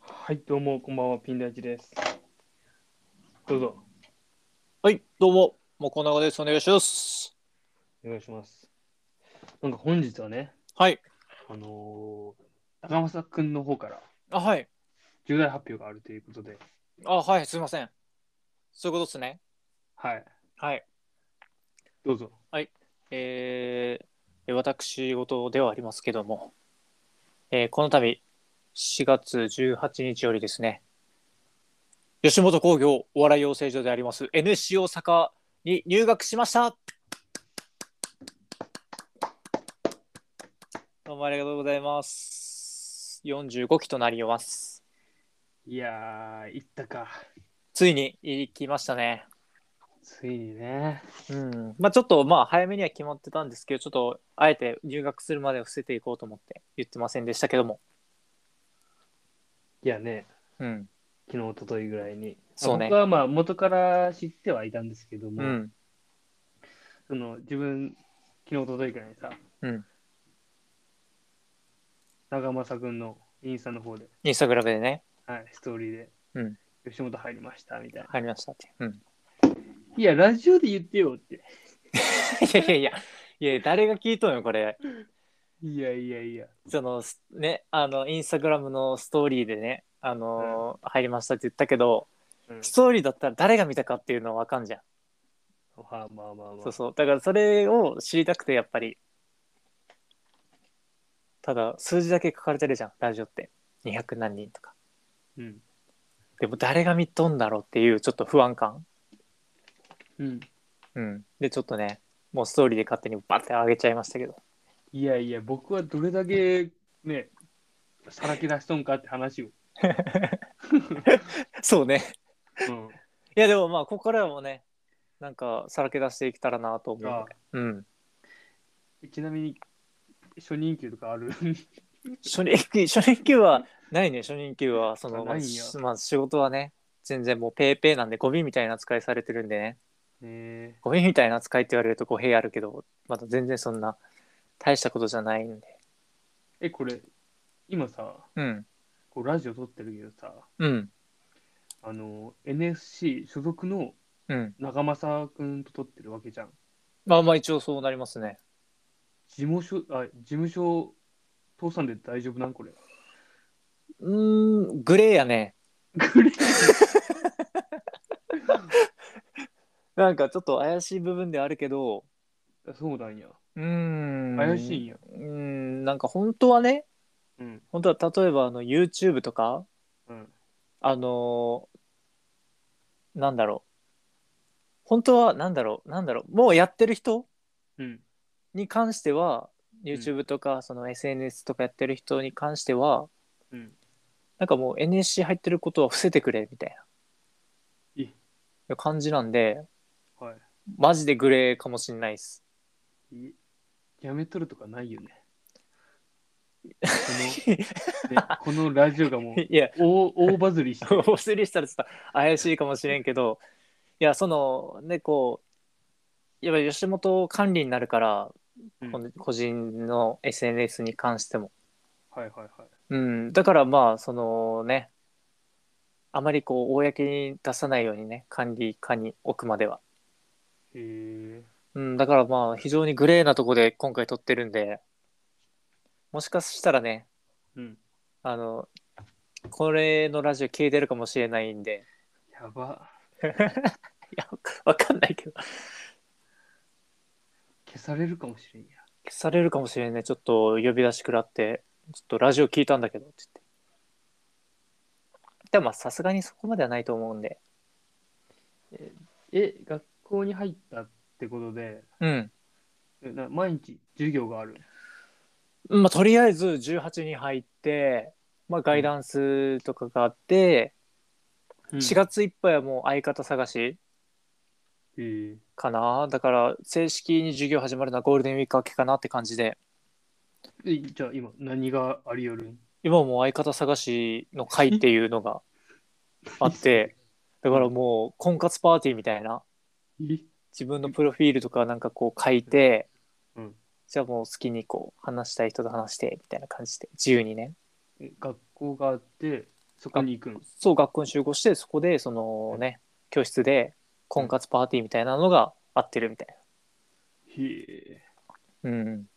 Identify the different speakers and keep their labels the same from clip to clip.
Speaker 1: はい、どうも、こんばんは、ピンダイチです。どうぞ、
Speaker 2: はい、どうも、もこながです。お願いします。
Speaker 1: お願いします。なんか本日はね、
Speaker 2: はい。
Speaker 1: あのー、高政くんの方から
Speaker 2: あ、はい。
Speaker 1: 重大発表があるということで、
Speaker 2: あ、はい、すいません。そういうことですね。
Speaker 1: はい、
Speaker 2: はい。
Speaker 1: どうぞ。
Speaker 2: えー、私事ではありますけども、えーこの度、4月18日よりですね、吉本興業お笑い養成所であります NSC 大阪に入学しましたどうもありがとうございます。45期となります。
Speaker 1: いやー、行ったか。
Speaker 2: ついに行きましたね。
Speaker 1: ついにね。
Speaker 2: うん。まあちょっとまあ早めには決まってたんですけど、ちょっとあえて入学するまでを伏せていこうと思って言ってませんでしたけども。
Speaker 1: いやね、
Speaker 2: うん。
Speaker 1: 昨日、一昨日ぐらいに。
Speaker 2: そうね
Speaker 1: 僕はまあ、元から知ってはいたんですけども、
Speaker 2: うん。
Speaker 1: その自分、昨日、一昨日ぐらいにさ、
Speaker 2: うん。
Speaker 1: 長政くんのインスタの方で、
Speaker 2: インスタグラムでね、
Speaker 1: はい、ストーリーで、
Speaker 2: うん
Speaker 1: 吉本入りました、みたいな。
Speaker 2: 入りましたって。うん。
Speaker 1: いや、ラジオで言ってよって。
Speaker 2: いやいやいや、いや誰が聞いとんよ、これ。
Speaker 1: いやいやいや。
Speaker 2: その、すね、あの、インスタグラムのストーリーでね、あのー入りましたって言ったけど、
Speaker 1: うん
Speaker 2: ストーリーだったら誰が見たかっていうのはわかんじゃん。
Speaker 1: まあまあまあまあ。
Speaker 2: そうそう。だからそれを知りたくて、やっぱり。ただ、数字だけ書かれてるじゃん、ラジオって。200何人とか。
Speaker 1: うん。
Speaker 2: でも誰が見とんだろうっていう、ちょっと不安感。
Speaker 1: うん。
Speaker 2: うん。で、ちょっとね、もうストーリーで勝手にバッて上げちゃいましたけど。
Speaker 1: いやいや、僕はどれだけね、さらけ出しとんかって話を。
Speaker 2: そうね。
Speaker 1: うん。
Speaker 2: いや、でもまあ、ここからもね、なんか、さらけ出していけたらなと思うので。うん。
Speaker 1: ちなみに、初任給とかあ る
Speaker 2: 初任給、初任給は、ないね、初任給は。その、
Speaker 1: あ
Speaker 2: ま
Speaker 1: な
Speaker 2: あ、
Speaker 1: いんや
Speaker 2: しまあ仕事はね、全然もうペーペーなんで、ゴミみたいな扱いされてるんでね。
Speaker 1: ねえ。
Speaker 2: ゴミみたいな扱いって言われると語弊あるけど、まだ全然そんな大したことじゃないんで。
Speaker 1: え、これ、今さ、
Speaker 2: うん。
Speaker 1: こうラジオ撮ってるけどさ、
Speaker 2: うん。
Speaker 1: あの、NSC 所属の
Speaker 2: うん。
Speaker 1: 長政くんと撮ってるわけじゃん。
Speaker 2: まあまあ一応そうなりますね。
Speaker 1: 事務所、あ、事務所、倒産で大丈夫なんこれ。
Speaker 2: うーん、グレーやね。
Speaker 1: グレー
Speaker 2: なんかちょっと怪しい部分ではあるけど、
Speaker 1: あそうなんや。
Speaker 2: うーん。
Speaker 1: 怪しいんや。
Speaker 2: うーん、なんか本当はね、
Speaker 1: うん。
Speaker 2: 本当は例えばあの YouTube とか、
Speaker 1: うん。
Speaker 2: あのーなんだろう。本当はなんだろう、なんだろう。もうやってる人
Speaker 1: うん。
Speaker 2: に関しては YouTube とかその SNS とかやってる人に関しては、
Speaker 1: うん。
Speaker 2: なんかもう NSC 入ってることは伏せてくれみたい
Speaker 1: え
Speaker 2: な感じなんで
Speaker 1: はい。
Speaker 2: マジでグレーかもしんないっす
Speaker 1: いやめとるとかないよね。 このねこのラジオがもう
Speaker 2: いや
Speaker 1: 大大バズりして、
Speaker 2: おすりしたらちょっと怪しいかもしれんけどいやそのねこうやっぱり吉本管理になるから、
Speaker 1: うん
Speaker 2: この個人の SNS に関しても
Speaker 1: はいはいはい。
Speaker 2: うんだからまあそのねあまりこう公に出さないようにね管理下に置くまでは
Speaker 1: へえ。
Speaker 2: うん、だからまあ非常にグレーなとこで今回撮ってるんで、もしかしたらね、
Speaker 1: うん。
Speaker 2: あの、これのラジオ消えてるかもしれないんで、
Speaker 1: やば。
Speaker 2: いや、わかんないけど、消
Speaker 1: 消されるかもしれんや。
Speaker 2: されるかもしれない。ちょっと呼び出し食らって、ちょっとラジオ聞いたんだけどって言って。でもまあさすがにそこまではないと思うんで、
Speaker 1: え、学校に入ったってことで、
Speaker 2: うん。
Speaker 1: えな毎日授業がある。
Speaker 2: まあとりあえず18に入って、まあガイダンスとかがあって、4月いっぱいはもう相方探し、
Speaker 1: うん。へえ。
Speaker 2: かなだから正式に授業始まるのはゴールデンウィーク明けかなって感じで
Speaker 1: えじゃあ今何がありよるん
Speaker 2: 今はもう相方探しの会って いうのがあってだからもう婚活パーティーみたいな
Speaker 1: え
Speaker 2: 自分のプロフィールとかなんかこう書いて、
Speaker 1: うん
Speaker 2: じゃあもう好きにこう話したい人と話してみたいな感じで自由にね
Speaker 1: え学校があって、そこに行くん。
Speaker 2: そう学校に集合してそこでそのね教室で婚活パーティーみたいなのが合ってるみたい
Speaker 1: へえ、
Speaker 2: なうん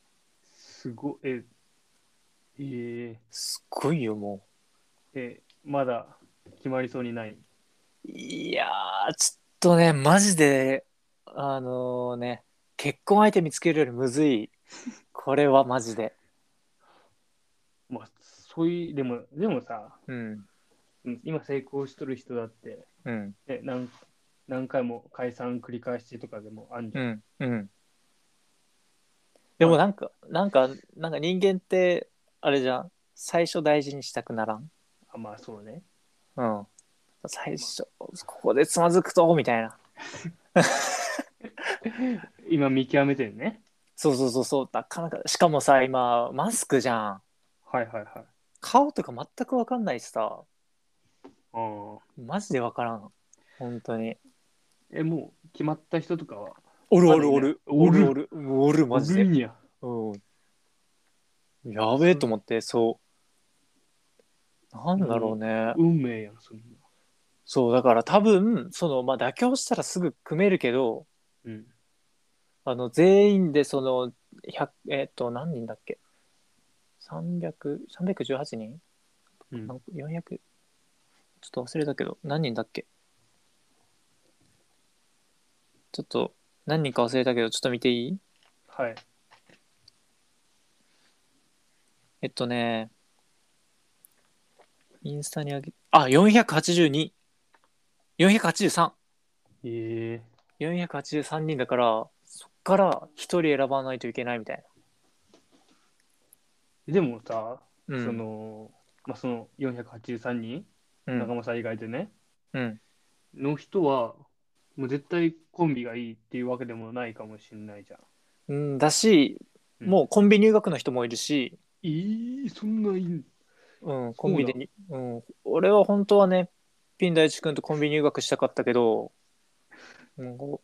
Speaker 1: すごい、え、え
Speaker 2: すっごいよも
Speaker 1: ーえ、まだ決まりそうにない。
Speaker 2: ういやーちょっとねマジであのね結婚相手見つけるよりむずいこれはマジで
Speaker 1: まあ、そういう、でも、でもさ、
Speaker 2: うん
Speaker 1: うん今成功しとる人だって、
Speaker 2: うん
Speaker 1: ね、何何回も解散繰り返してとかでもあんじ
Speaker 2: う
Speaker 1: ゃん。
Speaker 2: んうんでもなんかなんかなんか人間ってあれじゃん最初大事にしたくならん
Speaker 1: あまあ、そうね。
Speaker 2: うん。最初、ここでつまずくと、みたいな。
Speaker 1: 今見極めてるね。
Speaker 2: そうそうそうそう、なかなか、しかもさ、今、マスクじゃん。
Speaker 1: はいはいはい。
Speaker 2: 顔とか全くわかんないしさ、
Speaker 1: ああ。
Speaker 2: マジでわからん。本当に。
Speaker 1: え、もう決まった人とかは。
Speaker 2: お
Speaker 1: るおるおる
Speaker 2: おるおる。おる、マジ
Speaker 1: おる
Speaker 2: で。
Speaker 1: んや。
Speaker 2: うん。やべえと思って、そう。なんだろうね。
Speaker 1: 運命やん、そんな。
Speaker 2: そう、だから多分、その、まあ、妥協したらすぐ組めるけど、
Speaker 1: うん。
Speaker 2: あの全員でその100えっ、と何人だっけ300 318人
Speaker 1: うん
Speaker 2: なんか400ちょっと忘れたけど何人だっけちょっと何人か忘れたけどちょっと見ていい
Speaker 1: はい。
Speaker 2: えっとねインスタにあげあ四482483
Speaker 1: ええ
Speaker 2: 483人だからそっから1人選ばないといけないみたい
Speaker 1: でもさ、
Speaker 2: な、うん、
Speaker 1: その、まあ、その483人、
Speaker 2: うん
Speaker 1: 仲間さん以外でね、
Speaker 2: うん
Speaker 1: の人は、もう絶対コンビがいいっていうわけでもないかもしれないじゃん。
Speaker 2: うん、だし、
Speaker 1: うん
Speaker 2: もうコンビ入学の人もいるし、
Speaker 1: えー、そんないいん
Speaker 2: うん、コンビでにうん、俺は本当はねピン大地君とコンビ入学したかったけど、うん、お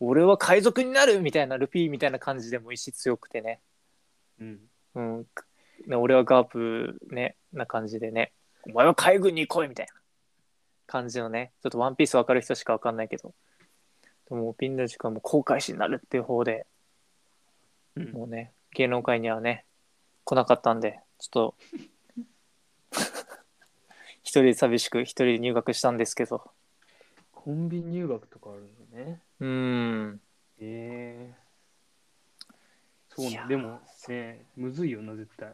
Speaker 2: 俺は海賊になるみたいなルピーみたいな感じでも意志強くてね,、
Speaker 1: うん。
Speaker 2: うん、くね俺はガープねな感じでねお前は海軍に来いみたいな感じのねちょっとワンピース分かる人しか分かんないけどでもピン大地君はもう航海士になるっていう方で
Speaker 1: うん
Speaker 2: もうね、芸能界にはね、来なかったんで、ちょっと、 一人で寂しく、一人で入学したんですけど、
Speaker 1: コンビ入学とかあるのね。
Speaker 2: うーん、
Speaker 1: ええそう
Speaker 2: い
Speaker 1: ね
Speaker 2: や、ー
Speaker 1: でもね、むずいよな、絶対。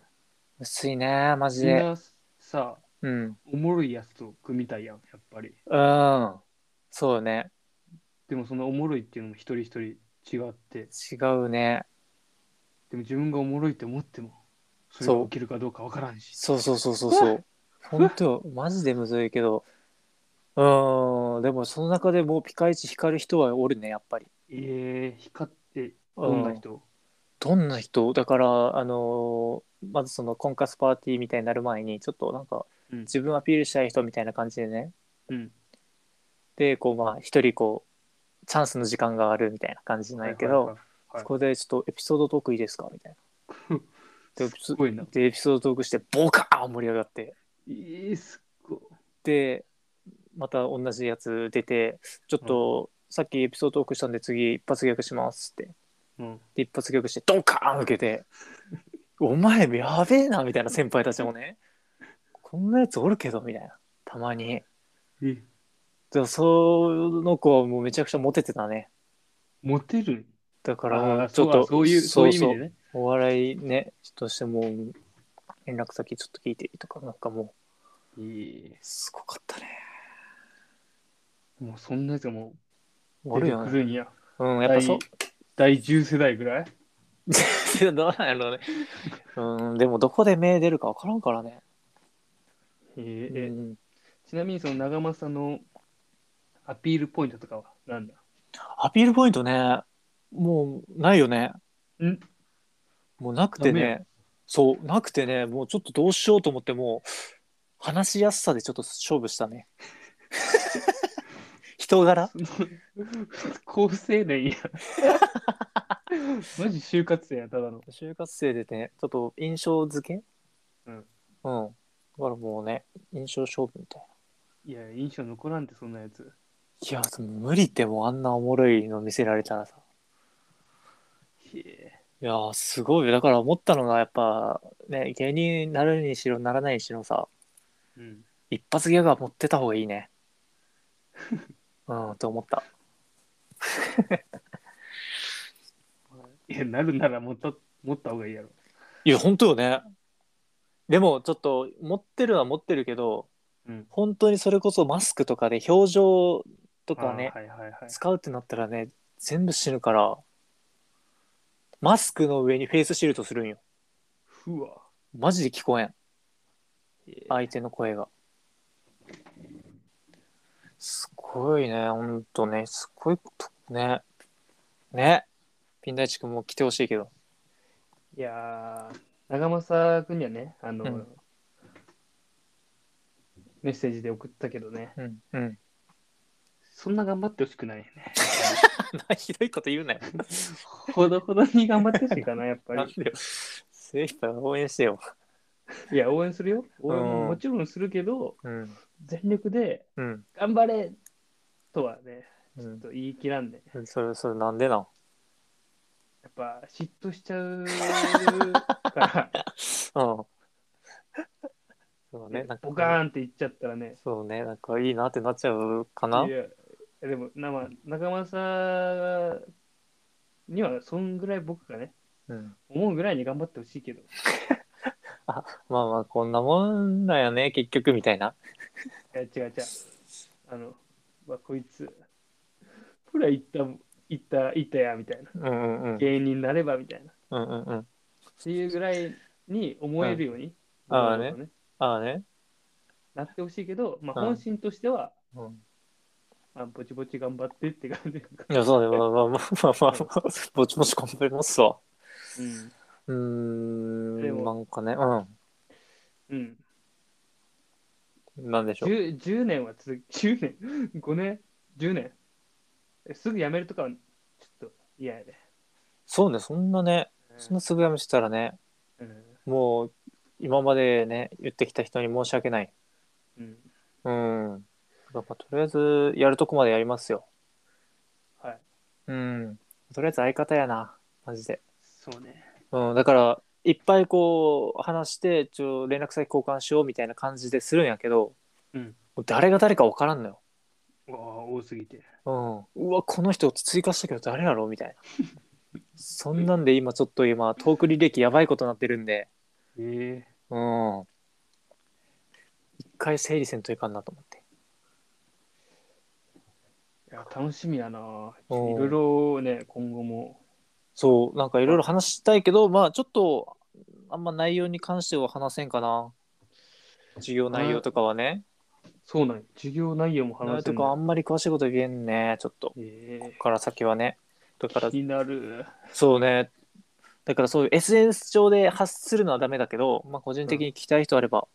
Speaker 2: 薄いね、マジ
Speaker 1: みん
Speaker 2: で。
Speaker 1: なさ、
Speaker 2: うん、うん、
Speaker 1: おもろいやつと組みたいやん、やっぱり。
Speaker 2: そうよね、
Speaker 1: でもそのおもろいっていうのも一人一人違って、
Speaker 2: 違うね、
Speaker 1: でも自分がおもろいって思っても、それが起きるかどうかわからんし。
Speaker 2: そうそうそうそうそう、本当よマジでむずいけど、うーん、でもその中でもうピカイチ光る人はおるね、やっぱり。
Speaker 1: ええ光って、どんな人
Speaker 2: どんな人だから、あのーまずその婚活パーティーみたいになる前にちょっとなんか
Speaker 1: うん
Speaker 2: 自分アピールしたい人みたいな感じでね
Speaker 1: うん。
Speaker 2: でこうまあ一人こうチャンスの時間があるみたいな感じなんやけど、
Speaker 1: はいはいはい
Speaker 2: そこでちょっとエピソードトークいいですかみたいな でエピ
Speaker 1: す
Speaker 2: ソ
Speaker 1: ごいな。
Speaker 2: でエピソードトークしてボカーン盛り上がって
Speaker 1: ええすっごい。
Speaker 2: でまた同じやつ出てちょっと、さっきエピソードトークしたんで次一発ギャグしますって
Speaker 1: うん。
Speaker 2: で一発ギャグしてドカーン受 けて「お前やべえな」みたいな先輩たちもね「こんなやつおるけど」みたいなたまに
Speaker 1: え、
Speaker 2: でその子はもうめちゃくちゃモテてたね
Speaker 1: モテる
Speaker 2: だか
Speaker 1: あ
Speaker 2: らも
Speaker 1: ら
Speaker 2: うちょっと
Speaker 1: そういう、そういう意
Speaker 2: そ
Speaker 1: 味
Speaker 2: う
Speaker 1: でね。
Speaker 2: お笑いねちょっとしてもう連絡先ちょっと聞いていいとかなんかもう
Speaker 1: ええ
Speaker 2: すごかったね
Speaker 1: もうそんなやつがもう
Speaker 2: お
Speaker 1: 出
Speaker 2: る
Speaker 1: て
Speaker 2: よ
Speaker 1: く
Speaker 2: ね
Speaker 1: るんや。
Speaker 2: うんやっぱそう
Speaker 1: 第10世代ぐらい
Speaker 2: どうなんやろうねうんでもどこで目出るか分からんからね、
Speaker 1: え
Speaker 2: う
Speaker 1: ーえ
Speaker 2: ん、
Speaker 1: ちなみにその長政のアピールポイントとかはなんだ
Speaker 2: アピールポイントねもうないよね
Speaker 1: ん
Speaker 2: もうなくて
Speaker 1: ダメ
Speaker 2: ね、そう、なくてね、もうちょっとどうしようと思って、もう話しやすさでちょっと勝負した ね。人柄
Speaker 1: その高青年やマジ就活生やただの
Speaker 2: 就活生でね、ちょっと印象付け
Speaker 1: うん、
Speaker 2: だからもうね、印象勝負みたいな。
Speaker 1: いや、印象残らんって、そんなやつ。
Speaker 2: いや、でも無理でもうあんなおもろいの見せられたらさ。
Speaker 1: へえ。
Speaker 2: いやー、すごいよ。だから思ったのが、やっぱ、ね、芸人になるにしろ、ならないにしろさ、
Speaker 1: うん。
Speaker 2: 一発ギャグは持ってた方がいい ね。うん、と思った。
Speaker 1: いや、なるならもっと、持った方がいいやろ。
Speaker 2: いや、本当よね。でも、ちょっと、持ってるは持ってるけど、
Speaker 1: うん。
Speaker 2: 本当にそれこそマスクとかで表情
Speaker 1: と
Speaker 2: とかね、
Speaker 1: はいはいはい。
Speaker 2: 使うってなったらね、全部死ぬから、マスクの上にフェイスシールドするんよ。
Speaker 1: ふわ。
Speaker 2: マジで聞こえん。
Speaker 1: へえ
Speaker 2: 相手の声が。すごいね、ほんとね、すごいことね。ね。ピン大地君も来てほしいけど。
Speaker 1: いやー、長政君にはね、あの、
Speaker 2: うん
Speaker 1: メッセージで送ったけどね、
Speaker 2: うん。うん。
Speaker 1: そんな頑張ってほしくないよね。
Speaker 2: ひどいこと言うなよ。
Speaker 1: ほどほどに頑張ってほしい かな、やっぱ
Speaker 2: なん
Speaker 1: り。
Speaker 2: でよ。精一杯応援してよ。
Speaker 1: いや、応援するよ。応援
Speaker 2: うん
Speaker 1: ももちろんするけど、
Speaker 2: うん。
Speaker 1: 全力で
Speaker 2: うん。
Speaker 1: 頑張れとはね、
Speaker 2: う
Speaker 1: ちょっ
Speaker 2: ん
Speaker 1: と言い切らんで、
Speaker 2: それ、それなんでなん
Speaker 1: やっぱ嫉妬しちゃうから、
Speaker 2: うん。 そうね、なんか。
Speaker 1: ボカーンって言っちゃったらね、
Speaker 2: そうね、なんかいいなってなっちゃうか
Speaker 1: い
Speaker 2: な。
Speaker 1: や、でも、なまあ、中政には、そんぐらい僕がね、
Speaker 2: うん。
Speaker 1: 思うぐらいに頑張ってほしいけど、
Speaker 2: まあまあ、こんなもんだよね、結局みたいな。
Speaker 1: いや違う違う。あの、まあ、こいつ、プラ行った、行った、行ったや、みたいな。
Speaker 2: うんうんうん。
Speaker 1: 芸人になれば、みたいな。っ
Speaker 2: うんうんうん。
Speaker 1: ていうぐらいに思えるように、
Speaker 2: うんああ
Speaker 1: 僕のこと
Speaker 2: ああね。
Speaker 1: なってほしいけど、まあ、
Speaker 2: うん
Speaker 1: 本心としては、
Speaker 2: うん
Speaker 1: まあ、ぼちぼち頑張ってって感じ。
Speaker 2: いや、そうね。まあまあまあまあまあ、ぼちぼち頑張りますわ。
Speaker 1: うん。
Speaker 2: うー
Speaker 1: で
Speaker 2: ん、
Speaker 1: も
Speaker 2: なんかね、う
Speaker 1: うん。
Speaker 2: ん。なんでしょう。
Speaker 1: 10, 10年は続き、10年、5年、10年。えすぐ辞めるとかは、ちょっと嫌やで。
Speaker 2: そうね、そんなね、そんなすぐやめしてたらね、
Speaker 1: うん。
Speaker 2: もう、今までね、言ってきた人に申し訳ない。
Speaker 1: うん。
Speaker 2: うん。だから、とりあえず、やるとこまでやりますよ。
Speaker 1: はい。
Speaker 2: うん。とりあえず相方やな、マジで。
Speaker 1: そうね。
Speaker 2: うん、だから、いっぱいこう、話して、ちょ、連絡先交換しようみたいな感じでするんやけど、
Speaker 1: うん。
Speaker 2: もう誰が誰か分からんのよ。
Speaker 1: うわあ、多すぎて。
Speaker 2: うん、うわこの人追加したけど誰やろみたいな そんなんで今ちょっと今トーク履歴やばいことになってるんで
Speaker 1: ええ
Speaker 2: うん一回整理せんといかんなと思って
Speaker 1: いや楽しみやな
Speaker 2: うん
Speaker 1: いろいろね今後も
Speaker 2: そうなんかいろいろ話したいけどまあちょっとあんま内容に関しては話せんかな授業内容とかはね
Speaker 1: そうなんよ授業内容も
Speaker 2: 内容
Speaker 1: 話せ
Speaker 2: と
Speaker 1: る
Speaker 2: かあんまり詳しいこと言えんねちょっと
Speaker 1: え
Speaker 2: ここから先はねだ
Speaker 1: え
Speaker 2: から
Speaker 1: 気になる
Speaker 2: そうね。だからそういう SNS 上で発するのはダメだけど、まあ、個人的に聞きたい人あれば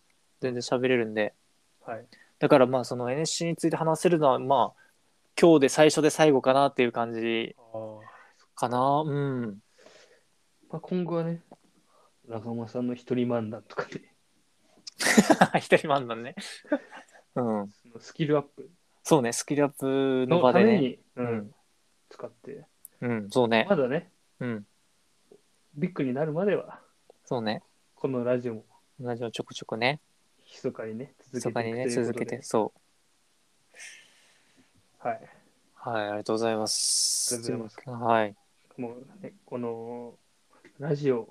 Speaker 2: 全然喋れるんで、
Speaker 1: はい
Speaker 2: だからまあその NSC について話せるのはまあ今日で最初で最後かなっていう感じ
Speaker 1: あー、
Speaker 2: かな。うん。
Speaker 1: まあ、今後はね中間さんの一人漫談とかで
Speaker 2: 一人漫談ね。うん。
Speaker 1: そのスキルアップ
Speaker 2: そうね、スキルアップの
Speaker 1: の
Speaker 2: 場
Speaker 1: た
Speaker 2: で
Speaker 1: め
Speaker 2: ね。
Speaker 1: に、うん
Speaker 2: うん
Speaker 1: 使って
Speaker 2: うん、そうね。
Speaker 1: まだね
Speaker 2: うん、
Speaker 1: ビッグになるまでは
Speaker 2: そうね。
Speaker 1: このラジオも
Speaker 2: 同じのちょこちょこね、
Speaker 1: 密かにね続
Speaker 2: そ
Speaker 1: け
Speaker 2: ば
Speaker 1: てい
Speaker 2: に
Speaker 1: く
Speaker 2: ね、
Speaker 1: という
Speaker 2: 続
Speaker 1: こと
Speaker 2: け
Speaker 1: で
Speaker 2: て、そう。
Speaker 1: はい
Speaker 2: はい、ありがとうございます。
Speaker 1: ありがとうござ
Speaker 2: います。はい。
Speaker 1: もうねこのラジオ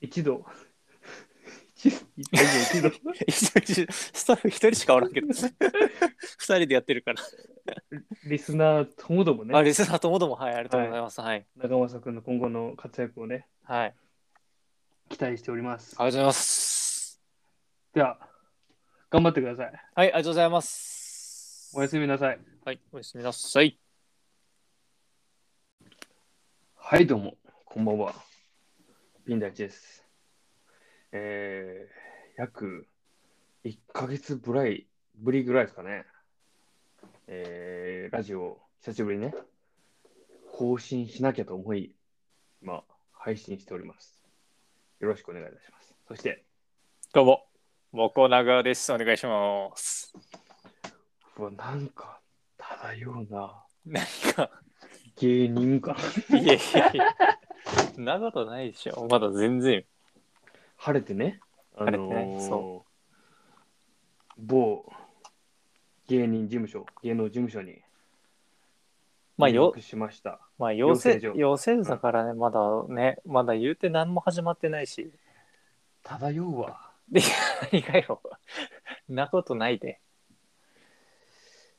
Speaker 1: 一度一度ラジオ一度
Speaker 2: スタッフ一人しかおらんけど、二人でやってるから。
Speaker 1: リスナーともどもね
Speaker 2: あ、リスナーともども、はい、ありがとうございます。はい。
Speaker 1: 中政君の今後の活躍をね、
Speaker 2: はい。あり
Speaker 1: 期待しております
Speaker 2: が。とうございます。
Speaker 1: では、頑張ってください。
Speaker 2: はい、ありがとうございます。
Speaker 1: おやすみなさい。
Speaker 2: はい、おやすみなさい。
Speaker 1: はい、どうも、こんばんは。ピンダイチです。えー、約1ヶ月ぶらい、ぶりぐらいですかね。えー、ラジオ、久しぶりにね、更新しなきゃと思い、今、配信しております。よろしくお願いいたします。そして、
Speaker 2: どうも、モコナガです。お願いします。
Speaker 1: うわ、なんか、漂うな。
Speaker 2: 何か、
Speaker 1: 芸人か。
Speaker 2: いやいやいや、そんなことないでしょ。まだ全然。
Speaker 1: 晴れてね。あのー
Speaker 2: 晴れてねそ
Speaker 1: 某芸人事務所、芸能事務所に
Speaker 2: まあ、
Speaker 1: 入
Speaker 2: よ
Speaker 1: 学、しました。
Speaker 2: まあ、養成
Speaker 1: 養成所
Speaker 2: 養成座からね、まだね、まだ言うて何も始まってないし。
Speaker 1: 漂うわ。
Speaker 2: 何かよ。なことないで。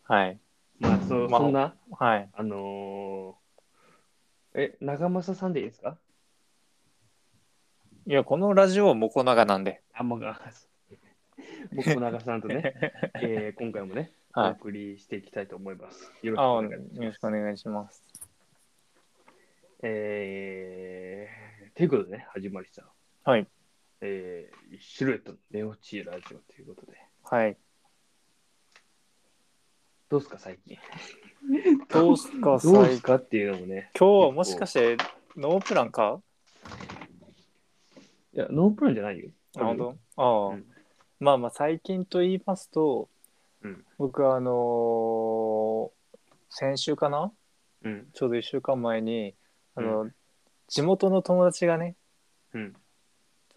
Speaker 2: はい。
Speaker 1: まあ、そ
Speaker 2: まあ
Speaker 1: そんな、
Speaker 2: はい。
Speaker 1: あのーえ、長政さんでいいですか
Speaker 2: いや、このラジオはモコナガなんで。
Speaker 1: あ、まあ、僕も長さんと ね、えー今回もね、お
Speaker 2: はい。
Speaker 1: 送りしていきたいと思います。よ
Speaker 2: あ、
Speaker 1: ろ
Speaker 2: よ
Speaker 1: しくお願いし
Speaker 2: ろ
Speaker 1: ま
Speaker 2: し
Speaker 1: す。
Speaker 2: くお願いします。
Speaker 1: えー、ということでね、始まりした。
Speaker 2: はい。
Speaker 1: えー、シルエットの寝落ちラジオということで。
Speaker 2: はい。
Speaker 1: どうすか、最近。
Speaker 2: どうすか、最
Speaker 1: どう
Speaker 2: 近
Speaker 1: す。かっていうのもね。
Speaker 2: 今日はもしかしてノープランか
Speaker 1: いや、ノープランじゃないよ。
Speaker 2: なるほど。ああ、
Speaker 1: うん
Speaker 2: まあまあ最近と言いますと、
Speaker 1: うん
Speaker 2: 僕あのー先週かな
Speaker 1: うん。
Speaker 2: ちょうど1週間前にあの、地元の友達がね
Speaker 1: うん。
Speaker 2: ち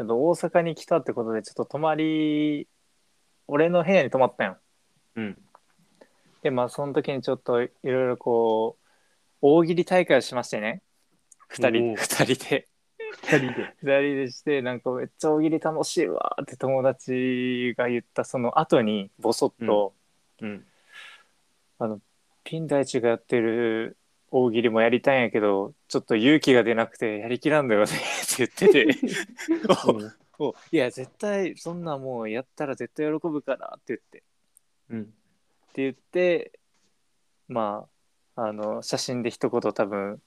Speaker 2: ょっと大阪に来たってことでちょっと泊まり俺の部屋に泊まったよ。
Speaker 1: うん。
Speaker 2: でまあその時にちょっといろいろこう大喜利大会をしましてね2
Speaker 1: お
Speaker 2: 人
Speaker 1: お
Speaker 2: 2人で。
Speaker 1: 二人で。
Speaker 2: 二人でしてなんかめっちゃ大喜利楽しいわーって友達が言ったその後にボソッと、
Speaker 1: うん。
Speaker 2: ピン大地がやってる大喜利もやりたいんやけどちょっと勇気が出なくてやりきらんだよねって言ってて おお いや絶対そんなもうやったら絶対喜ぶからって言って
Speaker 1: うん。
Speaker 2: って言ってまああの写真で一言多分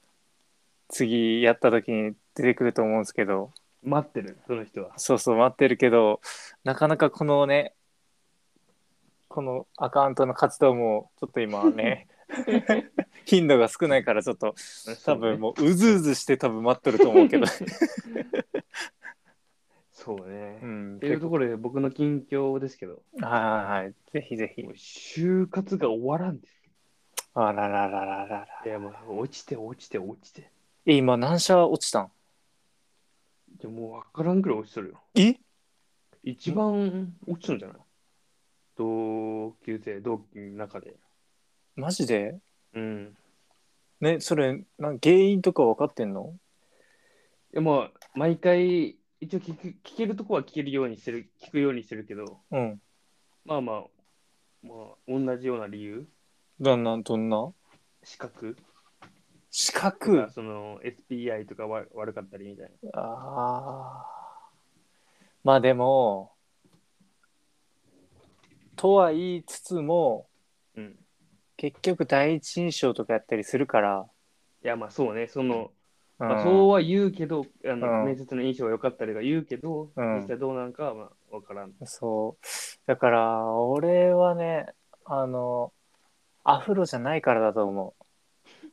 Speaker 2: 次やった時に出てくると思うんですけど
Speaker 1: 待ってる、その人は。
Speaker 2: そうそう待ってるけどなかなかこのねこのアカウントの活動もちょっと今はね頻度が少ないからちょっと 多分もううずうずして多分待っとると思うけど、
Speaker 1: そうね
Speaker 2: う。ん、
Speaker 1: っていうところで僕の近況ですけど、
Speaker 2: はいはいはいぜひぜひ
Speaker 1: もう就活が終わらんで
Speaker 2: あらららららら
Speaker 1: す。いや、もう落ちて落ちて落ちて。
Speaker 2: え今何社落ちたん
Speaker 1: でもうわからんくらい落ちとるよ。
Speaker 2: え
Speaker 1: 一番落ちとるんじゃない同級生、同期の中で。
Speaker 2: マジで
Speaker 1: うん。
Speaker 2: ねそれなん原因とか分かってんの
Speaker 1: いや、まあ、毎回、一応聞く聞けるとこは聞けるようにしてる、聞くようにしてるけど、
Speaker 2: うん
Speaker 1: まあまあ、まあ、同じような理由、
Speaker 2: どんなどんな
Speaker 1: 資格、
Speaker 2: 資格
Speaker 1: その SPI とかわ悪かったりみたいな。
Speaker 2: ああまあでもとは言いつつも
Speaker 1: うん。
Speaker 2: 結局第一印象とかやったりするから、
Speaker 1: いや、まあそうね、その、
Speaker 2: うん
Speaker 1: まあ、そうは言うけど、あの
Speaker 2: うん
Speaker 1: 面接の印象は良かったりが言うけど、
Speaker 2: うん
Speaker 1: 実際どうなんかはまあ分からん。
Speaker 2: そうだから俺はねあのアフロじゃないからだと思 う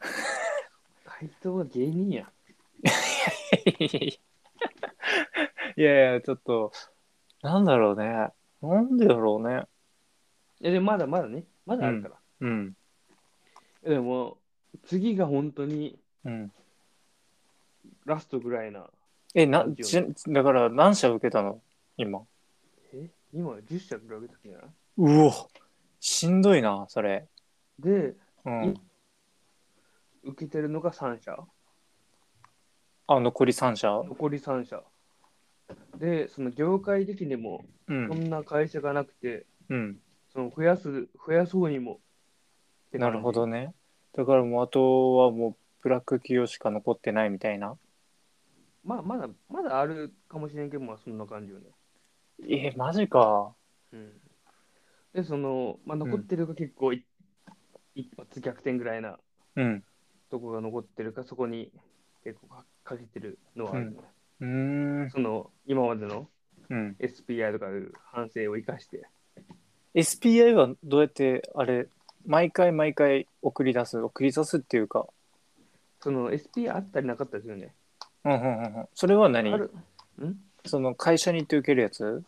Speaker 1: 回答は芸人や。
Speaker 2: いやいやちょっとなんだろうねなんでだろうね
Speaker 1: いや、でもまだまだね、まだあるから。
Speaker 2: うん
Speaker 1: でも、次が本当に
Speaker 2: うん
Speaker 1: ラストぐらいな、
Speaker 2: えなちだから何社受けたの今
Speaker 1: え今10社ぐらい受けたんじゃないう
Speaker 2: おしんどいなそれ
Speaker 1: で、
Speaker 2: うん
Speaker 1: 受けてるのが3社、
Speaker 2: あ残り3社
Speaker 1: 残り3社。で、その業界的にも、
Speaker 2: う
Speaker 1: そ
Speaker 2: ん
Speaker 1: んな会社がなくて、
Speaker 2: うん
Speaker 1: その増やす、増やそうにも。って
Speaker 2: な
Speaker 1: 感じ
Speaker 2: るほ。どねだからもうあとはもうブラック企業しか残ってないみたいな
Speaker 1: まあ、まだ、まだあるかもしれんけど、まあ、そんな感じよね。
Speaker 2: えマジか
Speaker 1: うん。で、その、まあ、残ってるが結構い、一発逆転ぐらいな
Speaker 2: うん
Speaker 1: とこが残ってるか、そこに結構かかけてるのはあるよね、
Speaker 2: うーん
Speaker 1: その、今までの
Speaker 2: うん
Speaker 1: SPI とかいう反省を生かして、
Speaker 2: SPI はどうやってあれ毎回毎回送り出す送り出すっていうか
Speaker 1: その SPI あったりなかったですよね。
Speaker 2: うんうんうんうんそれは
Speaker 1: あ
Speaker 2: 何
Speaker 1: る
Speaker 2: その会社に行って受けるやつ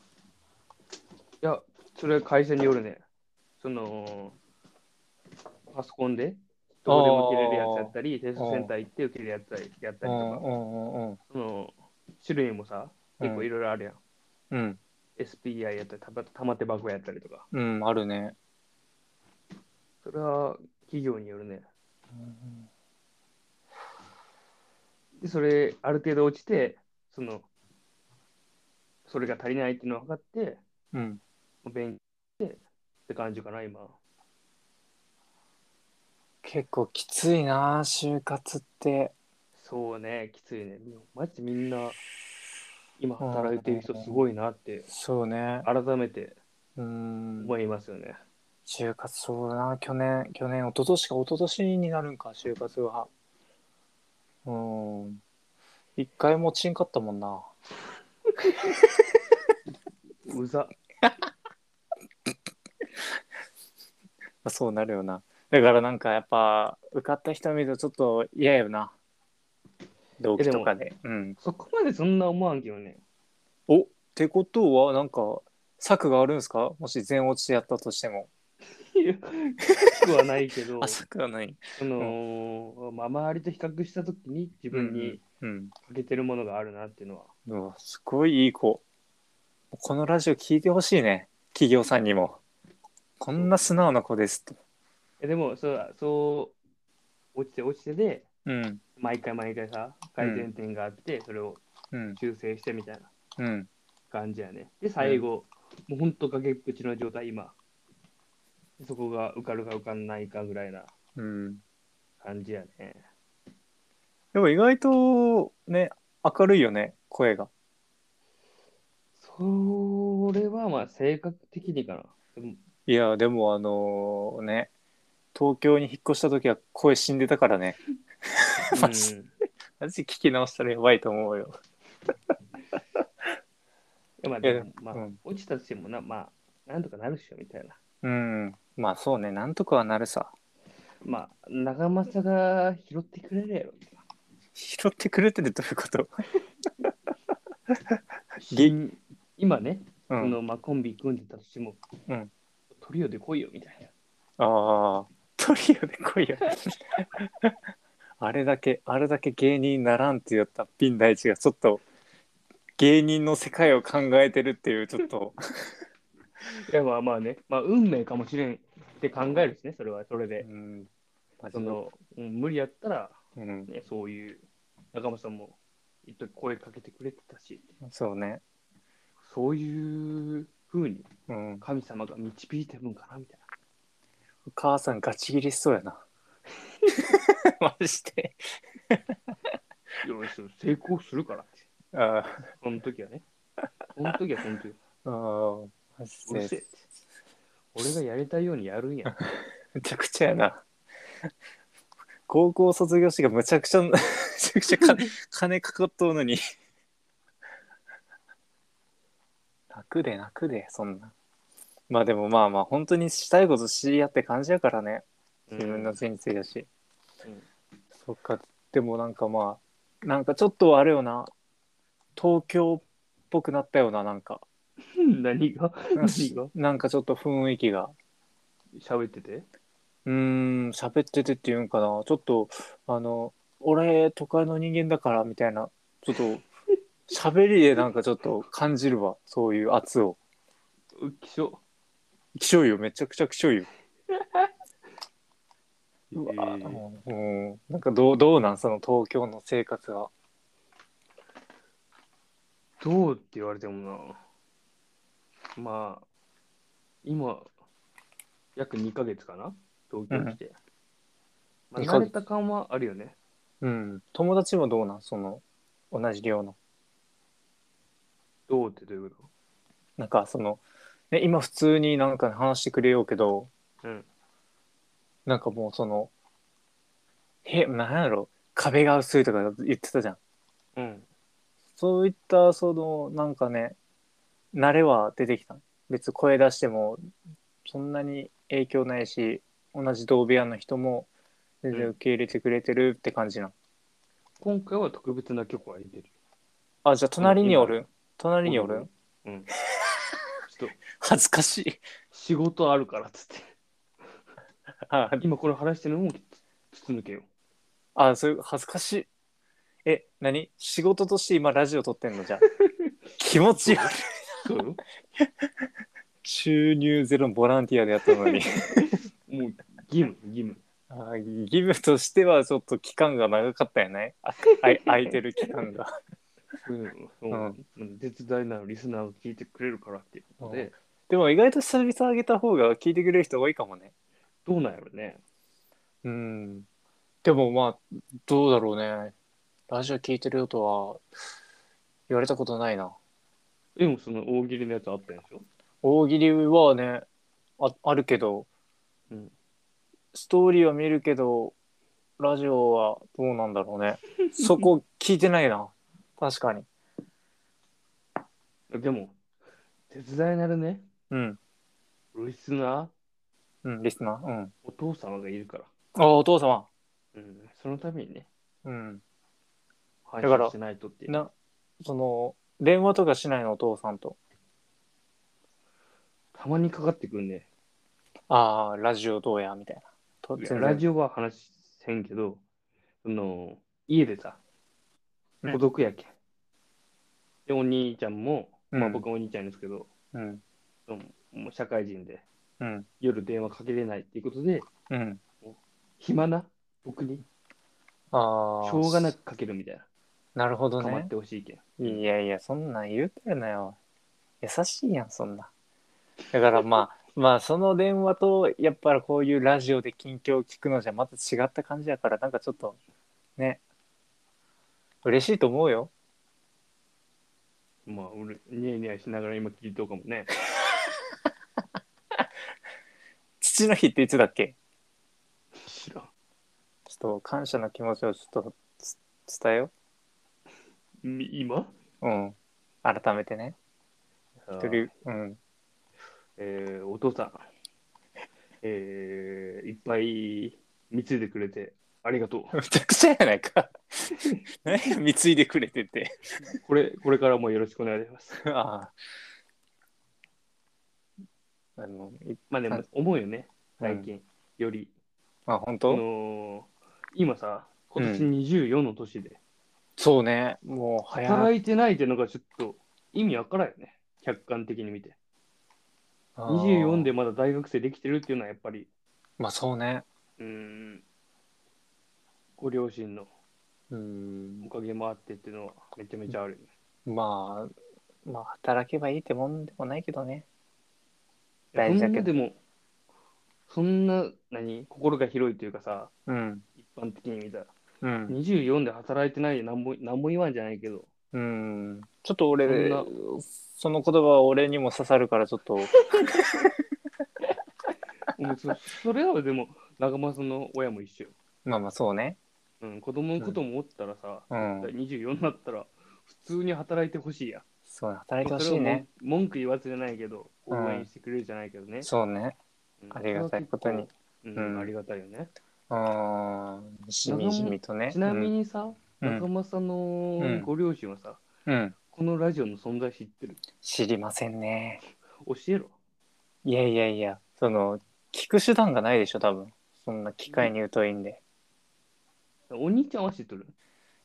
Speaker 1: や、それは会社によるね。その、パソコンで、どこでも受けれるやつやったり、テストセンター行って受けるやつやったりとか、
Speaker 2: うんうんうんうん
Speaker 1: その、種類もさ、結構いろいろあるやん。
Speaker 2: うん、
Speaker 1: SPI やったり、たま玉手箱やったりとか。
Speaker 2: うん、あるね。
Speaker 1: それは企業によるね。で、それ、ある程度落ちて、その、それが足りないっていうのを分かって、
Speaker 2: うん、
Speaker 1: 勉強してって感じかな、今。
Speaker 2: 結構きついな、就活って。
Speaker 1: そうね、きついね。マジみんな、今働いてる人すごいなって、
Speaker 2: そうね。
Speaker 1: 改めて
Speaker 2: うん、
Speaker 1: 思いますよね。
Speaker 2: 就活そうだな、去年、去年、一昨年か一昨年になるんか、就活は。うん。一回もちんかったもんな。
Speaker 1: うざ。
Speaker 2: まあそうなるよな。だからなんかやっぱ受かった人見るとちょっと嫌よな。同期とかで。うん。
Speaker 1: そこまでそんな思わんけどね。
Speaker 2: おってことはなんか策があるんですかもし全落ちやったとしても。
Speaker 1: いやきつくはないけど、
Speaker 2: あ
Speaker 1: そ
Speaker 2: 策はない。
Speaker 1: の、まあ、周りと比較したときに自分に
Speaker 2: うん。
Speaker 1: 欠けてるものがあるなっていうのは。
Speaker 2: うわすごいいい子。このラジオ聞いてほしいね。企業さんにも。こんな素直な子ですと。
Speaker 1: えでもそう、そう、落ちて落ちてで、
Speaker 2: うん。
Speaker 1: 毎回毎回さ、改善点があって、それを
Speaker 2: うん。
Speaker 1: 修正してみたいな
Speaker 2: うん。
Speaker 1: 感じやね。で、最後、もうほんと崖っぷちの状態、今。そこが受かるか受かんないかぐらいな
Speaker 2: うん。
Speaker 1: 感じやね。
Speaker 2: でも意外とね、明るいよね、声が。
Speaker 1: それはまあ性格的にかな。で も
Speaker 2: いやでもあのね東京に引っ越した時は声死んでたからねマジ
Speaker 1: うん
Speaker 2: マジ聞き直したらやばいと思うよ
Speaker 1: いやまあでもまあ
Speaker 2: うん
Speaker 1: 落ちたとしてもな、まあ、なんとかなるっしょみたいな。
Speaker 2: うんまあそうねなんとかはなるさ
Speaker 1: まあ、長政が拾ってくれるやろ。
Speaker 2: 拾ってくれてるどういうことげ
Speaker 1: 新今ね、
Speaker 2: う
Speaker 1: そ
Speaker 2: ん
Speaker 1: のまあ、コンビ組んでたとしても、
Speaker 2: うん
Speaker 1: トリオで来いよみたいな。
Speaker 2: ああトリオで来いよあれだけあれだけ芸人にならんって言ったピン大地がちょっと芸人の世界を考えてるっていうちょっと
Speaker 1: いやまあまあね、まあ、運命かもしれんって考えるしね、それはそれ
Speaker 2: う
Speaker 1: で。
Speaker 2: んマジ
Speaker 1: そ
Speaker 2: で
Speaker 1: のうん無理やったら、
Speaker 2: うん
Speaker 1: ね、そういう仲間さんも一時声かけてくれてたし、
Speaker 2: そうね
Speaker 1: そういうふうに
Speaker 2: うん
Speaker 1: 神様が導いてるんかなみたいな。
Speaker 2: お母さんガチギリしそうやな。 マジで。
Speaker 1: よし、成功するからって。
Speaker 2: あ
Speaker 1: その時はね。その時はその時。
Speaker 2: あ、
Speaker 1: う
Speaker 2: マ
Speaker 1: る
Speaker 2: ジ
Speaker 1: せえっ
Speaker 2: で
Speaker 1: て。俺がやりたいようにやるんや。
Speaker 2: むちゃくちゃやな。高校卒業式がむちゃくちゃ、 むちゃくちゃ金金かかっとうのに。楽で楽で、そんな。まあでもまあまあ、本当にしたいことしやって感じやからね。自分のせいについだし。
Speaker 1: うん
Speaker 2: そっかでもなんかまあなんかちょっとあれよな東京っぽくなったよななんか
Speaker 1: うん何が
Speaker 2: なんか
Speaker 1: 何が
Speaker 2: なんかちょっと雰囲気が
Speaker 1: 喋ってて
Speaker 2: うーん喋っててっていうんかなちょっとあの俺都会の人間だからみたいなちょっと喋りでなんかちょっと感じるわそういう圧を
Speaker 1: うっきしょ。
Speaker 2: きしょいよめちゃくちゃきしょいようわ
Speaker 1: えー
Speaker 2: うんなんかどうどうなんその東京の生活は
Speaker 1: どうって言われてもな。まあ、今、約2ヶ月かな東京来て。まあ、
Speaker 2: 二
Speaker 1: 慣
Speaker 2: ヶ
Speaker 1: れ
Speaker 2: 月
Speaker 1: た感はあるよね。
Speaker 2: うん友達もどうなんその同じ量の
Speaker 1: どうってどういうこ
Speaker 2: なんかその、ね、今普通になんか話してくれようけど、
Speaker 1: とうん。
Speaker 2: なんかもうその、へ、なんやろ、壁が薄いとか言ってたじゃん。
Speaker 1: うん。
Speaker 2: そういった、その、なんかね、慣れは出てきた。別に声出しても、そんなに影響ないし、同じ同部屋の人も全然受け入れてくれてるって感じな。ん、
Speaker 1: 今回は特別な曲は入れてる。
Speaker 2: あ、じゃあ隣におる隣におる
Speaker 1: うん。ちと
Speaker 2: 恥ずかしい。
Speaker 1: 仕事あるからっつって。
Speaker 2: あ
Speaker 1: 今これ話してるのも筒抜けよ。
Speaker 2: あ、そういう、恥ずかしい。え、何仕事として今ラジオ撮ってんのじ ゃあ気持ち悪い。
Speaker 1: そうよ。
Speaker 2: 収入ゼロのボランティアでやったのに。
Speaker 1: もう義務、義務。
Speaker 2: あ義務としてはちょっと期間が長かったよね。ああい空いてる期間が。
Speaker 1: うん、うん、絶大なるリスナーを聞いてくれるからっていうことで、
Speaker 2: でも意外と久々上げた方が聞いてくれる人多いかもね。
Speaker 1: どうなんやろね。
Speaker 2: うん。でもまあ、どうだろうね。ラジオ聞いてるよとは言われたことないな。
Speaker 1: でもその大喜利のやつあったんでしょ
Speaker 2: 大喜利はね、ああるけど、
Speaker 1: うん
Speaker 2: ストーリーは見るけど、ラジオはどうなんだろう ね。そこ聞いてないな。確かに。
Speaker 1: でも、絶大なるね、
Speaker 2: うん。
Speaker 1: リスナー、
Speaker 2: うん、リスナー。うん。
Speaker 1: お父様がいるから。
Speaker 2: あ、お父様。
Speaker 1: うん、そのためにね、
Speaker 2: うん。
Speaker 1: 配
Speaker 2: だから
Speaker 1: 信しないとっていう。
Speaker 2: な、その、電話とかしないの、お父さんと。
Speaker 1: たまにかかってくるね。
Speaker 2: ああ、ラジオどうやみたいな。と
Speaker 1: いやラジオは話せんけど、その、家でさ、
Speaker 2: うん
Speaker 1: 孤独やけん。で、お兄ちゃんも、ま
Speaker 2: う
Speaker 1: あ
Speaker 2: ん
Speaker 1: 僕はお兄ちゃんですけど、
Speaker 2: うん。
Speaker 1: うんもう社会人で、
Speaker 2: うん。
Speaker 1: 夜電話かけれないっていうことで、
Speaker 2: うん。
Speaker 1: 暇な僕に、し
Speaker 2: ああ。
Speaker 1: ょうがなくかけるみたいな。
Speaker 2: なるほど
Speaker 1: かまっ。
Speaker 2: ね
Speaker 1: てほしいけん。
Speaker 2: いやいや、そんなん言うてるなよ。優しいやん、そんな。だからまあ、 まあ、その電話と、やっぱりこういうラジオで近況を聞くのじゃまた違った感じやから、なんかちょっと、ね、嬉しいと思うよ。
Speaker 1: まあ、俺、ニヤニヤしながら今聞いとうかもね。
Speaker 2: 父の日っていつだっけ
Speaker 1: 知らん。
Speaker 2: ちょっと感謝の気持ちをちょっとつ伝えよ
Speaker 1: み今
Speaker 2: う。うん。改めてね。
Speaker 1: あ
Speaker 2: と
Speaker 1: ー
Speaker 2: りうん。
Speaker 1: えーお父さん、えーいっぱい貢いでくれてありがとう。
Speaker 2: むちゃくちゃやないか。何や、貢いでくれてて。
Speaker 1: これ、これからもよろしくお願いします。
Speaker 2: ああ。あの、い
Speaker 1: まあで
Speaker 2: は
Speaker 1: も
Speaker 2: い、
Speaker 1: 思うよね、最近、より。
Speaker 2: まあ本
Speaker 1: あ
Speaker 2: 当、
Speaker 1: のー今さ、今年24の年で、
Speaker 2: そうね。もう早い。
Speaker 1: 働いてないっていうのがちょっと意味わからんよね、客観的に見て。24で
Speaker 2: あー。
Speaker 1: まだ大学生できてるっていうのは、やっぱり、
Speaker 2: まあそうね。
Speaker 1: うーん、ご両親の
Speaker 2: うん
Speaker 1: お。かげもあってっていうのは、めちゃめちゃあるよね。
Speaker 2: まあ、まあ働けばいいってもんでもないけどね。
Speaker 1: いや
Speaker 2: 大事だけど
Speaker 1: そんなでも、そんな、何、心が広いというかさ、
Speaker 2: うん。
Speaker 1: 一般的に見たら、
Speaker 2: うん。
Speaker 1: 24で働いてないで何も何も言わんじゃないけど、
Speaker 2: うん。ちょっと俺
Speaker 1: そ、
Speaker 2: その言葉は俺にも刺さるからちょっと。
Speaker 1: もうそそれはでも、仲間さんの親も一緒よ。
Speaker 2: まあまあそうね。
Speaker 1: うん、子供のこともおったらさ、
Speaker 2: うん。
Speaker 1: 24になったら、普通に働いてほしいやん。
Speaker 2: そうね。働いてほ
Speaker 1: そ
Speaker 2: し
Speaker 1: れ
Speaker 2: い
Speaker 1: は
Speaker 2: ね。
Speaker 1: 文文句言わずじゃないけど、
Speaker 2: う
Speaker 1: 応
Speaker 2: ん
Speaker 1: 援してくれるじゃないけどね。
Speaker 2: そうね。
Speaker 1: うん
Speaker 2: ありがたいこと
Speaker 1: それは
Speaker 2: に。
Speaker 1: 結構
Speaker 2: う
Speaker 1: うんん、ありがたいよね。
Speaker 2: うん。しみじみとね。
Speaker 1: ちなみにさ、
Speaker 2: うん、
Speaker 1: 仲間さん
Speaker 2: うん
Speaker 1: のご両親はさ、
Speaker 2: うん、うん。
Speaker 1: このラジオの存在知ってる
Speaker 2: 知りませんね。
Speaker 1: 教えろ。
Speaker 2: いやいやいや、その、聞く手段がないでしょ、多分。そんな機会に疎いんで。
Speaker 1: お兄ちゃんは知っとる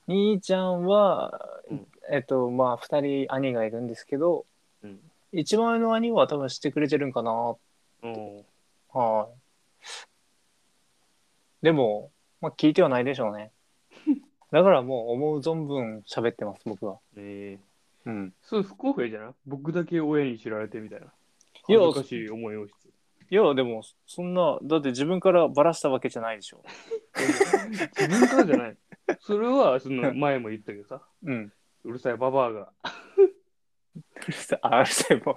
Speaker 2: 兄ちゃんは、
Speaker 1: うん
Speaker 2: えっと、まあ、二人兄がいるんですけど、
Speaker 1: うん。
Speaker 2: 一番上の兄は多分知ってくれてるんかな。
Speaker 1: うん
Speaker 2: はい。でも、まあ、聞いてはないでしょ うね。だからもう思う存分喋ってます、僕は。
Speaker 1: えー、
Speaker 2: うん。
Speaker 1: そう不公平じゃない僕だけ親に知られてみたいな。
Speaker 2: いや
Speaker 1: 恥ずかしい思いをして。
Speaker 2: いや、でも、そんな、だって自分からバラしたわけじゃないでしょ。
Speaker 1: 自分からじゃない。それはその前も言ったけど さ、
Speaker 2: うん。
Speaker 1: うるさいババアが、
Speaker 2: うるさい、あ、うるさい、もう、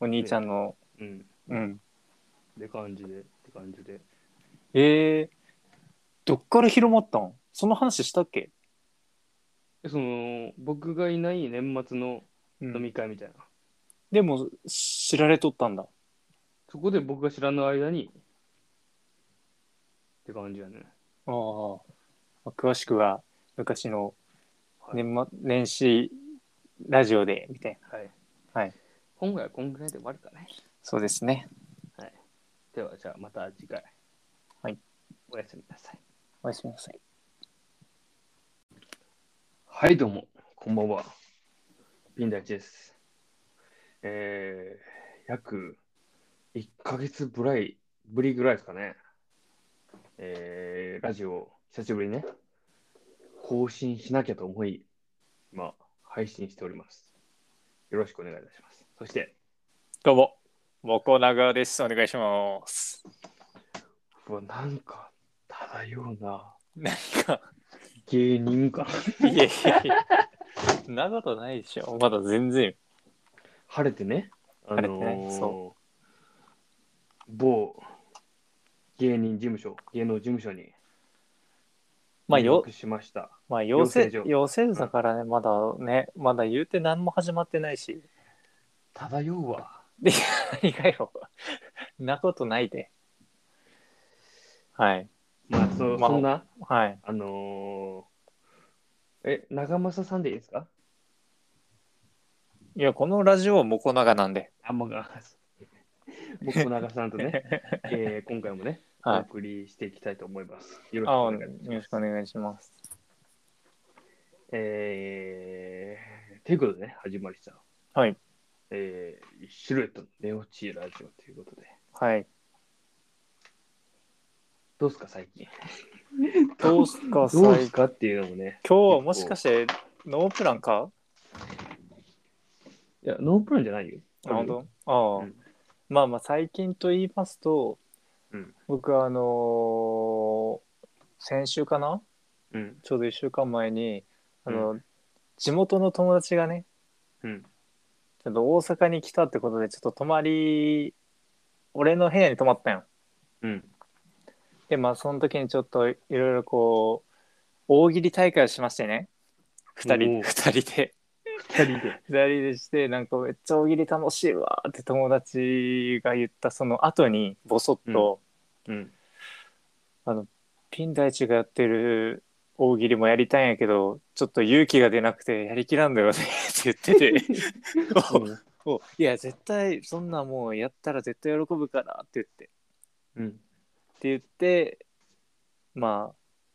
Speaker 2: お兄ちゃんの、
Speaker 1: うん、
Speaker 2: うん。
Speaker 1: って感じで、って感じで。
Speaker 2: えー、どっから広まったんその話したっけ、
Speaker 1: でその、僕がいない年末の飲み会みたいな。
Speaker 2: でも、知られとったんだ。
Speaker 1: そこで僕が知らぬ間に、って感じやね。
Speaker 2: ああ。詳しくは、昔の
Speaker 1: はい
Speaker 2: 年末、年始ラジオで、みたい
Speaker 1: はい。
Speaker 2: はい。
Speaker 1: 今回はこんぐらいで終わるかね。
Speaker 2: そうですね。
Speaker 1: では、じゃあまた次回。
Speaker 2: はい。
Speaker 1: おやすみなさい。
Speaker 2: おやすみなさい。
Speaker 1: はい、どうも、こんばんは。ピンダイチです。えー、約1ヶ月ぶらいぶりぐらいですかね。えー、ラジオ、久しぶりにね、更新しなきゃと思い、今、配信しております。よろしくお願いいたします。そして、
Speaker 2: どうも、モコナガです。お願いします。
Speaker 1: うわ、なんか、漂うな、
Speaker 2: 何か、
Speaker 1: 芸人か。
Speaker 2: いやいやいや、そんなことないでしょ。まだ全然。
Speaker 1: 晴れてね、あの
Speaker 2: 晴れてねそ
Speaker 1: 某芸人事務所、芸能事務所に
Speaker 2: まあ、
Speaker 1: 入
Speaker 2: よ
Speaker 1: 学、しました。
Speaker 2: まあ、養成
Speaker 1: 養成所、
Speaker 2: 養成所からね、まだね、まだ言うて何も始まってないし。
Speaker 1: 漂うわ。
Speaker 2: 何かよ。んなことないで。はい。
Speaker 1: まあ、そ
Speaker 2: まあ
Speaker 1: そんな、
Speaker 2: はい。
Speaker 1: あのーえ、長政さんでいいですか
Speaker 2: いや、このラジオはモコナガなんで。
Speaker 1: あ、もう、あ 僕も長さんと ね、えー今回もね、お
Speaker 2: はい。
Speaker 1: 送りしていきたいと思います。よ
Speaker 2: あ、
Speaker 1: ろ
Speaker 2: よ
Speaker 1: しくお願いし
Speaker 2: ろ
Speaker 1: ま
Speaker 2: し
Speaker 1: す。
Speaker 2: くお願いします。
Speaker 1: えー、ということでね、始まりした。
Speaker 2: はい。
Speaker 1: えー、シルエットの寝落ちラジオということで。
Speaker 2: はい。
Speaker 1: どうすか最近。
Speaker 2: どうすか、最
Speaker 1: どう
Speaker 2: 近
Speaker 1: す。かっていうのもね。
Speaker 2: 今日はもしかして、ノープランか
Speaker 1: いや、ノープランじゃないよ。
Speaker 2: あ本当ああ、
Speaker 1: うん
Speaker 2: まあまあ最近と言いますと、
Speaker 1: うん
Speaker 2: 僕はあのー先週かな
Speaker 1: うん。
Speaker 2: ちょうど1週間前にあの、地元の友達がね
Speaker 1: うん。
Speaker 2: ちょっと大阪に来たってことでちょっと泊まり俺の部屋に泊まったよ
Speaker 1: うん。
Speaker 2: でまあその時にちょっといろいろこう大喜利大会をしましてね2
Speaker 1: お
Speaker 2: 人
Speaker 1: ー
Speaker 2: 二人で
Speaker 1: 二人で。
Speaker 2: 2人でしてなんかめっちゃ大喜利楽しいわーって友達が言ったその後にボソッと、
Speaker 1: うん。
Speaker 2: ピン大地がやってる大喜利もやりたいんやけどちょっと勇気が出なくてやりきらんだよねって言ってておおいや絶対そんなもうやったら絶対喜ぶからって言ってって
Speaker 1: うん。
Speaker 2: 言ってま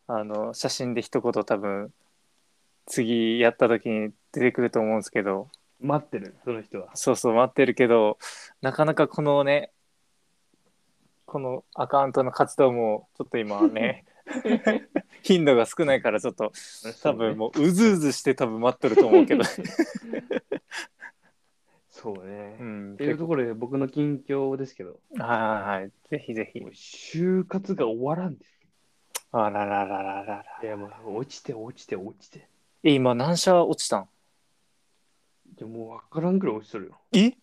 Speaker 2: ああの写真で一言多分次やった時に出てくると思うんですけど
Speaker 1: 待ってる、その人は。
Speaker 2: そうそう待ってるけどなかなかこのねこのアカウントの活動もちょっと今はね頻度が少ないからちょっと多分もううずうずして多分待っとると思う けど、
Speaker 1: そうね
Speaker 2: う。ん、
Speaker 1: っていうところで僕の近況ですけど、
Speaker 2: はいはいはいぜひぜひ
Speaker 1: もう就活が終わらんで
Speaker 2: あらららららら
Speaker 1: す。いや、もう落ちて落ちて落ちて。
Speaker 2: え今何社落ちたん
Speaker 1: いや、もうわからんくらい落ちとるよ。
Speaker 2: え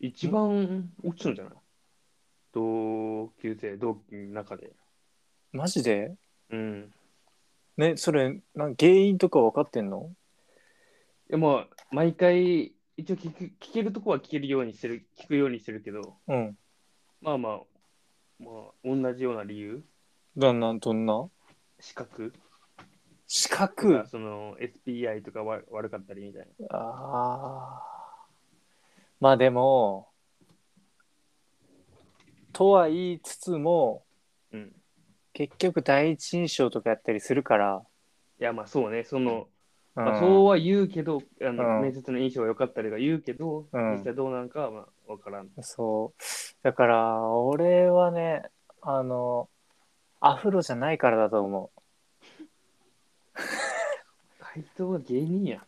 Speaker 1: 一番落ちたんじゃない同級生、同期の中で。
Speaker 2: マジで
Speaker 1: うん。
Speaker 2: ねそれなん原因とか分かってんの
Speaker 1: いや、まあ、毎回、一応聞く聞けるとこは聞けるようにしてる、聞くようにしてるけど、
Speaker 2: うん
Speaker 1: まあまあ、まあ、同じような理由、
Speaker 2: どんなどんな
Speaker 1: 資格、
Speaker 2: 資格
Speaker 1: その SPI とかわ悪かったりみたいな。
Speaker 2: ああまあでもとは言いつつも
Speaker 1: うん。
Speaker 2: 結局第一印象とかやったりするから、
Speaker 1: いや、まあそうね、その、
Speaker 2: うん
Speaker 1: まあ、そうは言うけど、あの
Speaker 2: うん
Speaker 1: 面接の印象は良かったりとか言うけど、
Speaker 2: うん
Speaker 1: 実際どうなんかはまあ分からん。
Speaker 2: そうだから俺はねあのアフロじゃないからだと思う
Speaker 1: 回答は芸人や。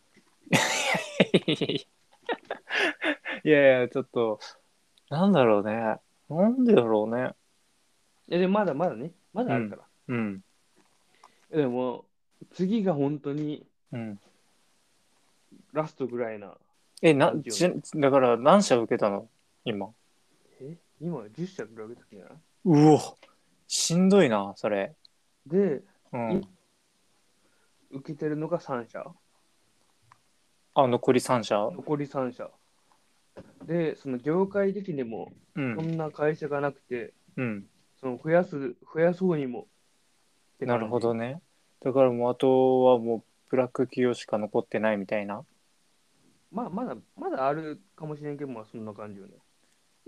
Speaker 2: いやいやちょっとなんだろうねなんでだろうね
Speaker 1: いや、でもまだまだね、まだあるから。
Speaker 2: うん
Speaker 1: でも、次が本当に
Speaker 2: うん
Speaker 1: ラストぐらいな、
Speaker 2: えなちだから何社受けたの今
Speaker 1: え今10社ぐらい受けたんじゃないう
Speaker 2: おしんどいなそれ
Speaker 1: で、
Speaker 2: うん
Speaker 1: 受けてるのが3社。
Speaker 2: あ残り3社
Speaker 1: 残り3社でその業界的にも
Speaker 2: う
Speaker 1: そ
Speaker 2: ん
Speaker 1: んな会社がなくて、
Speaker 2: うん
Speaker 1: その増やす増やそうにもって
Speaker 2: な
Speaker 1: 感じ
Speaker 2: るほどねだからもうあとはもうブラック企業しか残ってないみたいな
Speaker 1: まあ、まだ、まだあるかもしれんけど、まあ、そんな感じよね。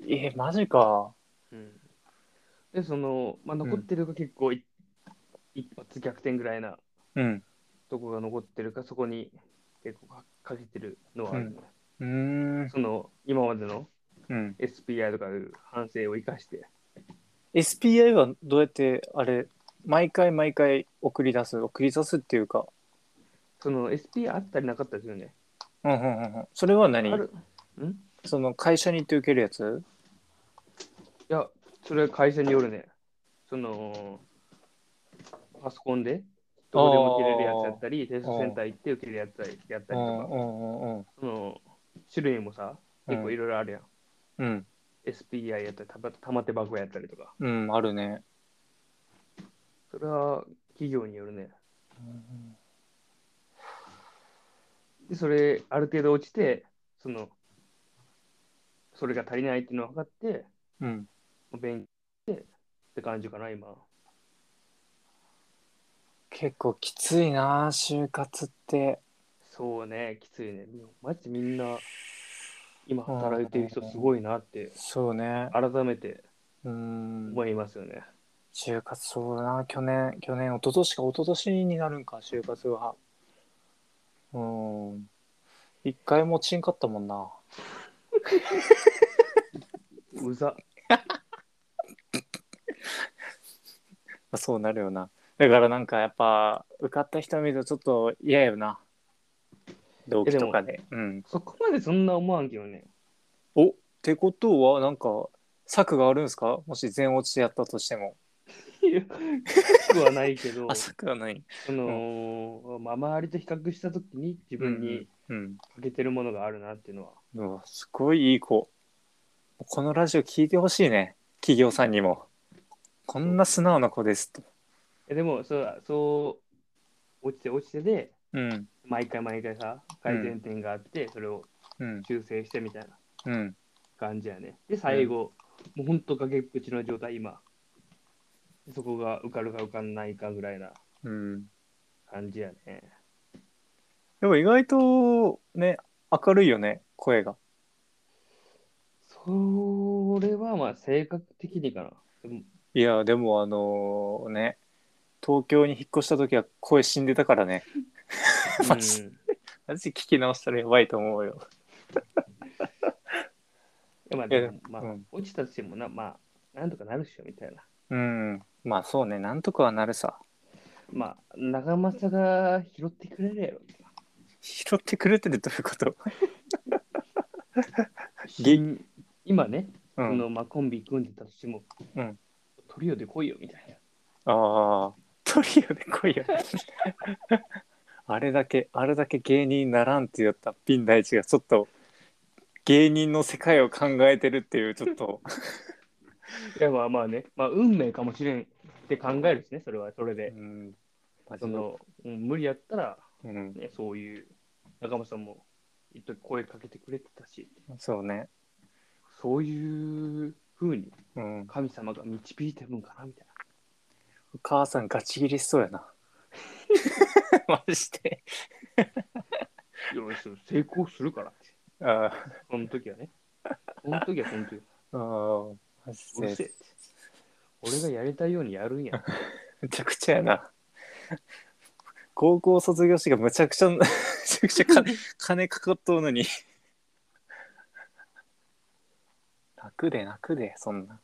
Speaker 2: えー、マジか。
Speaker 1: うん。で、その、まあ、残ってるが結構い、一発逆転ぐらいな
Speaker 2: うん。
Speaker 1: とこが残ってるか、そこに結構かかけてるのはあるね、
Speaker 2: うーん。
Speaker 1: その、今までの
Speaker 2: うん。
Speaker 1: SPI とかいう反省を生かして、
Speaker 2: SPI はどうやって、あれ、毎回毎回送り出す、送り出すっていうか、
Speaker 1: その SPI あったりなかったですよね。
Speaker 2: うんうんうんうん。それは
Speaker 1: あ
Speaker 2: 何
Speaker 1: るん
Speaker 2: その会社に行って受けるやつ
Speaker 1: いや、それは会社によるね。その、パソコンで、どこでも受けれるやつやったり、テストセンター行って受けるやつやった
Speaker 2: う
Speaker 1: り
Speaker 2: ん
Speaker 1: と
Speaker 2: う
Speaker 1: か、
Speaker 2: んうんうん。
Speaker 1: その、種類もさ、結構いろいろあるやん。
Speaker 2: うん。
Speaker 1: SPI やったり、たま玉手箱やったりとか。
Speaker 2: うん、あるね。
Speaker 1: それは企業によるね。で、それ、ある程度落ちて、その、それが足りないっていうのを分かって、
Speaker 2: うん。
Speaker 1: 勉強してって感じかな、今。
Speaker 2: 結構きついな、就活って。
Speaker 1: そうね、きついね。マジみんな、今働いてる人すごいなって、
Speaker 2: そうね。
Speaker 1: 改めて
Speaker 2: うん。
Speaker 1: 思いますよね。
Speaker 2: 就活そうだな去年去年一昨年か一昨年になるんか就活はうん一回もちんかったもんな
Speaker 1: うざ。
Speaker 2: まあそうなるよなだからなんかやっぱ受かった人見るとちょっと嫌よな同期とかでうん
Speaker 1: そこまでそんな思わんけどね。
Speaker 2: おってことはなんか策があるんですかもし全落ちやったとしても
Speaker 1: いやきつくはないけど
Speaker 2: あ、策はない
Speaker 1: その、まあ、周りと比較したときに自分に
Speaker 2: うん
Speaker 1: 欠けてるものがあるなっていうのは。
Speaker 2: うわすごいいい子このラジオ聞いてほしいね企業さんにもこんな素直な子ですと
Speaker 1: えでもそう、そう、落ちて落ちてで、
Speaker 2: うん
Speaker 1: 毎回毎回さ、改善点があって、それを
Speaker 2: うん
Speaker 1: 修正してみたいな
Speaker 2: うん
Speaker 1: 感じやね。で、最後、もうほんと崖っぷちの状態、今。そこが受かるか受かんないかぐらいな
Speaker 2: うん
Speaker 1: 感じやね。
Speaker 2: でも意外とね明るいよね声が
Speaker 1: それはまあ性格的にかな。でも
Speaker 2: いやでもあのね東京に引っ越した時は声死んでたからね マジ
Speaker 1: うん
Speaker 2: マジ聞き直したらやばいと思うよ
Speaker 1: いやまあでも
Speaker 2: いや
Speaker 1: まあ
Speaker 2: うん
Speaker 1: 落ちたとしてもな、まあ、なんとかなるっしょみたいな。
Speaker 2: うんまあそうねなんとかはなるさ
Speaker 1: まあ、長政が拾ってくれるやろ。
Speaker 2: 拾ってくれてるどういうことげ
Speaker 1: 新今ね、
Speaker 2: う
Speaker 1: そ
Speaker 2: ん
Speaker 1: のまあ、コンビ組んでたとしても、
Speaker 2: うん
Speaker 1: トリオで来いよみたいな。
Speaker 2: ああ、トリオで来いよ。 あれだけ、あれだけ芸人にならんって言ったピン大地がちょっと芸人の世界を考えてるっていうちょ っと、
Speaker 1: いやまあまあね、まあ、運命かもしれんって考えるしね、それはそれ
Speaker 2: う
Speaker 1: で。
Speaker 2: ん、マジ
Speaker 1: そ
Speaker 2: で
Speaker 1: のうん無理やったら、
Speaker 2: うん、
Speaker 1: ね、そういう仲間さんも一時声かけてくれてたし、
Speaker 2: そうね、
Speaker 1: そういうふうに
Speaker 2: うん、
Speaker 1: 神様が導いてるんかなみたいな。
Speaker 2: お母さんガチギリしそうやな。 マジで。
Speaker 1: よし、成功するからって。
Speaker 2: あ
Speaker 1: その時はね。その時はその 時。
Speaker 2: ーあー、マ
Speaker 1: うる
Speaker 2: ジ
Speaker 1: せえっ
Speaker 2: で
Speaker 1: て。俺がやりたいようにやるんや。
Speaker 2: むちゃくちゃやな。高校卒業式がむちゃくちゃ、 むちゃくちゃ 金金かかっとうのに。楽で楽で、そんな。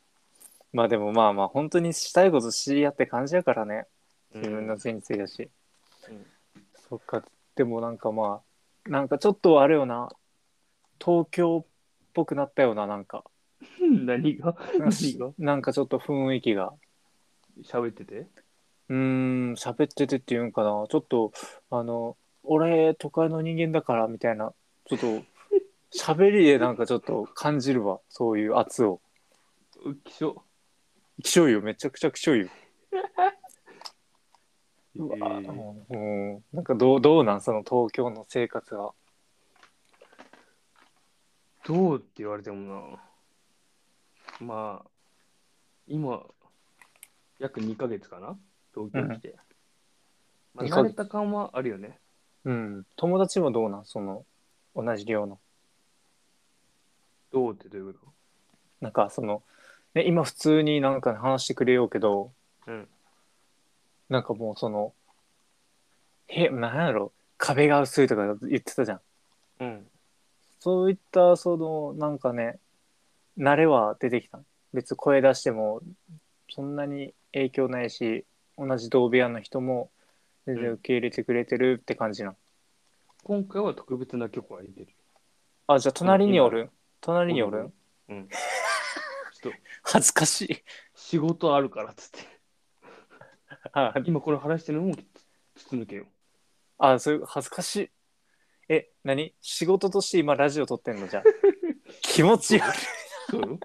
Speaker 2: まあでもまあまあ、本当にしたいことしやって感じやからね。 自分のせいについだし。
Speaker 1: うん
Speaker 2: そっか、でもなんかまあ、なんかちょっとあれよな。東京っぽくなったよな、なんか。
Speaker 1: うん何が
Speaker 2: なんか
Speaker 1: 何が
Speaker 2: なんかちょっと雰囲気が。
Speaker 1: 喋ってて
Speaker 2: うーん、喋っててっていうんかな、ちょっと、あの、俺、都会の人間だから、みたいな、ちょっと、喋りでなんかちょっと感じるわ、そういう圧を。
Speaker 1: うっきしょ。
Speaker 2: きしょいよ、めちゃくちゃきしょいよ。うわ
Speaker 1: えー
Speaker 2: うん、なんかどう、どうなん、その東京の生活は。
Speaker 1: どうって言われてもな。まあ、今、約2ヶ月かな東京来て。まあ
Speaker 2: 二
Speaker 1: 慣
Speaker 2: ヶ月
Speaker 1: れた感はあるよね。
Speaker 2: うん、友達もどうなん、その、同じ量の。
Speaker 1: どうってどういうこ
Speaker 2: なんかその、ね、今普通になんか話してくれようけど、
Speaker 1: とうん。
Speaker 2: なんかもうその、へ、なんやろ、壁が薄いとか言ってたじゃん。
Speaker 1: うん。
Speaker 2: そういった、その、なんかね、慣れは出てきた。別に声出しても、そんなに影響ないし、同じ同部屋の人も、全然受け入れてくれてるって感じな。
Speaker 1: 今回は特別な曲は入れる。
Speaker 2: あ、じゃあ隣におる隣におる
Speaker 1: うん。ちょっと
Speaker 2: 恥ずかしい。
Speaker 1: 仕事あるからっつって。
Speaker 2: あ、
Speaker 1: 今これ話してるのも筒抜けよ。
Speaker 2: あそういう、恥ずかしい。え、何仕事として今ラジオ撮ってんのじ ゃあ。気持ち悪い。
Speaker 1: そうよ。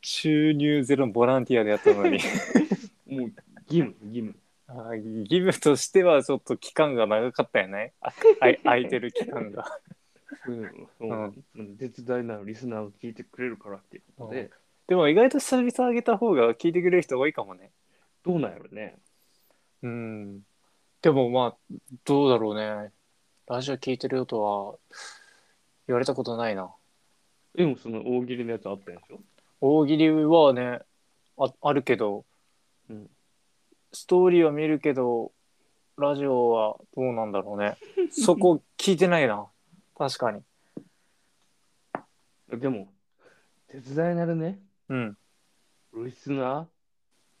Speaker 2: 収入ゼロのボランティアでやったのに。
Speaker 1: もう義務、義務。
Speaker 2: あー義務としてはちょっと期間が長かったよね。ああ い空いてる期間が。
Speaker 1: うん、うん、絶大なるリスナーを聞いてくれるからっていうことで、
Speaker 2: でも意外と久々上げた方が聞いてくれる人多いかもね。
Speaker 1: どうなんやろね。
Speaker 2: うん。でもまあ、どうだろうね。ラジオ聞いてるよとは言われたことないな。
Speaker 1: でもその大喜利のやつあったんでしょ
Speaker 2: 大喜利はね、ああるけど、
Speaker 1: うん
Speaker 2: ストーリーは見るけど、ラジオはどうなんだろう ね。そこ聞いてないな。確かに。
Speaker 1: でも、絶大なるね、
Speaker 2: うん。
Speaker 1: リスナ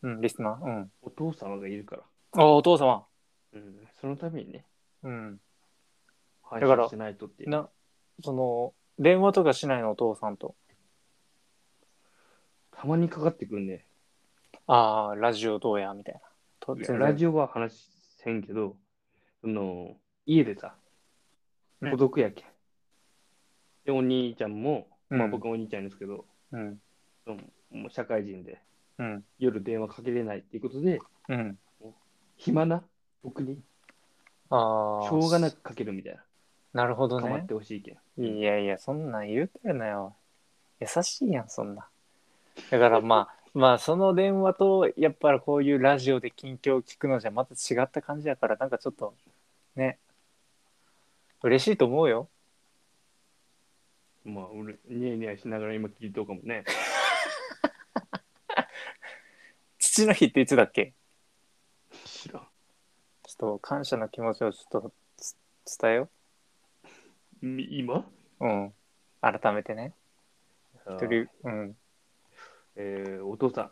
Speaker 1: ー、
Speaker 2: うん、リスナー。うん。
Speaker 1: お父様がいるから。
Speaker 2: あお父様。
Speaker 1: うん、そのためにね、
Speaker 2: うん。
Speaker 1: 配
Speaker 2: だから
Speaker 1: 信しないとっていう。
Speaker 2: な、その、電話とかしないのお父さんと。
Speaker 1: たまにかかってくるね。
Speaker 2: ああ、ラジオどうやみたいな。と
Speaker 1: いやラジ
Speaker 2: オ。
Speaker 1: オは話せんけど、その、家でさ、
Speaker 2: うん
Speaker 1: 孤独やけん。で、お兄ちゃんも、ま
Speaker 2: う
Speaker 1: あ
Speaker 2: ん
Speaker 1: 僕はお兄ちゃんですけど、
Speaker 2: うん。
Speaker 1: そのもう社会人で、
Speaker 2: うん。
Speaker 1: 夜電話かけれないっていうことで、
Speaker 2: うん。
Speaker 1: 暇な僕に、し
Speaker 2: ああ。
Speaker 1: ょうがなくかけるみたいな。
Speaker 2: なるほど
Speaker 1: かまっ
Speaker 2: ね。
Speaker 1: てほしいけん。
Speaker 2: いやいや、そんなん言うてるなよ。優しいやん、そんな。だからまあ、 まあ、その電話と、やっぱりこういうラジオで近況を聞くのじゃまた違った感じやから、なんかちょっと、ね、嬉しいと思うよ。
Speaker 1: まあ、俺、ニヤニヤしながら今聞いとうかもね。
Speaker 2: 父の日っていつだっけ
Speaker 1: 知らん。
Speaker 2: ちょっと感謝の気持ちをちょっとつ伝えよ
Speaker 1: み今
Speaker 2: う。うん。改めてね。
Speaker 1: 一
Speaker 2: 一人、うん。
Speaker 1: えーお父さん、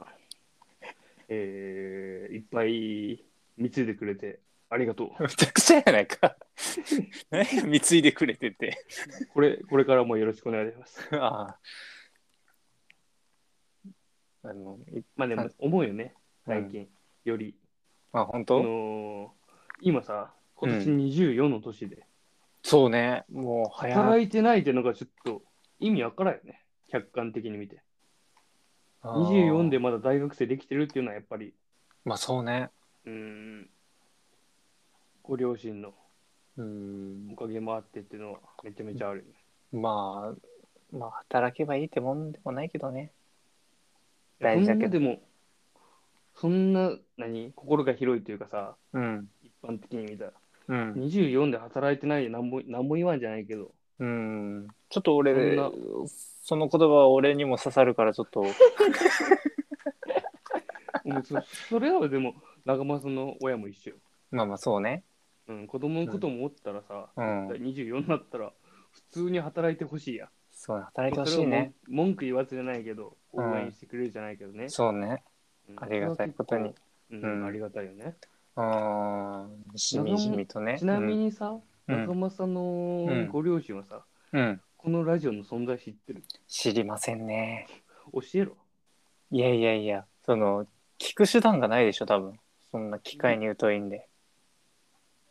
Speaker 1: えーいっぱい貢いでくれてありがとう。
Speaker 2: むちゃくちゃやないか。 何や貢いでくれてて。
Speaker 1: これ、これからもよろしくお願いします。
Speaker 2: ああ。あの、い
Speaker 1: まあで
Speaker 2: は
Speaker 1: も
Speaker 2: い、
Speaker 1: 思うよね、最近。より、
Speaker 2: まあ本
Speaker 1: あ
Speaker 2: 当、
Speaker 1: のー今さ、今年24の年で、
Speaker 2: そうね。もう早い。
Speaker 1: 働いてないっていうのがちょっと意味わからんよね。客観的に見て。24で
Speaker 2: ああ。
Speaker 1: まだ大学生できてるっていうのはやっぱり、
Speaker 2: まあそうね。
Speaker 1: うーん、ご両親の
Speaker 2: うん
Speaker 1: お。かげもあってっていうのはめちゃめちゃあるよね。
Speaker 2: まあ、まあ働けばいいってもんでもないけどね。
Speaker 1: いや
Speaker 2: 大事だけど
Speaker 1: そんなでも、そんな、何、心が広いというかさ、
Speaker 2: うん。
Speaker 1: 一般的に見たら、
Speaker 2: うん。
Speaker 1: 24で働いてないでなんもなんも言わんじゃないけど、
Speaker 2: うん。ちょっと俺、
Speaker 1: そ
Speaker 2: その言葉は俺にも刺さるからちょっと。
Speaker 1: もうそ それはでも、仲間さんの親も一緒よ。
Speaker 2: まあまあそうね。
Speaker 1: うん、子供のこともおったらさ、
Speaker 2: うん。
Speaker 1: 24になったら、普通に働いてほしいやん。
Speaker 2: そうね働いてほ
Speaker 1: そ
Speaker 2: し
Speaker 1: れ
Speaker 2: い
Speaker 1: は
Speaker 2: ね。
Speaker 1: 文文句言わずじゃないけど、応
Speaker 2: うん
Speaker 1: 援してくれるじゃないけどね。
Speaker 2: そうね。
Speaker 1: うん
Speaker 2: ありがたいこと
Speaker 1: それ
Speaker 2: に。
Speaker 1: は結構
Speaker 2: う
Speaker 1: うんん、ありがたいよね。
Speaker 2: うーん。しみじみとね。
Speaker 1: ちなみにさ、
Speaker 2: うん、う
Speaker 1: 仲
Speaker 2: ん
Speaker 1: 間さんのご両親はさ、
Speaker 2: うん
Speaker 1: このラジオの存在知ってる
Speaker 2: 知りませんね。
Speaker 1: 教えろ。
Speaker 2: いやいやいや、その、聞く手段がないでしょ、多分。そんな機会に疎いんで。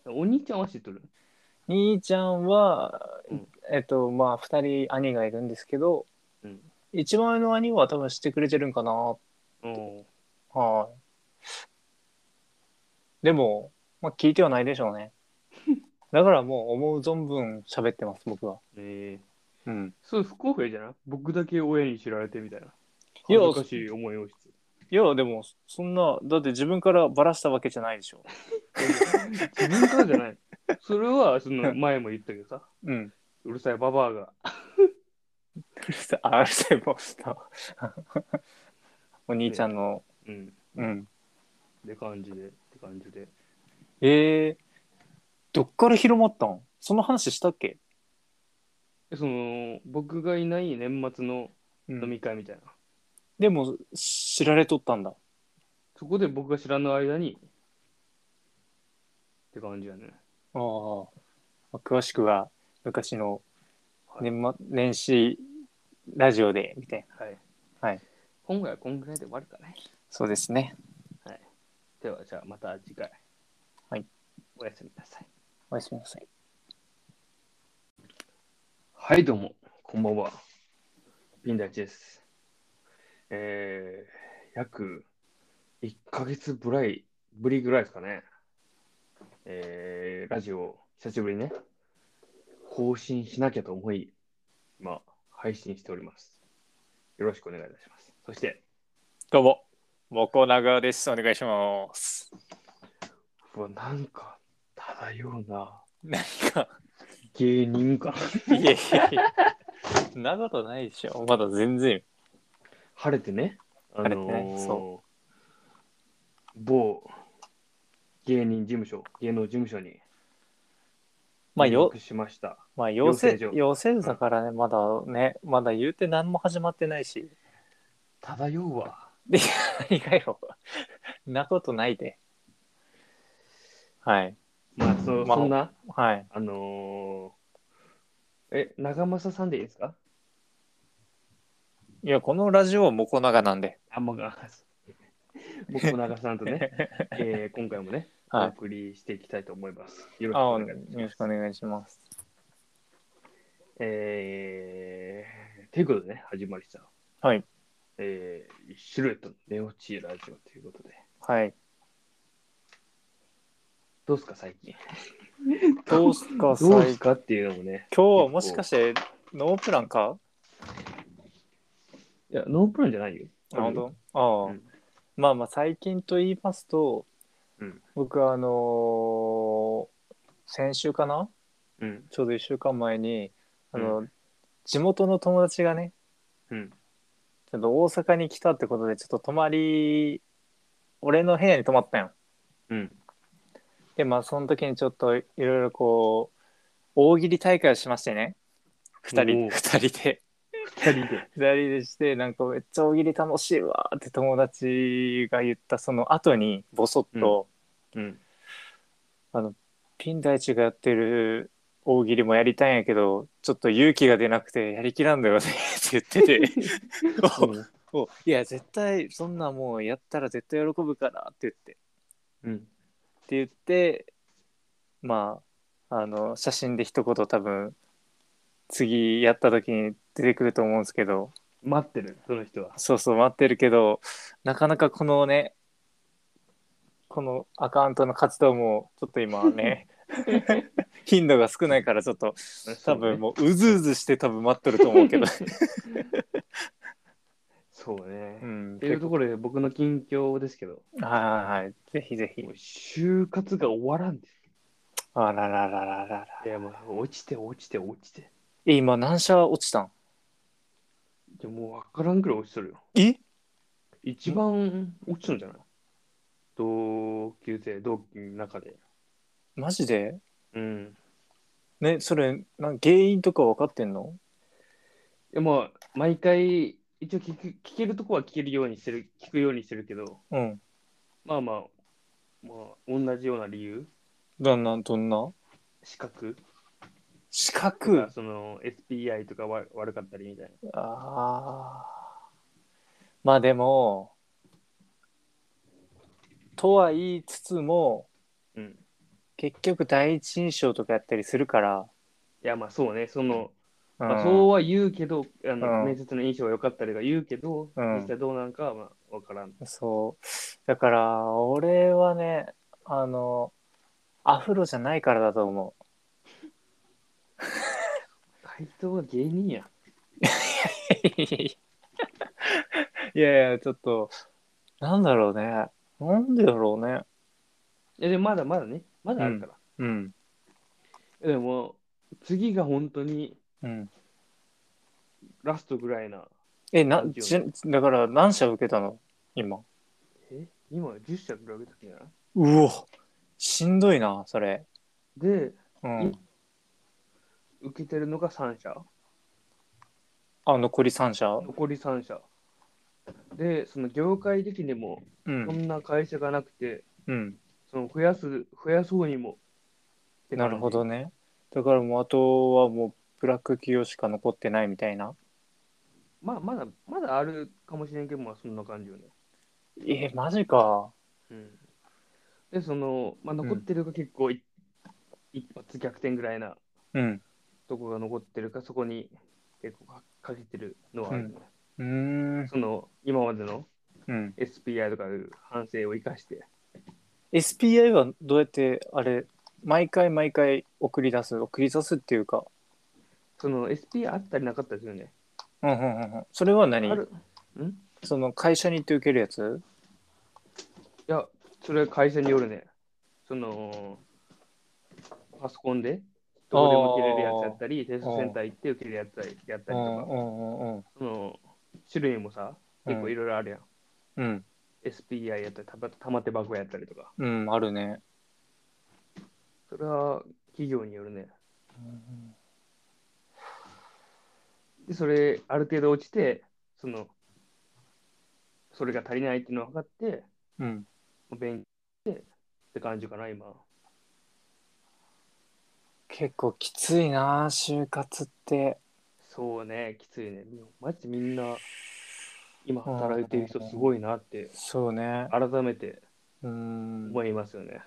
Speaker 1: お兄ちゃんは知っとる
Speaker 2: 兄ちゃんは
Speaker 1: うん、
Speaker 2: えっと、まあ、二人兄がいるんですけど、
Speaker 1: うん。
Speaker 2: 一番上の兄は多分知ってくれてるんかな。
Speaker 1: うん。
Speaker 2: はい。でも、まあ、聞いてはないでしょう ね。だからもう思う存分喋ってます、僕は。
Speaker 1: えー、
Speaker 2: うん。
Speaker 1: そう、不公平じゃない僕だけ親に知られてみたいな。
Speaker 2: いや
Speaker 1: 恥ずかしい思いをして。
Speaker 2: いや、でも、そんな、だって自分からバラしたわけじゃないでしょ。
Speaker 1: 自分からじゃない。それは、その前も言ったけどさ、
Speaker 2: うん。
Speaker 1: うるさいババアが。
Speaker 2: うるさい、あ、うるさいボスだ。 お兄ちゃんの、
Speaker 1: うん。
Speaker 2: うん。
Speaker 1: って感じで、って感じで。
Speaker 2: えー、どっから広まったんその話したっけ、
Speaker 1: でその、僕がいない年末の
Speaker 2: うん
Speaker 1: 飲み会みたいな。
Speaker 2: でも、知られとったんだ。
Speaker 1: そこで僕が知らぬ間に、って感じやね。
Speaker 2: ああ。まあ詳しくは、昔の年末、年始ラジオで、みたいな。
Speaker 1: はい。
Speaker 2: はい。
Speaker 1: 今回はこんぐらいで終わるかね。
Speaker 2: そうですね。
Speaker 1: では、じゃあまた次回。
Speaker 2: はい。
Speaker 1: おやすみなさい。
Speaker 2: おやすみなさい。
Speaker 1: はい、どうも、こんばんは。ピンダイチです。えー、約1ヶ月ぶらいぶりぐらいですかね。えー、ラジオ、久しぶりにね、更新しなきゃと思い、今、配信しております。よろしくお願いいたします。そして、
Speaker 2: どうも、モコナガです。お願いします。
Speaker 1: うわなんか、漂うな、
Speaker 2: 何か、
Speaker 1: 芸人か。
Speaker 2: いやいやいや、そんなことないでしょ。まだ全然。
Speaker 1: 晴れてね、あの
Speaker 2: 晴れてねそ
Speaker 1: 某芸人事務所、芸能事務所に
Speaker 2: まあ、
Speaker 1: 入
Speaker 2: よ
Speaker 1: 学、しました。
Speaker 2: まあ、養成
Speaker 1: 養成所
Speaker 2: 養成所だからね、まだね、まだ言うて何も始まってないし。
Speaker 1: 漂うわ。
Speaker 2: で、何かよ。 んなことないで。はい。
Speaker 1: まあ、そ
Speaker 2: まあ
Speaker 1: そんな、
Speaker 2: はい。
Speaker 1: あのーえ、長政さんでいいですか
Speaker 2: いや、このラジオはモコナガなんで。
Speaker 1: あ、もう、あ僕も長さんと ね、えー今回もね、お
Speaker 2: はい。
Speaker 1: 送りしていきたいと思います。よ
Speaker 2: あ
Speaker 1: ろ
Speaker 2: よ
Speaker 1: しくお願いし
Speaker 2: ろ
Speaker 1: ま
Speaker 2: し
Speaker 1: す
Speaker 2: く。お願いします。
Speaker 1: えー、ということでね、始まりした。
Speaker 2: はい。
Speaker 1: えー、シルエットの寝落ちラジオということで。
Speaker 2: はい。
Speaker 1: どうすか最近。
Speaker 2: どうすか、最
Speaker 1: どう
Speaker 2: 近
Speaker 1: す。かっていうのもね。
Speaker 2: 今日はもしかして、ノープランか
Speaker 1: いや、ノープランじゃないよ。
Speaker 2: なるほど。ああ、
Speaker 1: うん
Speaker 2: まあまあ最近と言いますと、
Speaker 1: うん
Speaker 2: 僕はあのー先週かな
Speaker 1: うん。
Speaker 2: ちょうど1週間前にあの、地元の友達がね
Speaker 1: うん。
Speaker 2: ちょっと大阪に来たってことでちょっと泊まり俺の部屋に泊まったよ。
Speaker 1: うん。
Speaker 2: でまあその時にちょっといろいろこう大喜利大会をしましてね2
Speaker 1: お
Speaker 2: 人
Speaker 1: お
Speaker 2: 二人で。
Speaker 1: 二人で。
Speaker 2: 二人でしてなんかめっちゃ大喜利楽しいわーって友達が言ったその後にボソッと、
Speaker 1: うん。
Speaker 2: ピン大地がやってる大喜利もやりたいんやけどちょっと勇気が出なくてやりきらんだよねって言ってて おおいや絶対そんなもうやったら絶対喜ぶからって言ってって
Speaker 1: うん。
Speaker 2: 言ってまああの写真で一言多分次やった時に出てくると思うんですけど
Speaker 1: 待ってる、その人は。
Speaker 2: そうそう待ってるけどなかなかこのねこのアカウントの活動もちょっと今は ね頻度が少ないからちょっと多分もううずうずして多分待っとると思うけど、
Speaker 1: そうね。
Speaker 2: う
Speaker 1: っ
Speaker 2: ん、
Speaker 1: ていうところで僕の近況ですけど、
Speaker 2: はいはいはいぜひぜひ
Speaker 1: もう就活が終わらんで
Speaker 2: あらららららら
Speaker 1: す。いや、もう落ちて落ちて落ちて。
Speaker 2: え今何社落ちたん
Speaker 1: いや、もうわからんくらい落ちとるよ。
Speaker 2: え
Speaker 1: 一番落ちたんじゃない同級生、同期の中で。
Speaker 2: マジで
Speaker 1: うん。
Speaker 2: ねそれな原因とか分かってんの
Speaker 1: いや、まあ、毎回、一応聞く聞けるとこは聞けるようにしてる、聞くようにしてるけど、
Speaker 2: うん
Speaker 1: まあまあ、まあ、同じような理由、
Speaker 2: どんなどんな
Speaker 1: 資格、
Speaker 2: 資格
Speaker 1: その SPI とかわ悪かったりみたいな。
Speaker 2: ああまあでもとは言いつつも
Speaker 1: うん。
Speaker 2: 結局第一印象とかやったりするから、
Speaker 1: いや、まあそうね、その、
Speaker 2: うん
Speaker 1: まあ、そうは言うけど、あの
Speaker 2: うん
Speaker 1: 面接の印象は良かったりとか言うけど、
Speaker 2: うん
Speaker 1: 実際どうなんかはまあわからん。
Speaker 2: そうだから俺はねあのアフロじゃないからだと思 う
Speaker 1: 回答は芸人や。
Speaker 2: いやいやちょっとなんだろうねなんでだろうね
Speaker 1: いや、でもまだまだね、まだあるから。
Speaker 2: うん
Speaker 1: でも、次が本当に
Speaker 2: うん。
Speaker 1: ラストぐらいな。
Speaker 2: え、な、ちだから何社受けたの今。
Speaker 1: え今10社ぐらい受けたんじゃないう
Speaker 2: おしんどいな、それ。
Speaker 1: で、
Speaker 2: うん。
Speaker 1: 受けてるのが3社。
Speaker 2: あ、残り3社。
Speaker 1: 残り3社。で、その業界的にも、
Speaker 2: う
Speaker 1: そ
Speaker 2: ん。
Speaker 1: んな会社がなくて、
Speaker 2: うん。
Speaker 1: その増やす、増やそうにも。って
Speaker 2: な
Speaker 1: 感じ
Speaker 2: るほ。どね。だからもうあとはもうブラック企業しか残ってないみたいな。
Speaker 1: まあ、まだ、まだあるかもしれんけど、まあ、そんな感じよね。
Speaker 2: え、マジか。
Speaker 1: うん。で、その、まあ、残ってるが結構い、一発逆転ぐらいな
Speaker 2: うん。
Speaker 1: とこが残ってるか、そこに結構かかけてるのはある、ね
Speaker 2: うーん。
Speaker 1: その、今までの
Speaker 2: うん。
Speaker 1: SPI とかいう反省を生かして、
Speaker 2: SPI はどうやってあれ毎回毎回送り出す送り出すっていうか、
Speaker 1: その SPI あったりなかったですよね。
Speaker 2: うんうんうんうん、それは
Speaker 1: あ
Speaker 2: 何
Speaker 1: るんい
Speaker 2: その会社に行って受けるやつ
Speaker 1: や、それは会社によるね。その、パソコンで、どこでも受けれるやつやったり、テストセンター行って受けるやつやったりとか、
Speaker 2: うんうんうんうん
Speaker 1: その、種類もさ、結構いろいろあるやん。
Speaker 2: うん、
Speaker 1: SPI やったり、たま玉手箱やったりとか。
Speaker 2: うん、あるね、
Speaker 1: それは企業によるね。で、それ、ある程度落ちて、その、それが足りないっていうのを分かって、
Speaker 2: うん、
Speaker 1: 勉強してって感じかな、今。
Speaker 2: 結構きついな就活って
Speaker 1: そうね、きついね。マジでみんな、今働いてる人すごいなって、
Speaker 2: そうね
Speaker 1: 改めて
Speaker 2: うん
Speaker 1: 思いますよね。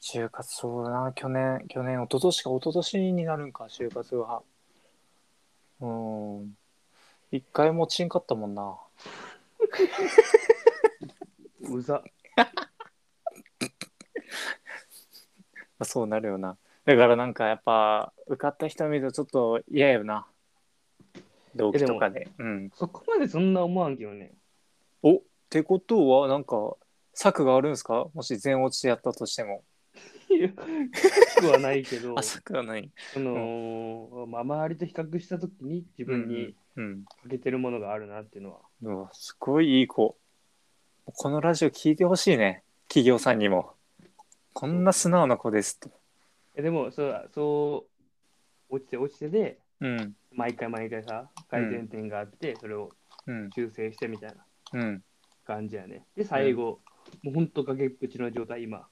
Speaker 2: 就活そうだな去年去年一昨年か一昨年になるんか就活はうん一回もちんかったもんな
Speaker 1: うざ。
Speaker 2: まあそうなるよな。だからなんかやっぱ受かった人見るとちょっと嫌よな。同期とかで。うん。
Speaker 1: そこまでそんな思わんけどね。
Speaker 2: おってことはなんか策があるんですかもし全落ちやったとしても。
Speaker 1: いやきつくはないけど
Speaker 2: あ、、策はない。
Speaker 1: その、まあ、周りと比較したときに自分に
Speaker 2: うん。
Speaker 1: 欠けてるものがあるなっていうのは。
Speaker 2: うわ、すごいいい子。このラジオ聞いてほしいね。企業さんにも。こんな素直な子ですと。
Speaker 1: えでもそう、そう、落ちて落ちてで、
Speaker 2: うん。
Speaker 1: 毎回毎回さ、改善点があって、それを
Speaker 2: うん。
Speaker 1: 修正してみたいな
Speaker 2: うん。
Speaker 1: 感じやね。で、最後、もうほんと崖っぷちの状態、今。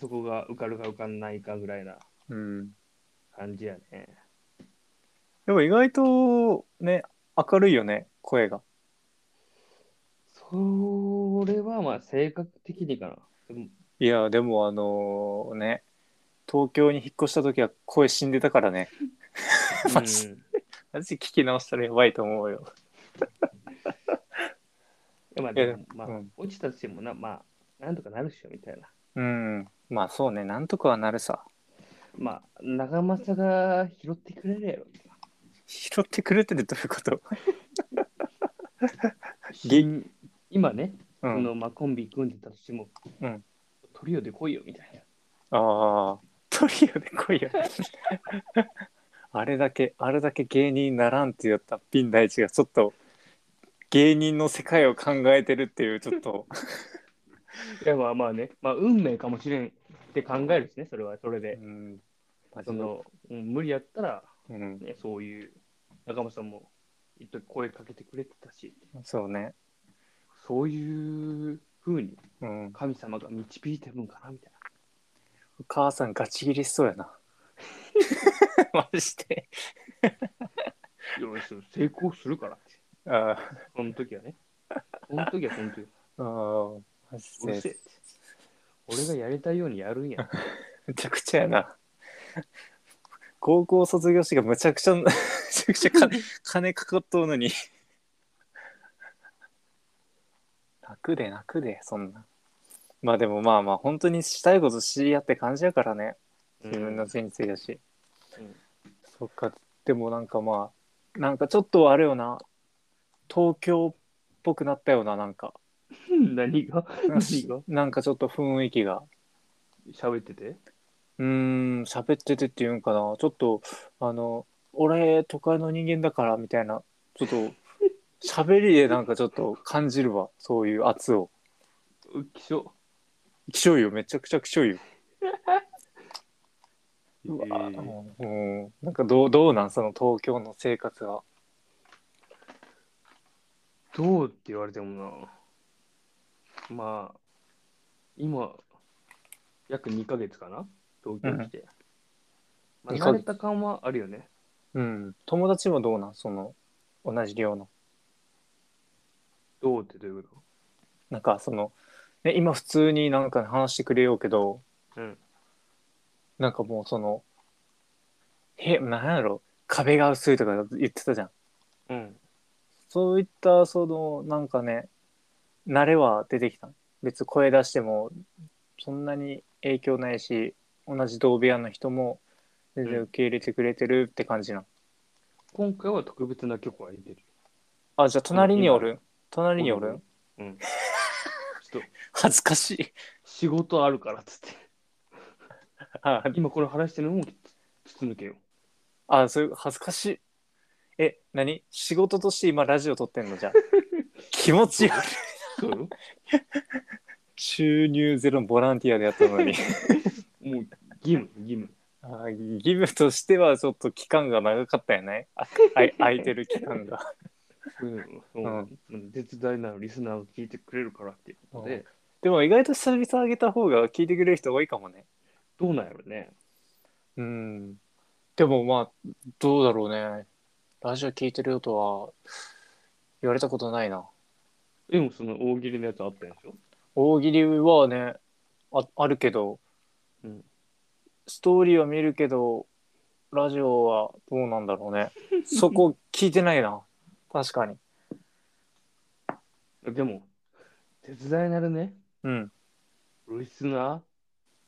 Speaker 1: そこが受かるか受かんないかぐらいな
Speaker 2: うん。
Speaker 1: 感じやね。
Speaker 2: でも意外とね、明るいよね、声が。
Speaker 1: それはまあ性格的にかな。で も
Speaker 2: いやでもあのね東京に引っ越した時は声死んでたからねマジ
Speaker 1: うん
Speaker 2: マジ聞き直したらやばいと思うよ
Speaker 1: いやまあ、
Speaker 2: いや
Speaker 1: でもまあ
Speaker 2: うん
Speaker 1: 落ちたとしてもな、まあ、なんとかなるっしょみたいな。
Speaker 2: うんまあそうねなんとかはなるさ
Speaker 1: まあ、長政が拾ってくれるやろ。
Speaker 2: 拾ってくれてるどういうこと
Speaker 1: 新今ね、
Speaker 2: う
Speaker 1: そ
Speaker 2: ん
Speaker 1: のまあ、コンビ組んでたとしても、
Speaker 2: うん
Speaker 1: トリオで来いよみたいな。
Speaker 2: ああトリオで来いよあれだけあれだけ芸人にならんって言ったピン大地がちょっと芸人の世界を考えてるっていうちょっと
Speaker 1: いやまあまあね、まあ、運命かもしれんって考えるしね、それはそれ
Speaker 2: う
Speaker 1: で。
Speaker 2: んマジ
Speaker 1: そ
Speaker 2: で
Speaker 1: のうん無理やったら、
Speaker 2: うん
Speaker 1: ね、そういう仲間さんも一時声かけてくれてたし、
Speaker 2: そうね
Speaker 1: そういうふうに
Speaker 2: うん
Speaker 1: 神様が導いてるんかなみたいな。
Speaker 2: お母さんガチ切りしそうやな。 マジで。
Speaker 1: よし、成功するからって。
Speaker 2: あ
Speaker 1: その時はね。その時はその 時。
Speaker 2: あ、マジ
Speaker 1: うるせえ
Speaker 2: で
Speaker 1: っ。て。俺がやりたいようにやるんや。
Speaker 2: むちゃくちゃやな。高校卒業式がむちゃくちゃ、 むちゃくちゃ金金かかっとうのに。楽で楽で、そんな。まあでもまあまあ、本当にしたいことしやって感じやからね。 自分のせいについだし、
Speaker 1: うん
Speaker 2: そっかでもなんかまあなんかちょっとあれよな東京っぽくなったよななんか
Speaker 1: うん何が
Speaker 2: なんか
Speaker 1: 何が
Speaker 2: なんかちょっと雰囲気が
Speaker 1: 喋ってて
Speaker 2: うーん、喋っててっていうんかな。ちょっと、あの、俺、都会の人間だから、みたいな、ちょっと、喋りでなんかちょっと感じるわ、そういう圧を。
Speaker 1: うっきしょ。
Speaker 2: 気象よ、めちゃくちゃ気象よ。
Speaker 1: え
Speaker 2: うわ
Speaker 1: ー
Speaker 2: うん、なんかどう、どうなん、その東京の生活は。
Speaker 1: どうって言われてもな。まあ、今、約2ヶ月かな東京に来て。まあ、
Speaker 2: 二
Speaker 1: 慣
Speaker 2: ヶ
Speaker 1: れ
Speaker 2: 月
Speaker 1: た感はあるよね。
Speaker 2: うん、友達もどうなん、その、同じ量の。
Speaker 1: どうってどういうこ
Speaker 2: なんか、その、ね、今普通になんか話してくれようけど、
Speaker 1: とうん。
Speaker 2: なんかもうその、へ、なんやろ、壁が薄いとか言ってたじゃん。
Speaker 1: うん。
Speaker 2: そういったそのなんかね慣れは出てきた別に声出してもそんなに影響ないし同じ同部屋の人も全然受け入れてくれてるって感じな、ん、
Speaker 1: 今回は特別な曲は入れる。
Speaker 2: あじゃあ隣におるん隣におるん
Speaker 1: うん。ちょっと、
Speaker 2: 恥ずかしい
Speaker 1: 仕事あるからっつって。
Speaker 2: あ
Speaker 1: 今これ話してるのも筒抜けよ。
Speaker 2: あそういう恥ずかしいえ何仕事として今ラジオ撮ってんの じゃあ気持ち悪い
Speaker 1: そうよ。
Speaker 2: 収入ゼロのボランティアでやったのに
Speaker 1: もう義務、義務。
Speaker 2: あ義務としてはちょっと期間が長かったよねああい空いてる期間が
Speaker 1: うん、うん、絶大なるリスナーを聞いてくれるからっていうことで、
Speaker 2: でも意外と久々上げた方が聞いてくれる人多いかもね。
Speaker 1: どうなんやろね。
Speaker 2: うん。でもまあ、どうだろうね。ラジオ聞いてるよとは言われたことないな。
Speaker 1: でもその大喜利のやつあったんでしょ
Speaker 2: 大喜利はね、ああるけど、
Speaker 1: うん
Speaker 2: ストーリーは見るけど、ラジオはどうなんだろう ね。そこ聞いてないな。確かに。
Speaker 1: でも、絶大なるね、
Speaker 2: うん。
Speaker 1: リスナ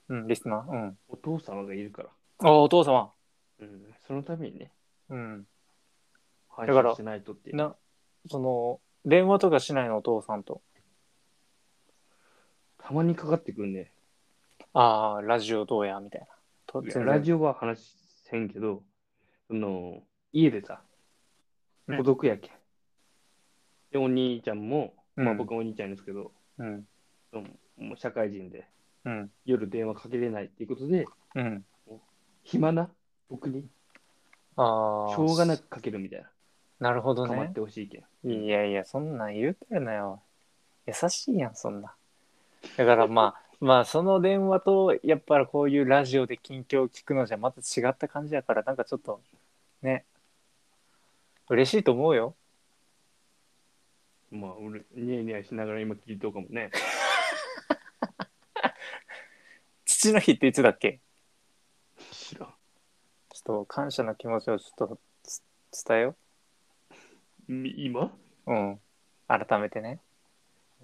Speaker 2: うん、リスナー。うん。
Speaker 1: ー、お父様がいるから。
Speaker 2: あお父様。
Speaker 1: うん、そのためにね、
Speaker 2: うん。
Speaker 1: 配
Speaker 2: だから
Speaker 1: 信しないとっていう。
Speaker 2: な、その、電話とかしないのお父さんと。
Speaker 1: たまにかかってくるね。
Speaker 2: ああ、ラジオどうやみたいな。と
Speaker 1: いや
Speaker 2: 全然
Speaker 1: ラジオは話せんけど、その、家でさ、
Speaker 2: うん
Speaker 1: 孤独やけん。で、お兄ちゃんも、ま
Speaker 2: う
Speaker 1: あ
Speaker 2: ん
Speaker 1: 僕はお兄ちゃんですけど、
Speaker 2: うん。
Speaker 1: そのもう社会人で
Speaker 2: うん。
Speaker 1: 夜電話かけれないっていうことで、
Speaker 2: うん。
Speaker 1: 暇な僕に
Speaker 2: ああ。
Speaker 1: しょうがなくかけるみたいな。
Speaker 2: なるほど
Speaker 1: かま
Speaker 2: ね
Speaker 1: っ。てほしいけん。
Speaker 2: いやいや、そんなん言うてるなよ。優しいやん、そんな。だからまあ、 まあ、その電話と、やっぱりこういうラジオで近況を聞くのじゃまた違った感じやから、なんかちょっと、ね。嬉しいと思うよ。
Speaker 1: まあ、俺、ニヤニヤしながら今聞いとうかもね。
Speaker 2: 父の日っていつだっけ
Speaker 1: 知らん。
Speaker 2: ちょっと感謝の気持ちをちょっとつ伝えよ
Speaker 1: み今
Speaker 2: う。うん。改めてね。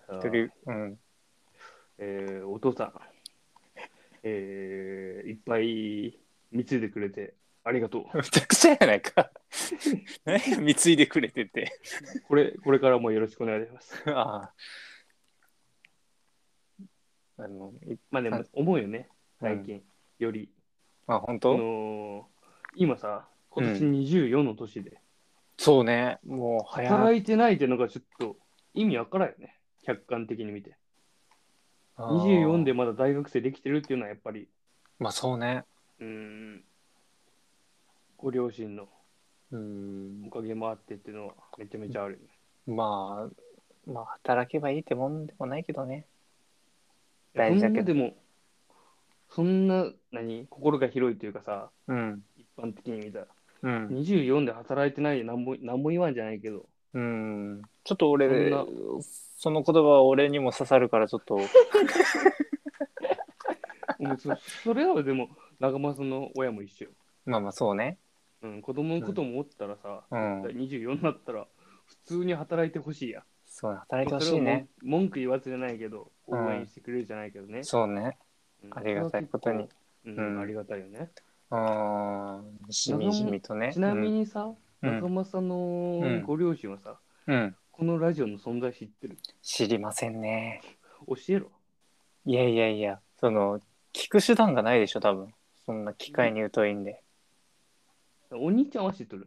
Speaker 1: あ
Speaker 2: 一
Speaker 1: ー
Speaker 2: 人、うん。
Speaker 1: えーお父さん、えーいっぱい貢いでくれてありがとう。
Speaker 2: むちゃくちゃやな いか。何や、貢いでくれてて。
Speaker 1: これ、これからもよろしくお願いします。
Speaker 2: ああ。あの、い
Speaker 1: まあで
Speaker 2: は
Speaker 1: も
Speaker 2: い、
Speaker 1: 思うよね、最近。より、
Speaker 2: まあ本
Speaker 1: あ
Speaker 2: 当、
Speaker 1: のー今さ、今年24の年で、
Speaker 2: そうね。もう早い。
Speaker 1: 働いてないってのがちょっと意味わからんよね。客観的に見て。
Speaker 2: あー
Speaker 1: 24で。まだ大学生できてるっていうのはやっぱり、
Speaker 2: まあそうね。
Speaker 1: うーん、ご両親の
Speaker 2: うん
Speaker 1: お。かげもあってっていうのはめちゃめちゃあるよね。
Speaker 2: まあ、まあ働けばいいってもんでもないけどね。
Speaker 1: そ
Speaker 2: 大
Speaker 1: ん
Speaker 2: 事だ
Speaker 1: な
Speaker 2: け
Speaker 1: で
Speaker 2: ど。
Speaker 1: も、そんな、何、心が広いというかさ、
Speaker 2: うん。
Speaker 1: 一般的に見たら、
Speaker 2: うん。
Speaker 1: 24で働いてないでなんもなんも言わんじゃないけど、
Speaker 2: うん。ちょっと俺
Speaker 1: そ、
Speaker 2: その言葉は俺にも刺さるからちょっと。
Speaker 1: もうそ それはでも、仲間その親も一緒よ。
Speaker 2: まあまあそうね。
Speaker 1: うん、子供のことも思ったらさ、
Speaker 2: うん
Speaker 1: 絶対24になったら、普通に働いてほしいやん。
Speaker 2: そう働いてほ
Speaker 1: そ
Speaker 2: し
Speaker 1: れ
Speaker 2: い
Speaker 1: は
Speaker 2: ね。
Speaker 1: 文文句言わずじゃないけど、応
Speaker 2: うん
Speaker 1: 援してくれるじゃないけどね。
Speaker 2: そうね。
Speaker 1: うん
Speaker 2: ありがたいこと
Speaker 1: そ
Speaker 2: に。
Speaker 1: れは結構
Speaker 2: う
Speaker 1: うんん、ありがたいよね。
Speaker 2: うん。しみじみとね。
Speaker 1: ちなみにさ、
Speaker 2: うん、う
Speaker 1: 仲
Speaker 2: ん。
Speaker 1: 間さんのご両親はさ、
Speaker 2: うん
Speaker 1: このラジオの存在知ってる
Speaker 2: 知りませんね
Speaker 1: 教えろ。
Speaker 2: いやいやいやその聞く手段がないでしょ多分そんな機械に疎いんで。
Speaker 1: お兄ちゃんは知っとる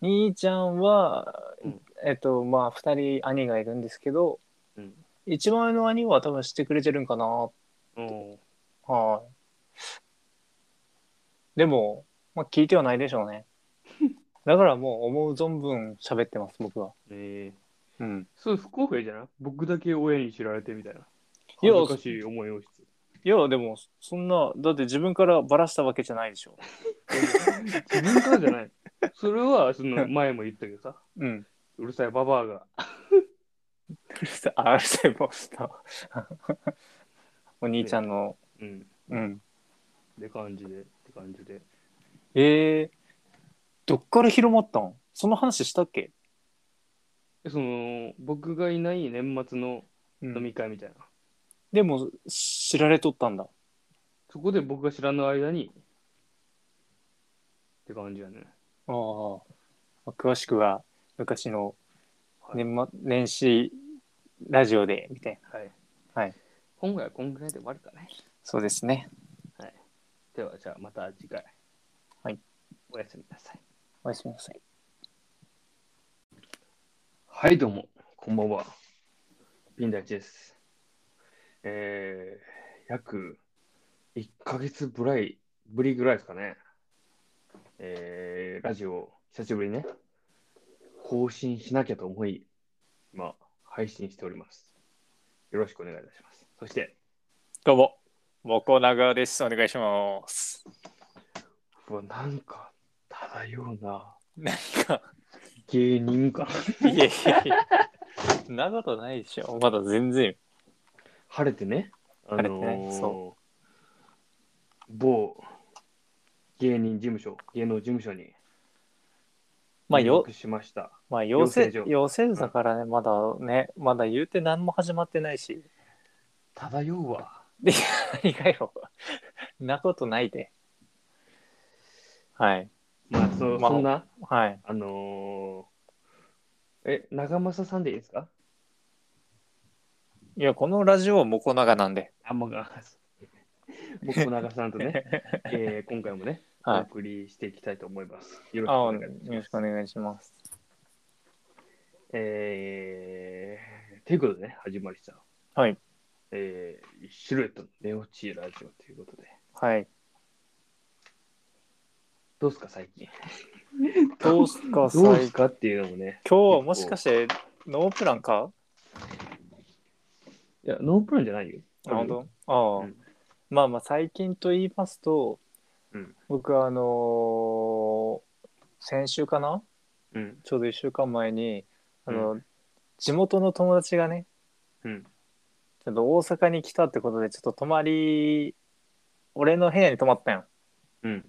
Speaker 2: 兄ちゃんは、
Speaker 1: うん
Speaker 2: えっと、まあ、二人兄がいるんですけど、
Speaker 1: うん。
Speaker 2: 一番上の兄は多分知ってくれてるんかな。
Speaker 1: うん。
Speaker 2: はい。でも、まあ、聞いてはないでしょう ね。だからもう思う存分喋ってます、僕は。
Speaker 1: えー、
Speaker 2: うん。
Speaker 1: そう、不公平じゃない僕だけ親に知られてみたいな。
Speaker 2: いや
Speaker 1: 恥ずかしい思いをしつつ。
Speaker 2: いや、でも、そんな、だって自分からバラしたわけじゃないでしょ。
Speaker 1: 自分からじゃない。それは、その前も言ったけどさ、
Speaker 2: うん。
Speaker 1: うるさいババアが、
Speaker 2: うるさい、あ、うるさい、もう、 お兄ちゃんの、
Speaker 1: うん、っ
Speaker 2: うん。
Speaker 1: て感じで、って感じで。
Speaker 2: えー、どっから広まったんその話したっけ、
Speaker 1: でその、僕がいない年末の
Speaker 2: うん
Speaker 1: 飲み会みたいな。
Speaker 2: でも、知られとったんだ。
Speaker 1: そこで僕が知らぬ間に、って感じやね。
Speaker 2: ああ。まあ詳しくは、昔の
Speaker 1: はい。
Speaker 2: 年末、年始ラジオで、みたいな。
Speaker 1: はい。
Speaker 2: はい
Speaker 1: 今回はこんぐらいで終わるかね。
Speaker 2: そうですね。
Speaker 1: では、じゃあまた次回。
Speaker 2: はい。
Speaker 1: おやすみなさい。
Speaker 2: おやすみなさい。
Speaker 1: はい、どうも、こんばんは。ピンダイチです。えー、約1ヶ月ぶらいぶりぐらいですかね。えー、ラジオ、久しぶりにね、更新しなきゃと思い、今、配信しております。よろしくお願いいたします。そして、
Speaker 2: どうも、モコナガです。お願いします。
Speaker 1: うわ、なんか、漂うな、
Speaker 2: 何か、
Speaker 1: 芸人か。
Speaker 2: いやいやいや、 そんなことないでしょ。まだ全然。
Speaker 1: 晴れてね、あの
Speaker 2: 晴れてねそ
Speaker 1: 某芸人事務所、芸能事務所に
Speaker 2: まあ、
Speaker 1: 入
Speaker 2: よ
Speaker 1: 学、しました。
Speaker 2: まあ、養成
Speaker 1: 養成所
Speaker 2: 養成所だからね、まだね、まだ言うて何も始まってないし。
Speaker 1: 漂うわ。
Speaker 2: で、何かよ。ん なことないで。はい。
Speaker 1: まあ、そ
Speaker 2: まあ
Speaker 1: そんな、
Speaker 2: はい。
Speaker 1: あのーえ、長政さんでいいですか
Speaker 2: いや、このラジオはモコナガなんで。
Speaker 1: あ、もう、あ僕も長さんと ね、えー今回もね、お
Speaker 2: はい。
Speaker 1: 送りしていきたいと思います。よ
Speaker 2: あ
Speaker 1: ろ
Speaker 2: よ
Speaker 1: しくお願いし
Speaker 2: ろ
Speaker 1: ま
Speaker 2: し
Speaker 1: す
Speaker 2: く。お願いします。
Speaker 1: えー、ということでね、始まりした。
Speaker 2: はい。
Speaker 1: えー、シルエットの寝落ちラジオということで。
Speaker 2: はい。
Speaker 1: どうすか最近。
Speaker 2: どうすか、最
Speaker 1: どう
Speaker 2: 近
Speaker 1: す。かっていうのもね。
Speaker 2: 今日はもしかして、ノープランか
Speaker 1: いや、ノープランじゃないよ。
Speaker 2: なるほど。ああ、
Speaker 1: うん
Speaker 2: まあまあ、最近と言いますと、
Speaker 1: うん
Speaker 2: 僕はあのー先週かな
Speaker 1: うん。
Speaker 2: ちょうど1週間前に、あの、地元の友達がね、
Speaker 1: うん。
Speaker 2: ちょっと大阪に来たってことで、ちょっと泊まり、俺の部屋に泊まったよ。
Speaker 1: うん。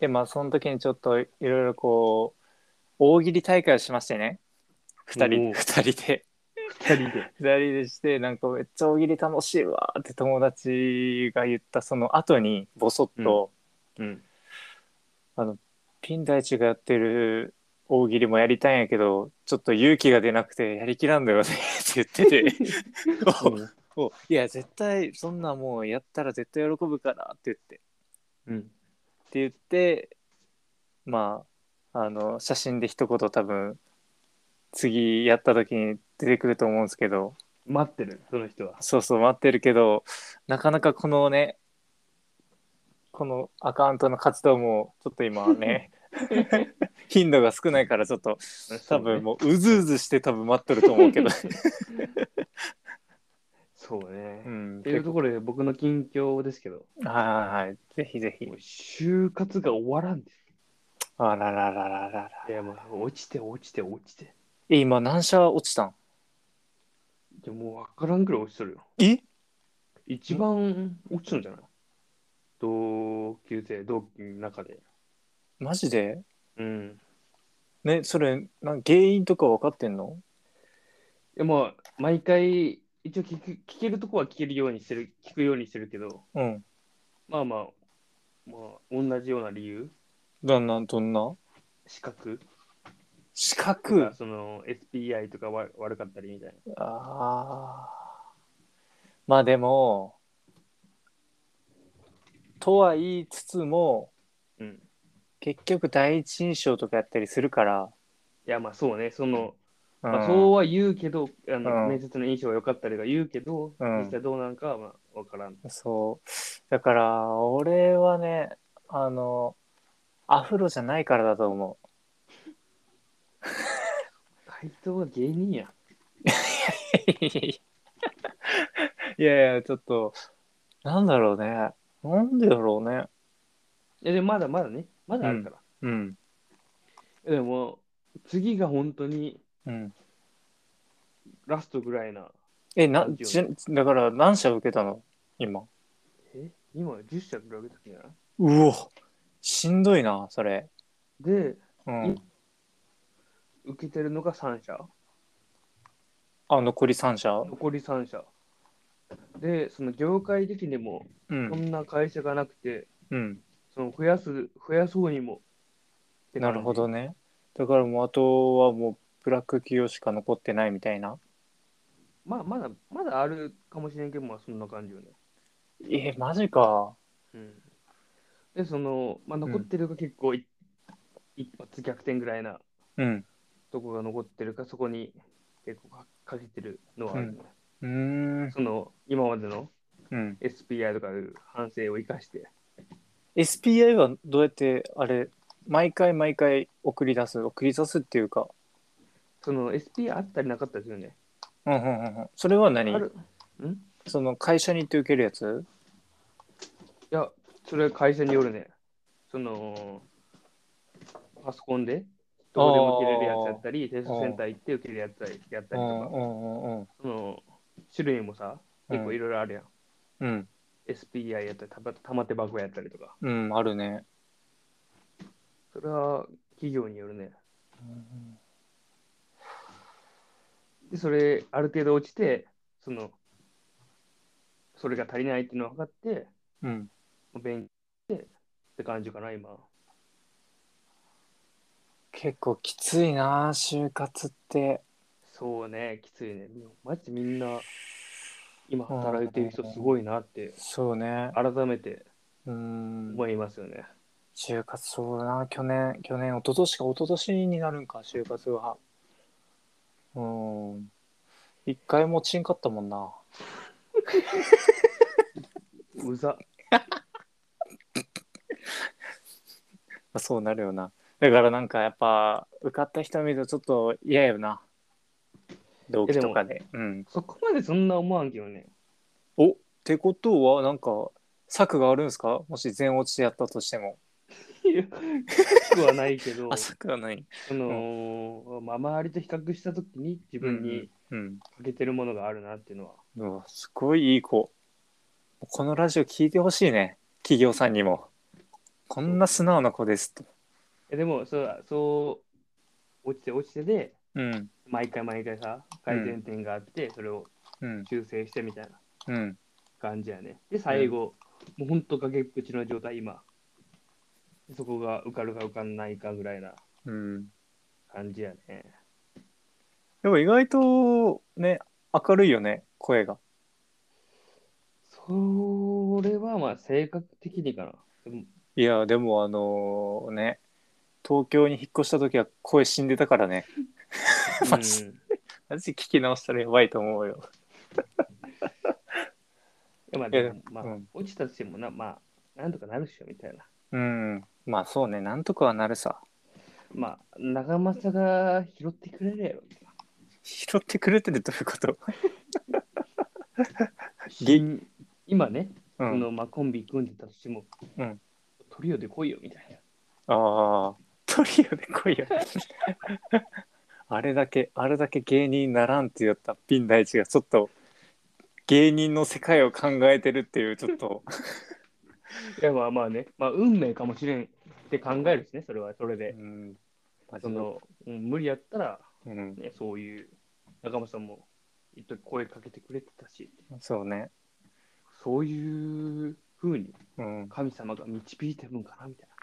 Speaker 2: で、まあ、その時にちょっといろいろこう、大喜利大会をしましてね、二
Speaker 1: お
Speaker 2: 人、
Speaker 1: ー
Speaker 2: 二人で、
Speaker 1: 二人で。
Speaker 2: 二人でして、なんかめっちゃ大喜利楽しいわーって友達が言ったその後に、ボソッと、
Speaker 1: うん。
Speaker 2: ピン大地がやってる大喜利もやりたいんやけど、ちょっと勇気が出なくてやりきらんだよねって言っ てて、おおいや、絶対そんなもうやったら絶対喜ぶからって言って、
Speaker 1: うん。
Speaker 2: って言ってまああの写真で一言多分次やった時に出てくると思うんですけど
Speaker 1: 待ってる、その人は。
Speaker 2: そうそう待ってるけどなかなかこのねこのアカウントの活動もちょっと今はね 頻度が少ないからちょっと多分もううずうずして多分待っとると思うけど、
Speaker 1: そうね
Speaker 2: う。ん、
Speaker 1: っていうところで僕の近況ですけど、
Speaker 2: はいはいはいぜひぜひ
Speaker 1: もう就活が終わらんで
Speaker 2: あらららららら
Speaker 1: す。いや、もう落ちて落ちて落ちて。
Speaker 2: え今何社落ちたん
Speaker 1: いや、もうわからんくらい落ちとるよ。
Speaker 2: え
Speaker 1: 一番落ちたんじゃない同級生、同期の中で。
Speaker 2: マジで
Speaker 1: うん。
Speaker 2: ねそれなん原因とか分かってんの
Speaker 1: いや、まあ、毎回、一応聞く聞けるとこは聞けるようにしてる、聞くようにしてるけど、
Speaker 2: うん
Speaker 1: まあまあ、まあ、同じような理由、
Speaker 2: どんなどんな
Speaker 1: 資格、
Speaker 2: 四角
Speaker 1: その SPI とかわ悪かったりみたいな。
Speaker 2: あーまあでもとは言いつつも
Speaker 1: うん。
Speaker 2: 結局第一印象とかやったりするから、
Speaker 1: いや、まあそうね、その、
Speaker 2: うん
Speaker 1: まあ、そうは言うけど、あ
Speaker 2: うん
Speaker 1: の面接の印象は良かったりとか言うけど、
Speaker 2: うん
Speaker 1: 実際どうなんかはまあ分からん。
Speaker 2: そうだから俺はねあのアフロじゃないからだと思う
Speaker 1: 回答は芸人や。
Speaker 2: い やいやちょっとなんだろうねなんでだろうね
Speaker 1: いや、でもまだまだね、まだあるから。
Speaker 2: うん
Speaker 1: でも、次が本当に
Speaker 2: うん
Speaker 1: ラストぐらいな。
Speaker 2: えなちだから何社受けたの今
Speaker 1: え今10社ぐらい受けたんじゃな
Speaker 2: うおしんどいなそれ
Speaker 1: いで、
Speaker 2: うん
Speaker 1: 受けてるのが3社。
Speaker 2: あ残り3社
Speaker 1: 残り3社。で、その業界的にも、
Speaker 2: う
Speaker 1: そ
Speaker 2: ん
Speaker 1: んな会社がなくて、
Speaker 2: うん
Speaker 1: その増やす、増やそうにも。って
Speaker 2: な
Speaker 1: 感じ
Speaker 2: るほ。どねだからもうあとはもうブラック企業しか残ってないみたいな
Speaker 1: まあ、まだ、まだあるかもしれんけど、まあ、そんな感じよね。
Speaker 2: えマジか
Speaker 1: うん。で、その、まあ、残ってるが結構い、一発逆転ぐらいな
Speaker 2: うん
Speaker 1: とこが残ってるか、そこに結構かかけてるのはあるね、
Speaker 2: うーん
Speaker 1: その、今までの
Speaker 2: うん
Speaker 1: SPI とかいう反省を生かして、
Speaker 2: SPI はどうやってあれ毎回毎回送り出す送り出すっていうか
Speaker 1: その SPI あったりなかったですよね。
Speaker 2: うんうんうんうんそれは
Speaker 1: あ
Speaker 2: 何
Speaker 1: るんい
Speaker 2: その会社に行って受けるやつ
Speaker 1: や、それは会社によるね。その、パソコンで、どこでも受けれるやつやったり、テストセンター行って受けるやつやったり
Speaker 2: うん
Speaker 1: と
Speaker 2: う
Speaker 1: か、
Speaker 2: んうんうん
Speaker 1: その、種類もさ、結構いろいろあるやん。
Speaker 2: うん、
Speaker 1: SPI やったり、たま玉手箱やったりとか。
Speaker 2: うん、あるね
Speaker 1: それは企業によるね。
Speaker 2: うん
Speaker 1: で、それ、ある程度落ちて、その、それが足りないっていうのを分かって、
Speaker 2: うん
Speaker 1: 勉強してって感じかな、今。
Speaker 2: 結構きついな就活って
Speaker 1: そうね、きついね。マジみんな、今働いてる人すごいなって、
Speaker 2: そうね
Speaker 1: 改めて
Speaker 2: うん
Speaker 1: 思いますよね。
Speaker 2: 就活そうだな去年去年一昨年か一昨年になるんか就活はうん一回もちんかったもんな
Speaker 1: うざ。
Speaker 2: まあそうなるよなだからなんかやっぱ受かった人見るとちょっと嫌よな同期とかでうん
Speaker 1: そこまでそんな思わんけどね。
Speaker 2: おってことはなんか策があるんですかもし全落ちでやったとしても
Speaker 1: いやなくはないけど
Speaker 2: あ、策はない
Speaker 1: その、まあ、周りと比較したときに自分に
Speaker 2: うん
Speaker 1: 欠けてるものがあるなっていうのは。
Speaker 2: うわすごいいい子このラジオ聞いてほしいね企業さんにもこんな素直な子ですと
Speaker 1: えでもそう、そう、落ちて落ちてで、
Speaker 2: うん
Speaker 1: 毎回毎回さ、改善点があって、それを
Speaker 2: うん
Speaker 1: 修正してみたいな
Speaker 2: うん
Speaker 1: 感じやね。で、最後、もうほんと崖っぷちの状態、今。そこが受かるか受かんないかぐらいな
Speaker 2: うん
Speaker 1: 感じやね。
Speaker 2: でも意外とね明るいよね声が
Speaker 1: それはまあ性格的にかな。で も
Speaker 2: いやでもあのね東京に引っ越した時は声死んでたからねマジ
Speaker 1: うん
Speaker 2: マジ聞き直したらやばいと思うよ
Speaker 1: いやまあでも
Speaker 2: いや
Speaker 1: まあ
Speaker 2: うん
Speaker 1: 落ちたとしてもな、まあ、なんとかなるっしょみたいな。
Speaker 2: うんまあそうねなんとかはなるさ
Speaker 1: まあ、長政が拾ってくれるやろ。
Speaker 2: 拾ってくれてるどういうことげ
Speaker 1: 新今ね、
Speaker 2: う
Speaker 1: そ
Speaker 2: ん
Speaker 1: のまあ、コンビ組んでたとしても、
Speaker 2: うん
Speaker 1: トリオで来いよみたいな。
Speaker 2: ああ、トリオで来いよ。 あれだけ、あれだけ芸人にならんって言ったピン大地がちょっと芸人の世界を考えてるっていうちょっと、
Speaker 1: いやまあまあね、まあ、運命かもしれんって考えるしね、それはそれ
Speaker 2: う
Speaker 1: で。
Speaker 2: ん、マジ
Speaker 1: そ
Speaker 2: で
Speaker 1: のうん無理やったら、
Speaker 2: うん、
Speaker 1: ね、そういう仲間さんも一時声かけてくれてたし、
Speaker 2: そうね、
Speaker 1: そういうふうに
Speaker 2: うん、
Speaker 1: 神様が導いてるんかなみたいな。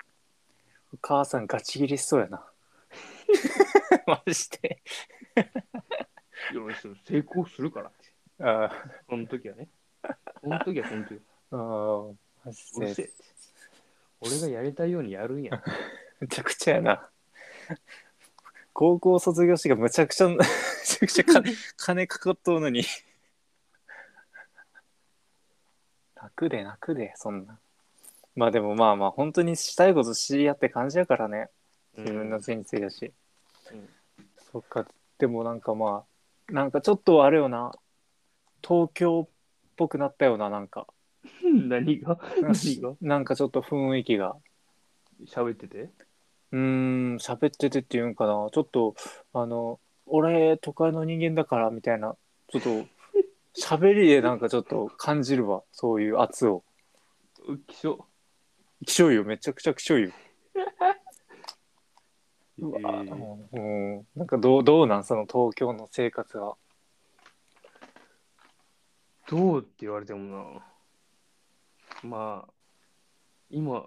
Speaker 2: お母さんガチ切りしそうや な。マジで。
Speaker 1: よし、成功するからって。
Speaker 2: あ
Speaker 1: その時はね。その時はその時。
Speaker 2: ーあー、マ
Speaker 1: うる
Speaker 2: ジ
Speaker 1: せえ
Speaker 2: で
Speaker 1: って。俺がやりたいようにやるんや。
Speaker 2: むちゃくちゃやな。高校卒業式がむちゃくちゃ、 むちゃくちゃ金金かかっとうのに。楽で楽で、そんな。まあでもまあまあ、本当にしたいこと知り合って感じやからね。 自分のせいについたし。
Speaker 1: うん
Speaker 2: そっか、でもなんかまあ、なんかちょっとあれよな、東京っぽくなったよな、なんか。
Speaker 1: 何が
Speaker 2: なんか
Speaker 1: 何が
Speaker 2: なんかちょっと雰囲気が。
Speaker 1: 喋ってて
Speaker 2: うーん、喋っててっていうんかな、ちょっと、あの、俺、都会の人間だから、みたいな、ちょっと、喋りでなんかちょっと感じるわ、そういう圧を。
Speaker 1: うっきしょ。
Speaker 2: きしょいよ、めちゃくちゃきしょいよ。
Speaker 1: え
Speaker 2: うわ
Speaker 1: ー
Speaker 2: うん、なんかどう、どうなん、その東京の生活は。
Speaker 1: どうって言われてもな。まあ、今、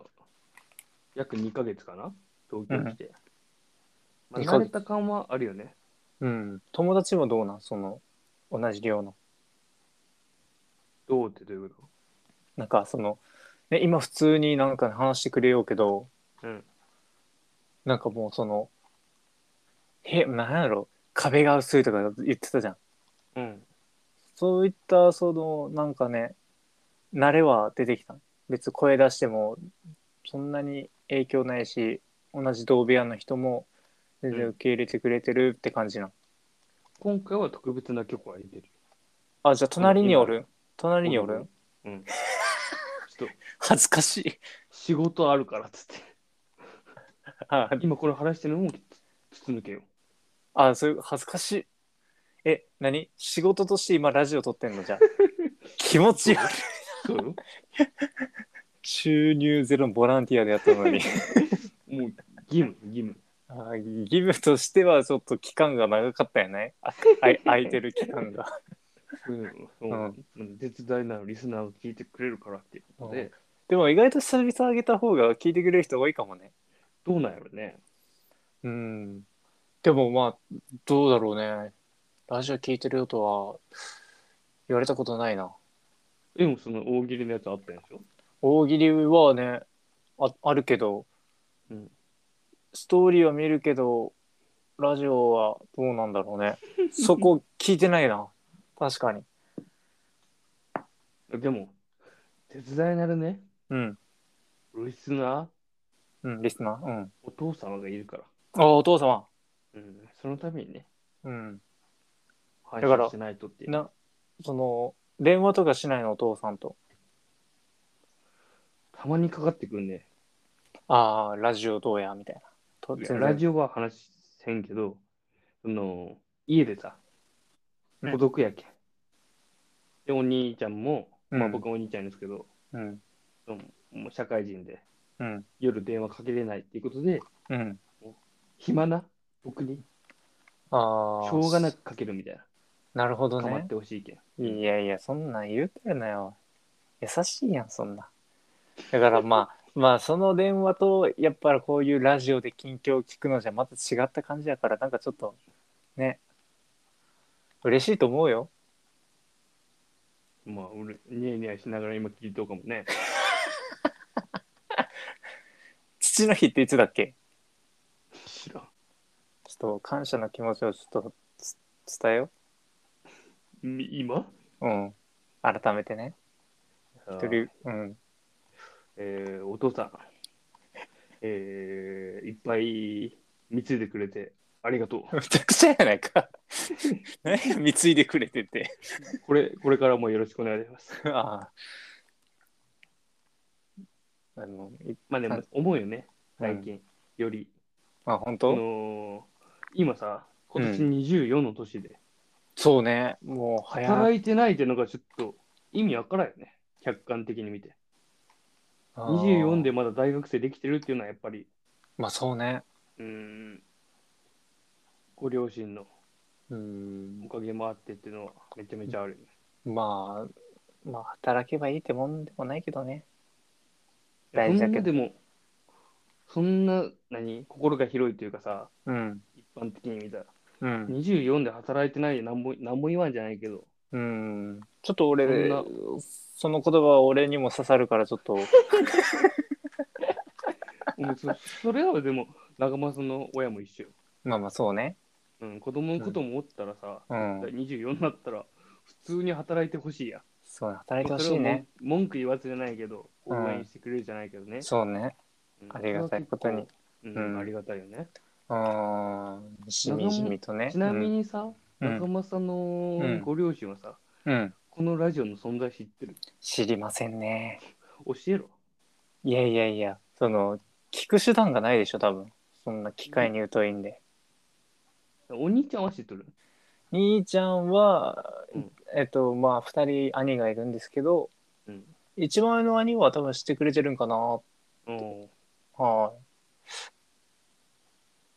Speaker 1: 約2ヶ月かな東京来て。まあ
Speaker 2: 二
Speaker 1: 慣
Speaker 2: ヶ
Speaker 1: れ
Speaker 2: 月
Speaker 1: た感はあるよね。
Speaker 2: うん、友達はどうなん、その、同じ量の。
Speaker 1: どうってどういうこ
Speaker 2: なんかその、ね、今普通になんか話してくれようけど、
Speaker 1: とうん。
Speaker 2: なんかもうその、へ、なんやろ、壁が薄いとか言ってたじゃん。
Speaker 1: うん。
Speaker 2: そういった、その、なんかね、慣れは出てきた。別に声出しても、そんなに影響ないし、同じ同部屋の人も、全然受け入れてくれてるって感じな。ん、
Speaker 1: 今回は特別な曲は入れる。
Speaker 2: あ、じゃあ隣におるん隣におるん
Speaker 1: うん。ちょっと、
Speaker 2: 恥ずかしい。
Speaker 1: 仕事あるからっつって。
Speaker 2: あ
Speaker 1: 今これ話してるのも筒抜けよ。
Speaker 2: あ、そういう、恥ずかしい。え、何仕事として今ラジオ撮ってんの じゃあ。気持ち悪い。
Speaker 1: そうよ。
Speaker 2: 収入ゼロのボランティアでやったのに。
Speaker 1: もう、義務、義務。
Speaker 2: あー義務としてはちょっと期間が長かったよね。ああい空いてる期間が。
Speaker 1: うん、そう。絶大なリスナーを聞いてくれるからっていうことで、
Speaker 2: でも意外と久々上げた方が聞いてくれる人多いかもね。
Speaker 1: どうなんやろね。
Speaker 2: うん。でもまあ、どうだろうね。ラジオ聞いてるよとは言われたことないな。
Speaker 1: でもその大喜利のやつあったんでしょ
Speaker 2: 大喜利はね、ああるけど、
Speaker 1: うん
Speaker 2: ストーリーは見るけど、ラジオはどうなんだろう ね。そこ聞いてないな。確かに。
Speaker 1: でも、絶大なるね、
Speaker 2: うん。
Speaker 1: リスナ
Speaker 2: うん、リスナー。うん。
Speaker 1: ー、お父様がいるから。
Speaker 2: ああ、お父様。
Speaker 1: うん、そのためにね、
Speaker 2: うん。
Speaker 1: 配
Speaker 2: だから
Speaker 1: 信しないとっていう。
Speaker 2: な、その、電話とかしないの、お父さんと。
Speaker 1: たまにかかってくんね。
Speaker 2: ああ、ラジオどうや、みたいな。と
Speaker 1: いやラ
Speaker 2: オ。
Speaker 1: ジオは話せんけど、その、家でさ、
Speaker 2: うん
Speaker 1: 孤独やけん。で、お兄ちゃんも、まあ
Speaker 2: うん
Speaker 1: 僕はお兄ちゃんですけど、
Speaker 2: うん。
Speaker 1: そのもう社会人で、
Speaker 2: うん。
Speaker 1: 夜電話かけれないっていうことで、
Speaker 2: うん。
Speaker 1: 暇な僕に、し
Speaker 2: ああ。
Speaker 1: ょうがなくかけるみたいな。
Speaker 2: なるほど
Speaker 1: かま
Speaker 2: ね
Speaker 1: っ。てほしいけん。
Speaker 2: いやいや、そんなん言うてるなよ。優しいやん、そんな。だからま あ、まあ、その電話と、やっぱりこういうラジオで近況を聞くのじゃまた違った感じやから、なんかちょっと、ね、嬉しいと思うよ。
Speaker 1: まあ、俺、ニヤニヤしながら今聞いとうかもね。
Speaker 2: 父の日っていつだっけ
Speaker 1: 知らん。
Speaker 2: ちょっと感謝の気持ちをちょっとつ伝えよ
Speaker 1: み今
Speaker 2: う。うん。改めてね。一
Speaker 1: あー
Speaker 2: 人、うん。
Speaker 1: えーお父さん、えーいっぱい貢いでくれてありがとう。
Speaker 2: むちゃくちゃやな いか。何や貢いでくれてて。
Speaker 1: これ、これからもよろしくお願いします。
Speaker 2: ああ。あの、い
Speaker 1: まあで
Speaker 2: は
Speaker 1: も
Speaker 2: い、
Speaker 1: 思うよね、最近。より、
Speaker 2: あ、本
Speaker 1: あ
Speaker 2: 当、
Speaker 1: のー今さ、今年24の年で、
Speaker 2: そうね。もう早い。
Speaker 1: 働いてないっていうのがちょっと意味わからんよね。客観的に見て。
Speaker 2: あー
Speaker 1: 24で。まだ大学生できてるっていうのはやっぱり、
Speaker 2: まあそうね。
Speaker 1: うーん、ご両親の
Speaker 2: う
Speaker 1: お
Speaker 2: ん。
Speaker 1: かげもあってっていうのはめちゃめちゃあるよね。
Speaker 2: まあ、まあ働けばいいってもんでもないけどね。
Speaker 1: そ
Speaker 2: 大
Speaker 1: ん
Speaker 2: 事だ
Speaker 1: な
Speaker 2: けど
Speaker 1: でも、そんな、何、心が広いというかさ、
Speaker 2: うん。
Speaker 1: 一般的に見たら、
Speaker 2: うん。
Speaker 1: 24で働いてないでなんもなんも言わんじゃないけど、
Speaker 2: うん。ちょっと俺、
Speaker 1: そ
Speaker 2: その言葉は俺にも刺さるからちょっと。
Speaker 1: 別にそ れはでも、長間さんの親も一緒よ。
Speaker 2: まあまあそうね。
Speaker 1: うん、子供のこともおったらさ、
Speaker 2: うん。
Speaker 1: 24になったら、普通に働いてほしいやん。
Speaker 2: そうね働いてほ
Speaker 1: そ
Speaker 2: し
Speaker 1: れ
Speaker 2: い
Speaker 1: は
Speaker 2: ね。
Speaker 1: 文文句言わずじゃないけど、
Speaker 2: う
Speaker 1: 応
Speaker 2: ん
Speaker 1: 援してくれるじゃないけどね。
Speaker 2: そうね。
Speaker 1: うん
Speaker 2: ありがたいことに。
Speaker 1: それは結構
Speaker 2: う
Speaker 1: うんん、ありがたいよね。
Speaker 2: うん。しみじみとね。
Speaker 1: ちなみにさ、
Speaker 2: うん
Speaker 1: 中間さんのご両親はさ、
Speaker 2: うん。うん。
Speaker 1: このラジオの存在知ってる
Speaker 2: 知りませんね。
Speaker 1: 教えろ。
Speaker 2: いやいやいや、その、聞く手段がないでしょ、多分。そんな機会に疎いんで。
Speaker 1: お兄ちゃんは知っとる
Speaker 2: 兄ちゃんは
Speaker 1: うん、
Speaker 2: えっと、まあ、2人兄がいるんですけど、
Speaker 1: うん。
Speaker 2: 一番上の兄は多分知ってくれてるんかな。
Speaker 1: お
Speaker 2: はい。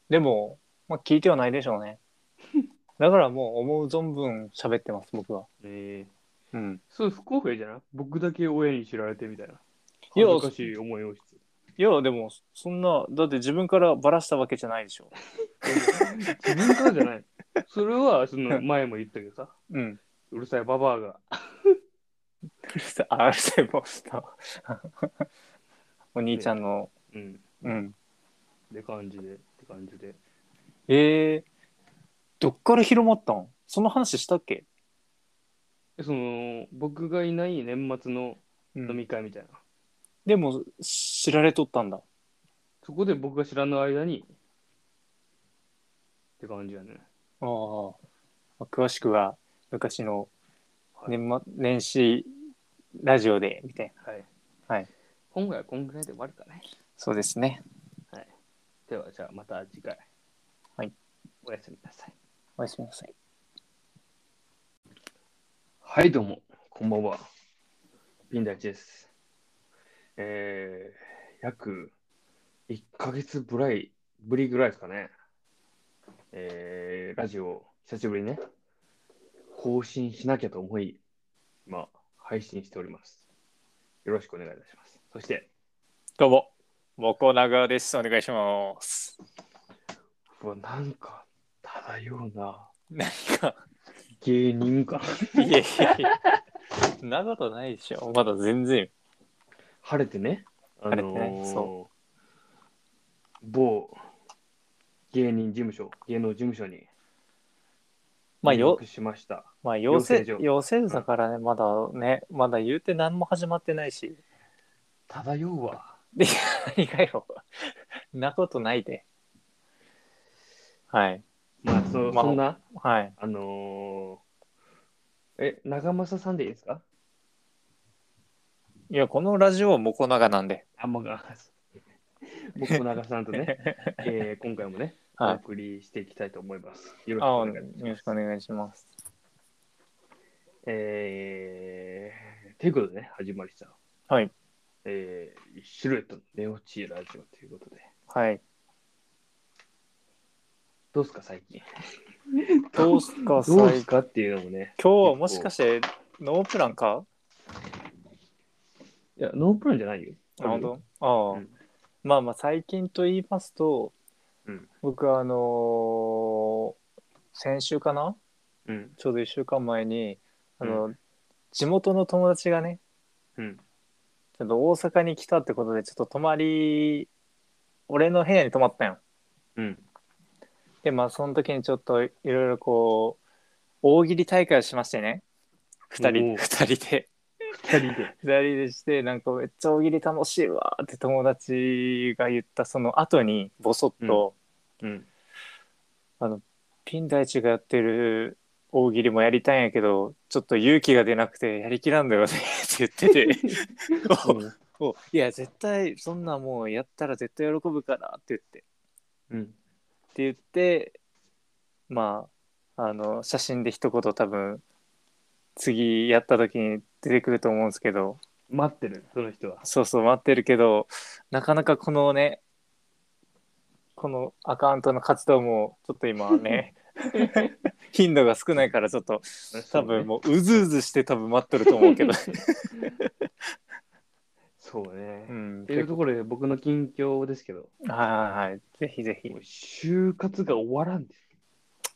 Speaker 2: でも、まあ、聞いてはないでしょう ね。だからもう思う存分喋ってます、僕は。
Speaker 1: えー、
Speaker 2: うん。
Speaker 1: そう、不公平じゃない僕だけ親に知られてみたいな。
Speaker 2: いや
Speaker 1: 恥ずかしい思いをして。
Speaker 2: いや、でも、そんな、だって自分からバラしたわけじゃないでしょ。
Speaker 1: 自分からじゃない。それは、そ の前も言ったけどさ、
Speaker 2: うん。
Speaker 1: うるさいババアが。
Speaker 2: うるさい、あ、うるさい、もう、お兄ちゃんの、
Speaker 1: うん。
Speaker 2: う
Speaker 1: っ
Speaker 2: ん。
Speaker 1: て感じで、って感じで。
Speaker 2: えー、どっから広まったんその話したっけ、
Speaker 1: でその、僕がいない年末の
Speaker 2: うん
Speaker 1: 飲み会みたいな。
Speaker 2: でも、知られとったんだ。
Speaker 1: そこで僕が知らぬ間に、って感じやね。
Speaker 2: ああ、詳しくは昔の年,、末年始ラジオでみたいな。
Speaker 1: はい。
Speaker 2: はい。
Speaker 1: 今回はこんぐらいで終わるかね。
Speaker 2: そうですね。
Speaker 1: では、じゃあまた次回。
Speaker 2: はい。
Speaker 1: おやすみなさい。
Speaker 2: おやすみなさい。
Speaker 1: はい、どうも、こんばんは。ピンダイチです。えー、約1ヶ月ぶらいぶりぐらいですかね。えー、ラジオ、久しぶりにね、更新しなきゃと思い、今、配信しております。よろしくお願いいたします。そして、
Speaker 2: どうも、モコナガです。お願いします。
Speaker 1: うわ、なんか、漂うな、
Speaker 2: 何か、
Speaker 1: 芸人か。
Speaker 2: いやいやいや、そんなことないでしょ。まだ全然。
Speaker 1: 晴れてね、あの
Speaker 2: 晴れてねそ
Speaker 1: 某芸人事務所、芸能事務所に
Speaker 2: まあ、
Speaker 1: 入
Speaker 2: よ
Speaker 1: 学、しました。
Speaker 2: まあ、養成
Speaker 1: 養成所
Speaker 2: 養成所だからね、まだね、まだ言うて何も始まってないし。
Speaker 1: 漂うわ。
Speaker 2: で、何かよ。んなことないで。はい。
Speaker 1: まあ、そ
Speaker 2: まあ
Speaker 1: そんな、
Speaker 2: はい。
Speaker 1: あのーえ、長政さんでいいですか
Speaker 2: いや、このラジオはモコナガなんで。
Speaker 1: あ、まあ、僕も長さんと ね、えー今回もね、お
Speaker 2: はい。
Speaker 1: 送りしていきたいと思います。よ
Speaker 2: あ
Speaker 1: ろしくお願いします。
Speaker 2: よろしくお願いします。
Speaker 1: えー、ということでね、始まりした。
Speaker 2: はい。
Speaker 1: えー、シルエットの寝落ちラジオということで。
Speaker 2: はい。
Speaker 1: どうっすか、最近。
Speaker 2: どうすか、最
Speaker 1: どうっ
Speaker 2: 今
Speaker 1: すかっていうのもね。
Speaker 2: 日はもしかしてノープランか
Speaker 1: いや、ノープランじゃないよ。
Speaker 2: なるほど。ああ、
Speaker 1: うん
Speaker 2: まあまあ、最近と言いますと、
Speaker 1: うん
Speaker 2: 僕はあのー先週かな
Speaker 1: うん。
Speaker 2: ちょうど1週間前に、あの、地元の友達がね、
Speaker 1: うん。
Speaker 2: ちょっと大阪に来たってことで、ちょっと泊まり、俺の部屋に泊まったよ。
Speaker 1: うん。
Speaker 2: で、まあ、その時にちょっといろいろこう、大喜利大会をしましてね、二
Speaker 1: お
Speaker 2: 人、
Speaker 1: お
Speaker 2: 二人で。
Speaker 1: 二人で。
Speaker 2: 二人でしてなんかめっちゃ大喜利楽しいわーって友達が言ったその後にボソッと、
Speaker 1: うん。
Speaker 2: ピン大地がやってる大喜利もやりたいんやけどちょっと勇気が出なくてやりきらんだよねって言っ てておおいや絶対そんなもうやったら絶対喜ぶからって言ってって
Speaker 1: うん。
Speaker 2: 言ってまああの写真で一言多分次やった時に出てくると思うんですけど
Speaker 1: 待ってる、その人は。
Speaker 2: そうそう待ってるけどなかなかこのねこのアカウントの活動もちょっと今はね頻度が少ないからちょっと多分もううずうずして多分待っとると思うけど、
Speaker 1: そうね
Speaker 2: う。ん、
Speaker 1: っていうところで僕の近況ですけど、
Speaker 2: はいはいはいぜひぜひ
Speaker 1: もう就活が終わらんで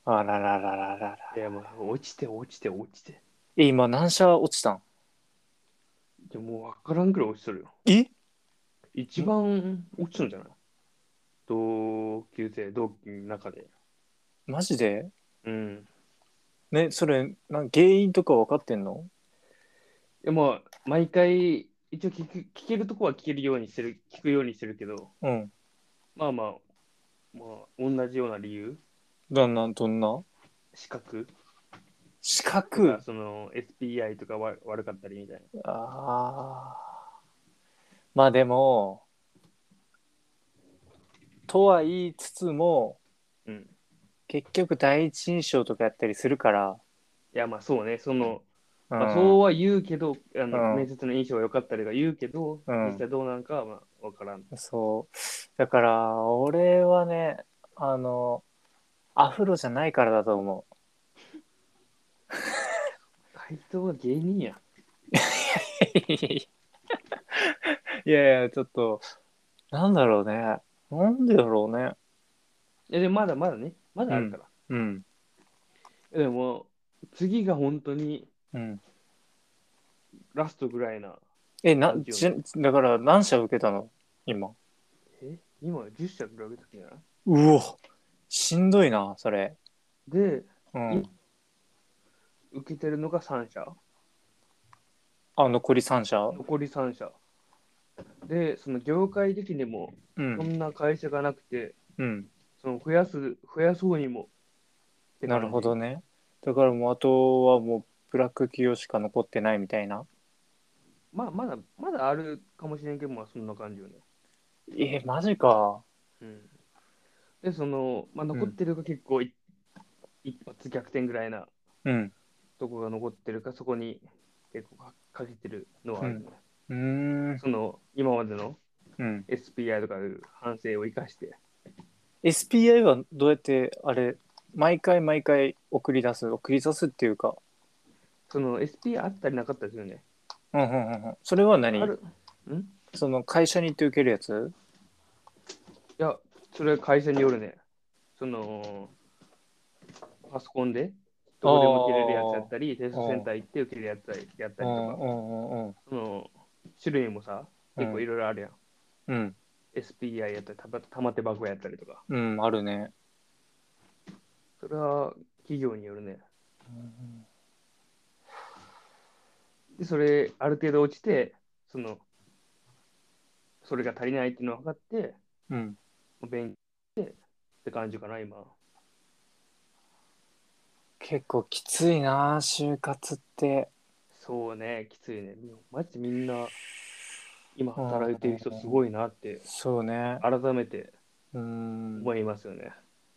Speaker 2: あらららららら
Speaker 1: す。いや、もう落ちて落ちて落ちて。
Speaker 2: え今何社落ちたん
Speaker 1: いやもう分からんくらい落ちとるよ。
Speaker 2: え
Speaker 1: 一番落ちとるんじゃない同級生、同期の中で。
Speaker 2: マジで
Speaker 1: うん。
Speaker 2: ね、それ、なん原因とか分かってんの
Speaker 1: でも、毎回、一応聞く聞けるとこは聞けるようにしてる、聞くようにしてるけど、
Speaker 2: うん。
Speaker 1: まあまあ、まあ、同じような理由、
Speaker 2: どんな、どんな
Speaker 1: 資格
Speaker 2: 四角
Speaker 1: その SPI とかわ悪かったりみたいな。
Speaker 2: ああ。まあでも、とは言いつつも、
Speaker 1: うん。
Speaker 2: 結局第一印象とかやったりするから、
Speaker 1: いや、まあそうね、その、
Speaker 2: うん
Speaker 1: まあ、そうは言うけど、あの
Speaker 2: うん
Speaker 1: 面接の印象は良かったりとか言うけど、
Speaker 2: うん
Speaker 1: 実際どうなんかはまあ分からん。
Speaker 2: そう。だから、俺はね、あの、アフロじゃないからだと思う。
Speaker 1: 回答は芸人や。
Speaker 2: い やいや、ちょっと、なんだろうね。なんでだろうね。
Speaker 1: いや、でもまだまだね、まだあるから。
Speaker 2: うん。
Speaker 1: でも、次が本当に
Speaker 2: うん。
Speaker 1: ラストぐらいな。
Speaker 2: え、な、ちだから何社受けたの今。
Speaker 1: え今10社ぐらい上げたっけな
Speaker 2: うおしんどいな、それ。
Speaker 1: で、
Speaker 2: うん。
Speaker 1: 受けてるのが3社。
Speaker 2: あ、残り3社。
Speaker 1: 残り3社。で、その業界的にも、
Speaker 2: う
Speaker 1: そ
Speaker 2: ん。
Speaker 1: んな会社がなくて、
Speaker 2: うん。
Speaker 1: その増やす、増やそうにも。って
Speaker 2: な
Speaker 1: 感じ
Speaker 2: るほ。どね。だからもう、あとはもう、ブラック企業しか残ってないみたいな。
Speaker 1: まあ、まだ、まだあるかもしれんけど、まあ、そんな感じよね。
Speaker 2: え、マジか。
Speaker 1: うん。で、その、まあ、残ってるが結構い、一発逆転ぐらいな
Speaker 2: うん。
Speaker 1: とこが残ってるか、そこに結構かかけてるのはある、ね
Speaker 2: うーん。
Speaker 1: その、今までの
Speaker 2: うん。
Speaker 1: SPI とかいう反省を生かして、
Speaker 2: SPI はどうやって、あれ、毎回毎回送り出す、送り出すっていうか、
Speaker 1: その SPI あったりなかったですよね。
Speaker 2: うんうんうんうん。それは
Speaker 1: あ
Speaker 2: 何
Speaker 1: るんい
Speaker 2: その会社に行って受けるやつ
Speaker 1: や、それは会社によるね。その、パソコンで、どこでも受けれるやつやったり、テストセンター行って受けるやつやったり
Speaker 2: う
Speaker 1: と
Speaker 2: ん
Speaker 1: か
Speaker 2: う、んうんうん。
Speaker 1: その、種類もさ、結構いろいろあるやん。
Speaker 2: うん。
Speaker 1: SPI やったり、たま玉手箱やったりとか。
Speaker 2: うん、あるね。
Speaker 1: それは企業によるね。
Speaker 2: うん
Speaker 1: で、それ、ある程度落ちて、その、それが足りないっていうのを分かって、
Speaker 2: うん。
Speaker 1: 勉強してって感じかな、今。
Speaker 2: 結構きついな、就活って。
Speaker 1: そうね、きついね。マジでみんな、今働いてる人すごいなって、
Speaker 2: そうね。
Speaker 1: 改めて
Speaker 2: うん。
Speaker 1: 思いますよね。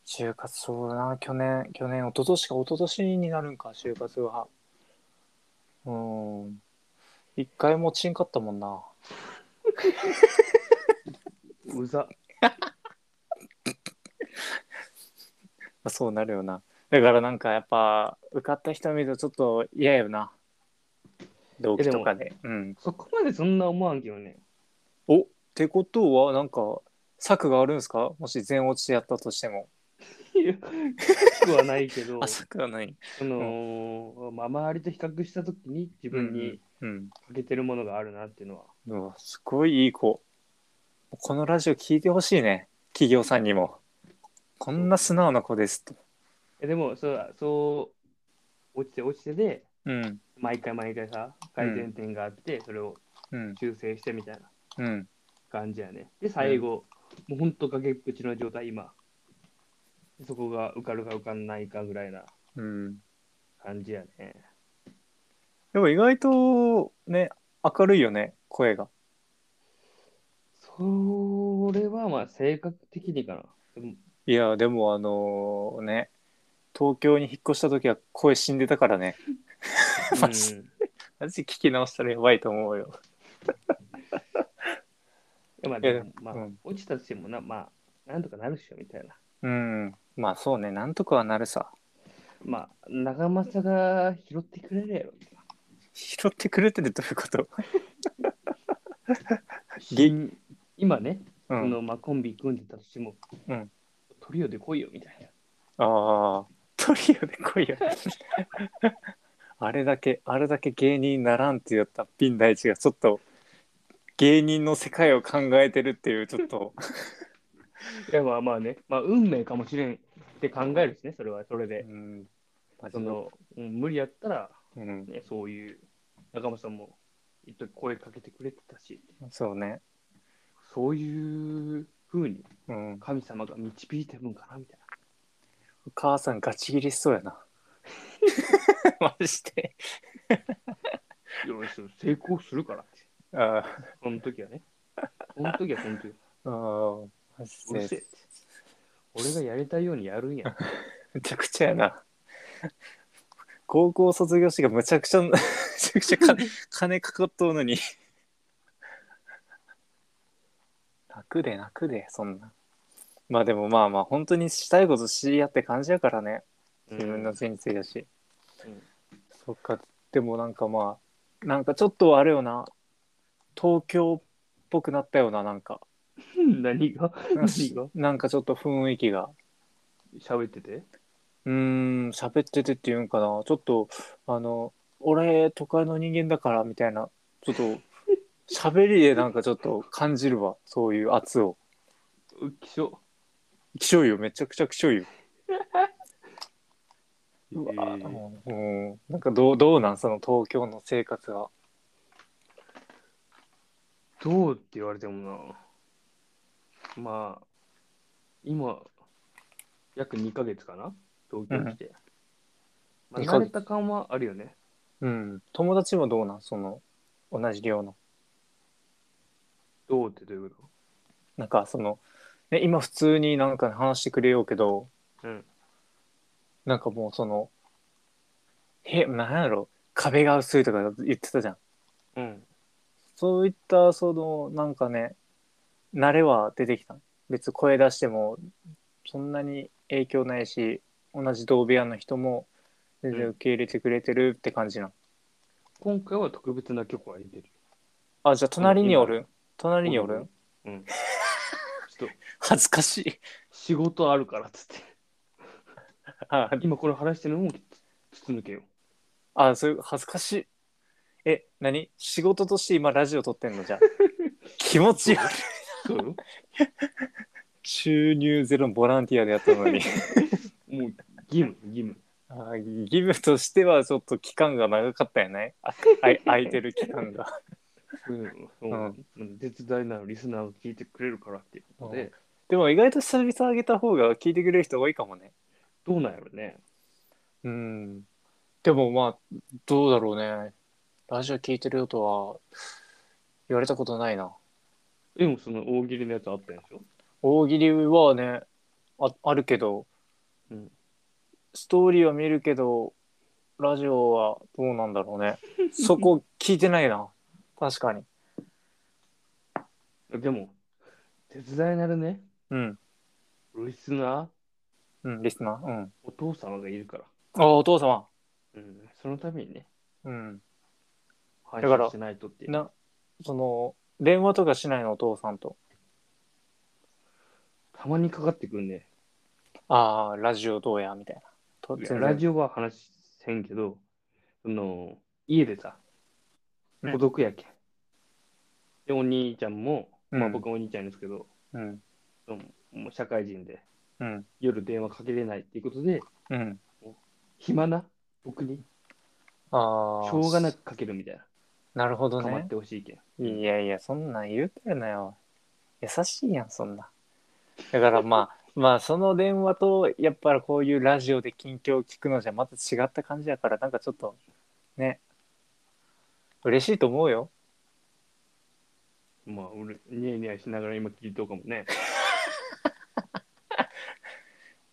Speaker 2: 就活そうだな、去年、去年、一昨年か一昨年になるんか、就活は。うん。一回もちんかったもんな。
Speaker 1: うざ。
Speaker 2: まあ、そうなるよな。だからなんかやっぱ受かった人見るとちょっと嫌よな。同期とかで。うん。
Speaker 1: そこまでそんな思わんけどね。
Speaker 2: おってことはなんか策があるんですかもし全落ちでやったとしても。
Speaker 1: いやなくはないけど
Speaker 2: あ、、策はない。
Speaker 1: その、まあ、周りと比較したときに自分に
Speaker 2: うん。
Speaker 1: 欠けてるものがあるなっていうのは。
Speaker 2: うわ、すごいいい子。このラジオ聞いてほしいね。企業さんにも。こんな素直な子ですと。
Speaker 1: えでもそう、そう、落ちて落ちてで、
Speaker 2: うん。
Speaker 1: 毎回毎回さ、改善点があって、それを
Speaker 2: うん。
Speaker 1: 修正してみたいな
Speaker 2: うん。
Speaker 1: 感じやね。で、最後、もうほんと崖っぷちの状態、今。そこが受かるか受かんないかぐらいな
Speaker 2: うん。
Speaker 1: 感じやね。
Speaker 2: でも意外とね、明るいよね、声が。
Speaker 1: それはまあ性格的にかな。で も
Speaker 2: いやでもあのね東京に引っ越した時は声死んでたからねマジ
Speaker 1: うん
Speaker 2: マジ聞き直したらやばいと思うよ
Speaker 1: いやまあ、
Speaker 2: いや
Speaker 1: でもまあ
Speaker 2: うん
Speaker 1: 落ちたとしてもな、まあ、なんとかなるっしょみたいな。
Speaker 2: うんまあそうねなんとかはなるさ
Speaker 1: まあ、長政が拾ってくれるやろ。
Speaker 2: 拾ってくれてるどういうことげ
Speaker 1: 新今ね、
Speaker 2: う
Speaker 1: そ
Speaker 2: ん
Speaker 1: のまあ、コンビ組んでたとしても、
Speaker 2: うん
Speaker 1: トリオで来いよみたいな。
Speaker 2: ああトリオで来いよ あれだけあれだけ芸人にならんって言ったピン大地がちょっと芸人の世界を考えてるっていうちょっと
Speaker 1: いやまあまあね、まあ、運命かもしれんって考えるしね、それはそれで。
Speaker 2: うんまあ
Speaker 1: そのうん無理やったら、
Speaker 2: うん、
Speaker 1: ね、そういう仲間さんも一時声かけてくれてたし、
Speaker 2: そうね。
Speaker 1: そういうふうに
Speaker 2: うん。
Speaker 1: 神様が導いてるんかなみたいな。
Speaker 2: お母さんガチ切りしそうや な。マジで。
Speaker 1: よし、成功するからって。
Speaker 2: あ
Speaker 1: その時はね。その時はその時。
Speaker 2: あ、マ
Speaker 1: うる
Speaker 2: ジ
Speaker 1: せえっ
Speaker 2: で
Speaker 1: て。俺がやりたいようにやるんや。
Speaker 2: むちゃくちゃやな。高校卒業式がむちゃくちゃ、 むちゃくちゃ 金金かかっとうのに。楽で楽で、そんな。まあでもまあまあ、本当にしたいことしやって感じやからね。 自分のせいについだし、
Speaker 1: うん
Speaker 2: そっかでもなんかまあなんかちょっとあれよな東京っぽくなったよななんか
Speaker 1: うん何が何が
Speaker 2: なんかちょっと雰囲気が
Speaker 1: 喋ってて
Speaker 2: うーん喋っててっていうんかなちょっとあの俺都会の人間だからみたいなちょっと喋りでなんかちょっと感じるわそういう圧を
Speaker 1: うっきしょ。
Speaker 2: 気象よめちゃくちゃ気象ようわ
Speaker 1: えー
Speaker 2: うん、なんかどうどうなんその東京の生活は
Speaker 1: どうって言われてもな。まあ、今、約2ヶ月かな東京に来て。まあ、
Speaker 2: 二
Speaker 1: 慣
Speaker 2: ヶ
Speaker 1: れ
Speaker 2: 月
Speaker 1: た感はあるよね。
Speaker 2: うん、友達もどうなんその同じ量の
Speaker 1: どうってどういうこ
Speaker 2: なんかその、ね、今普通になんか話してくれようけど
Speaker 1: とうん。
Speaker 2: なんかもうそのへなんやろ壁が薄いとか言ってたじゃん
Speaker 1: うん。
Speaker 2: そういったそのなんかね慣れは出てきた別に声出してもそんなに影響ないし同じ同部屋の人も全然受け入れてくれてるって感じなん、
Speaker 1: 今回は特別な許可は得てる。
Speaker 2: あじゃあ隣におるん隣におるん
Speaker 1: うん。ちょっと、
Speaker 2: 恥ずかしい
Speaker 1: 仕事あるからっつって。
Speaker 2: あ
Speaker 1: 今これ話してるのも筒抜けよ。
Speaker 2: あ、そういう、恥ずかしい。え、何仕事として今ラジオ撮ってんの じゃあ。気持ち悪い。
Speaker 1: そうよ。
Speaker 2: 収入ゼロボランティアでやったのに。
Speaker 1: もう、義務、義務。
Speaker 2: あー義務としてはちょっと期間が長かったよね。ああい空いてる期間が。
Speaker 1: うん、そう。絶大なリスナーを聞いてくれるからっていうことで、
Speaker 2: でも意外と久々上げた方が聞いてくれる人多いかもね。
Speaker 1: どうなんやろね。
Speaker 2: うん。でもまあ、どうだろうね。ラジオ聞いてるよとは言われたことないな。
Speaker 1: でもその大喜利のやつあったんでしょ
Speaker 2: 大喜利はねああるけど、
Speaker 1: うん
Speaker 2: ストーリーは見るけどラジオはどうなんだろう ねそこ聞いてないな確かに
Speaker 1: でも、絶大なるね、
Speaker 2: うん、
Speaker 1: リスナー、
Speaker 2: うん、リスナーうん
Speaker 1: お父様がいるから。
Speaker 2: あお父様
Speaker 1: うん、そのためにね、
Speaker 2: うん
Speaker 1: 配
Speaker 2: だから
Speaker 1: 信しないとっていう。
Speaker 2: なその電話とかしないのお父さんと
Speaker 1: たまにかかってくるね。
Speaker 2: ああラジオどうやみたいなと
Speaker 1: いやラジ
Speaker 2: オ
Speaker 1: オは話せんけど、その、家でさ、
Speaker 2: うん
Speaker 1: 孤独やけん。で、お兄ちゃんも、まあ
Speaker 2: うん
Speaker 1: 僕はお兄ちゃんですけど、
Speaker 2: うん
Speaker 1: そのもう社会人で、
Speaker 2: うん
Speaker 1: 夜電話かけれないっていうことで、
Speaker 2: うん
Speaker 1: 暇な僕に
Speaker 2: ああ
Speaker 1: しょうがなくかけるみたいな。
Speaker 2: なるほど
Speaker 1: かま
Speaker 2: ね
Speaker 1: ってほしいけん。
Speaker 2: いやいや、そんなん言うてるなよ。優しいやん、そんな。だからまあ、 まあ、その電話と、やっぱりこういうラジオで近況を聞くのじゃまた違った感じやから、なんかちょっと、ね、嬉しいと思うよ。
Speaker 1: まあ、俺、ニヤニヤしながら今聞いとうかもね。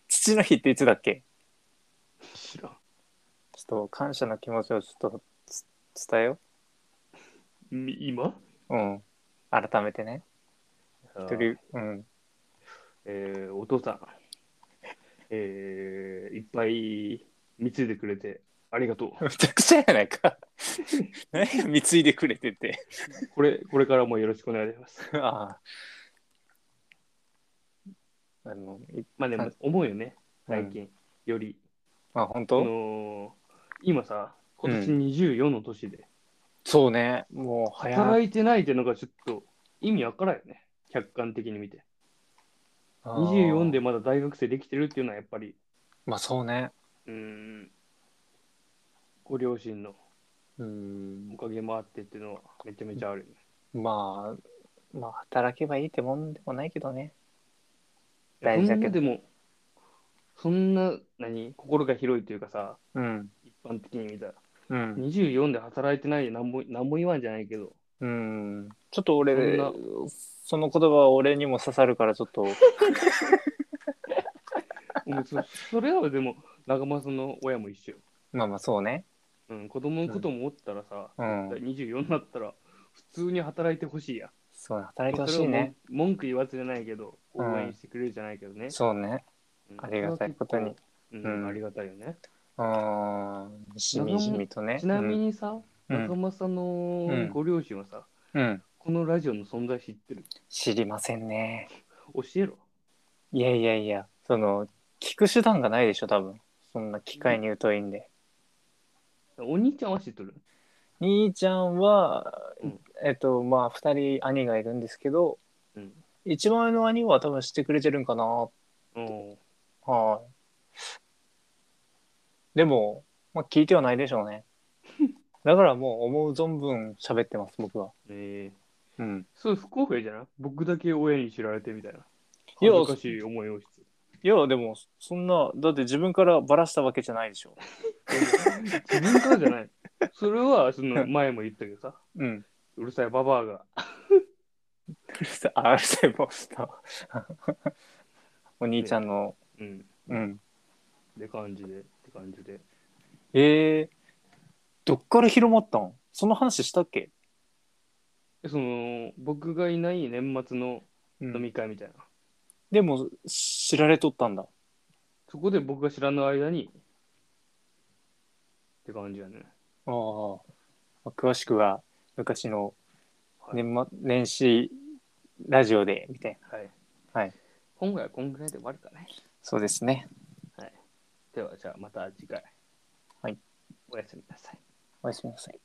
Speaker 2: 父の日っていつだっけ
Speaker 1: 知らん。
Speaker 2: ちょっと感謝の気持ちをちょっとつ伝えよ
Speaker 1: み今
Speaker 2: う。うん。改めてね。一
Speaker 1: あー
Speaker 2: 人、うん。
Speaker 1: えーお父さん、えーいっぱい貢いでくれてありがとう。
Speaker 2: むちゃくちゃやない か。何や貢いでくれてて。
Speaker 1: これ、これからもよろしくお願いします。
Speaker 2: ああ。あの、い
Speaker 1: まあで
Speaker 2: は
Speaker 1: も
Speaker 2: い、
Speaker 1: 思うよね、最近。より、
Speaker 2: まあ本
Speaker 1: あ
Speaker 2: 当、
Speaker 1: のー今さ、今年24の年で、
Speaker 2: そうね、もう早い。
Speaker 1: 働いてないっていうのがちょっと意味わからんよね。客観的に見て。
Speaker 2: あー
Speaker 1: 24でまだ大学生できてるっていうのはやっぱり、
Speaker 2: まあそうね
Speaker 1: うん、ご両親の
Speaker 2: うん
Speaker 1: おかげもあってっていうのはめちゃめちゃある。
Speaker 2: まあまあ働けばいいってもんでもないけどね
Speaker 1: そ
Speaker 2: 大
Speaker 1: ん
Speaker 2: 事だ
Speaker 1: な
Speaker 2: けど
Speaker 1: でも、そんな、何、心が広いというかさ、
Speaker 2: うん
Speaker 1: 一般的に見たら。
Speaker 2: うん
Speaker 1: 24で働いてないで何も何も言わんじゃないけど、
Speaker 2: うんちょっと俺
Speaker 1: そ
Speaker 2: その言葉は俺にも刺さるからちょっと
Speaker 1: うんそ それはでも、長政の親も一緒よ。
Speaker 2: まあまあそうね
Speaker 1: うん、子供のことも思ったらさ、
Speaker 2: うん
Speaker 1: 24になったら、普通に働いてほしいや。
Speaker 2: そう働いてほ
Speaker 1: そ
Speaker 2: し
Speaker 1: れ
Speaker 2: い
Speaker 1: はも
Speaker 2: ね
Speaker 1: ん文句言わずじゃないけど、応
Speaker 2: うん
Speaker 1: 援してくれるじゃないけどね。
Speaker 2: そうね
Speaker 1: うん
Speaker 2: ありがたいことに。
Speaker 1: うんうん
Speaker 2: うん
Speaker 1: ありがたいよね。
Speaker 2: うんしみじみとね
Speaker 1: ちなみにさ、
Speaker 2: うん
Speaker 1: 中間さん
Speaker 2: う
Speaker 1: の
Speaker 2: ん
Speaker 1: ご両親はさ、
Speaker 2: うんうん
Speaker 1: このラジオの存在知ってる
Speaker 2: 知りませんね
Speaker 1: 教えろ。
Speaker 2: いやいやいやその聞く手段がないでしょ多分そんな機会に疎いんで、
Speaker 1: お兄ちゃんは知っとる
Speaker 2: 兄ちゃんは、
Speaker 1: うん
Speaker 2: えっとまあ2人兄がいるんですけど
Speaker 1: うん。
Speaker 2: 一番上の兄は多分知ってくれてるんかな
Speaker 1: うん
Speaker 2: はいでも、まあ、聞いてはないでしょ うねだからもう思う存分喋ってます僕は
Speaker 1: えー
Speaker 2: うん
Speaker 1: そう、不公平じゃない僕だけ親に知られてみたいな。
Speaker 2: いや
Speaker 1: 恥ずかしい思いをして。
Speaker 2: いやでもそんなだって自分からバラしたわけじゃないでしょ
Speaker 1: 自分からじゃない。それは、その前も言ったけどさ、
Speaker 2: うん
Speaker 1: うるさいババアが、
Speaker 2: うるさいあうるさいも うお兄ちゃんの
Speaker 1: うん、
Speaker 2: うん
Speaker 1: って感じで、って感じで。
Speaker 2: えー、どっから広まったんその話したっけ、
Speaker 1: でその、僕がいない年末の飲み会みたいな。
Speaker 2: でも知られとったんだ
Speaker 1: そこで僕が知らぬ間に、って感じやね。
Speaker 2: あーまあ詳しくは昔の年,、末年始ラジオでみたいな
Speaker 1: はい。
Speaker 2: はい。
Speaker 1: 今回はこんぐらいで終わるかね。
Speaker 2: そうですね
Speaker 1: では、じゃあまた次回。
Speaker 2: はい。
Speaker 1: おやすみなさい。
Speaker 2: おやすみなさい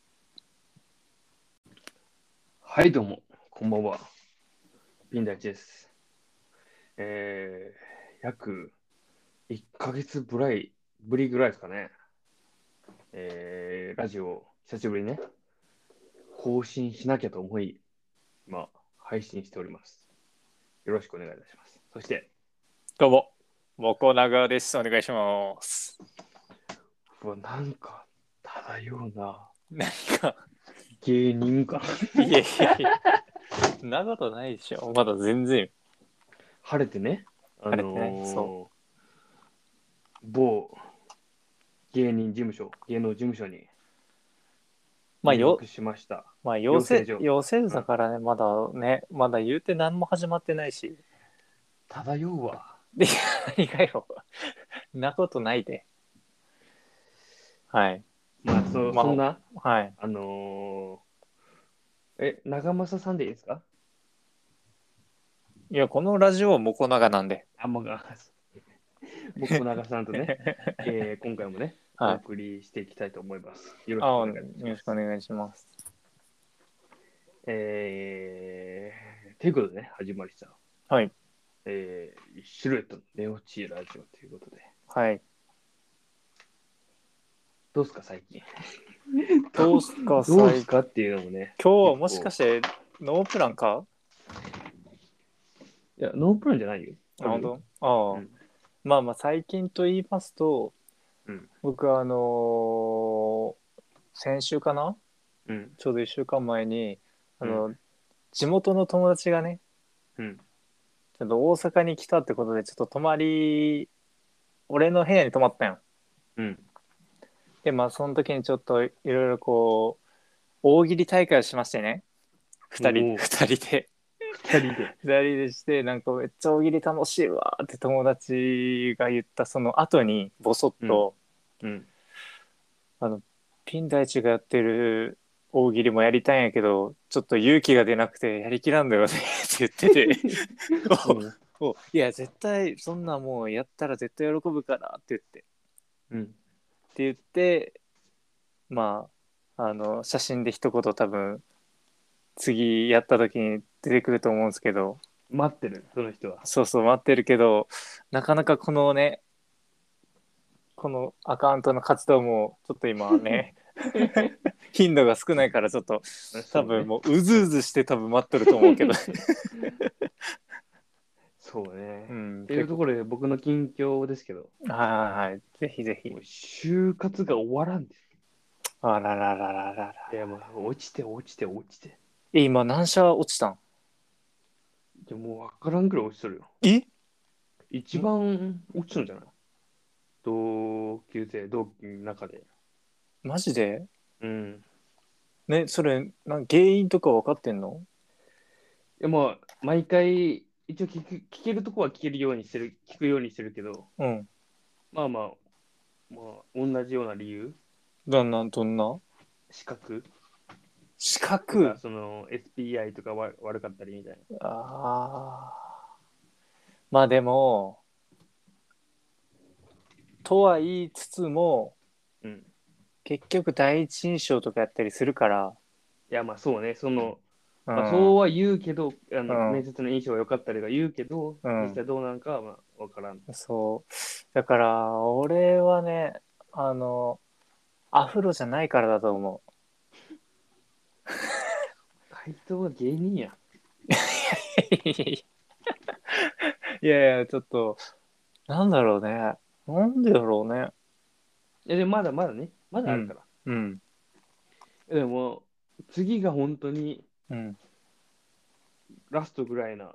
Speaker 1: はい、どうも、こんばんは。ピンダイチです。えー、約1ヶ月ぶらいぶりぐらいですかね。えー、ラジオ、久しぶりにね、更新しなきゃと思い、今、配信しております。よろしくお願いいたします。そして、
Speaker 2: どうもモコナガですお願いします
Speaker 1: うわ、なんか、漂うな、
Speaker 2: 何か
Speaker 1: 芸人か。
Speaker 2: いやい やいやそんなことないでしょまだ全然
Speaker 1: 晴れてね、あの
Speaker 2: 晴れてね
Speaker 1: そ
Speaker 2: そう
Speaker 1: 某芸人事務所、芸能事務所に
Speaker 2: まあ
Speaker 1: 入
Speaker 2: よ
Speaker 1: 学しました。
Speaker 2: まあ養
Speaker 1: 養成
Speaker 2: 成
Speaker 1: 所
Speaker 2: 養成所だからねまだねまだ言うて何も始まってないし
Speaker 1: 漂うわ。
Speaker 2: で、何がよ。んなことないで。はい。
Speaker 1: まあ、そ
Speaker 2: まあ
Speaker 1: そんな、
Speaker 2: はい。
Speaker 1: あのーえ、長政さんでいいですか
Speaker 2: いや、このラジオはモコナガなんで。
Speaker 1: あ、まあ、僕も長さんと ね、えー今回もね、お
Speaker 2: はい。
Speaker 1: 送りしていきたいと思います。よ
Speaker 2: あ
Speaker 1: ろ
Speaker 2: よ
Speaker 1: しくお願いし
Speaker 2: ろ
Speaker 1: ま
Speaker 2: し
Speaker 1: す
Speaker 2: くお。願いします。
Speaker 1: えー、ということでね、始まりした。
Speaker 2: はい。
Speaker 1: えー、シルエットの寝落ちラジオということで。
Speaker 2: はい。
Speaker 1: どうっすか、最近。
Speaker 2: どうすか、さい
Speaker 1: どう
Speaker 2: 今
Speaker 1: っすかっていうのもね。
Speaker 2: 日はもしかして、ノープランか
Speaker 1: いや、ノープランじゃないよ。
Speaker 2: なるほど。ああ、
Speaker 1: うん
Speaker 2: まあまあ、最近と言いますと、
Speaker 1: うん
Speaker 2: 僕はあのー先週かな
Speaker 1: うん。
Speaker 2: ちょうど1週間前に、あの、地元の友達がね、
Speaker 1: うん。
Speaker 2: ちょっと大阪に来たってことで、ちょっと泊まり、俺の部屋に泊まったよ。
Speaker 1: うん。
Speaker 2: で、まあ、その時にちょっといろいろこう、大喜利大会をしましてね、二
Speaker 1: お
Speaker 2: 人、
Speaker 1: ー
Speaker 2: 二人で、
Speaker 1: 二人で。
Speaker 2: 二人でして、なんかめっちゃ大喜利楽しいわーって友達が言ったその後に、ボソッと、
Speaker 1: うん。
Speaker 2: ピン大地がやってる大喜利もやりたいんやけど、ちょっと勇気が出なくてやりきらんだよねって言ってて、 おおいや、絶対そんなもうやったら絶対喜ぶからって言って。
Speaker 1: うん。
Speaker 2: って言ってまああの写真で一言多分次やった時に出てくると思うんですけど
Speaker 1: 待ってる、その人は。
Speaker 2: そうそう、待ってるけど、なかなかこのね、このアカウントの活動も、ちょっと今はね、頻度が少ないから、ちょっと、多分もう、うずうずして多分待ってると思うけど。
Speaker 1: そうね
Speaker 2: う。ん
Speaker 1: っていうところで僕の近況ですけど、
Speaker 2: はいはいはい。ぜひぜひ
Speaker 1: もう。就活が終わらんで
Speaker 2: あらららららら。
Speaker 1: す。いやもう落ちて落ちて落ちて。
Speaker 2: え、今何社落ちたん
Speaker 1: いやもうわからんくらい落ちとるよ。
Speaker 2: え
Speaker 1: 一番落ちとるんじゃない同級生、同期の中で。
Speaker 2: マジで
Speaker 1: うん。
Speaker 2: ね、それ、なん原因とか分かってんの
Speaker 1: いやもう毎回一応聞く聞けるとこは聞けるようにしてる、聞くようにしてるけど、
Speaker 2: うん。
Speaker 1: まあまあ、まあ、同じような理由、
Speaker 2: どんな、どんな
Speaker 1: 資格
Speaker 2: 資格
Speaker 1: その SPI とかわ悪かったりみたいな。
Speaker 2: ああ。まあでも、とは言いつつも、
Speaker 1: うん。
Speaker 2: 結局第一印象とかやったりするから、
Speaker 1: いやまあそうね、その、
Speaker 2: うん
Speaker 1: まあ、そうは言うけど、あの
Speaker 2: うん
Speaker 1: 面接の印象は良かったりとか言うけど、
Speaker 2: うん
Speaker 1: 実際どうなんかはまあ分からん。
Speaker 2: そう。だから、俺はね、あの、アフロじゃないからだと思う。
Speaker 1: 回答は芸人や。
Speaker 2: いやいや、ちょっと、なんだろうね。なんでだろうね。
Speaker 1: いやでもまだまだね、まだあるから。
Speaker 2: うん。
Speaker 1: でも、次が本当に
Speaker 2: うん。
Speaker 1: ラストぐらいな。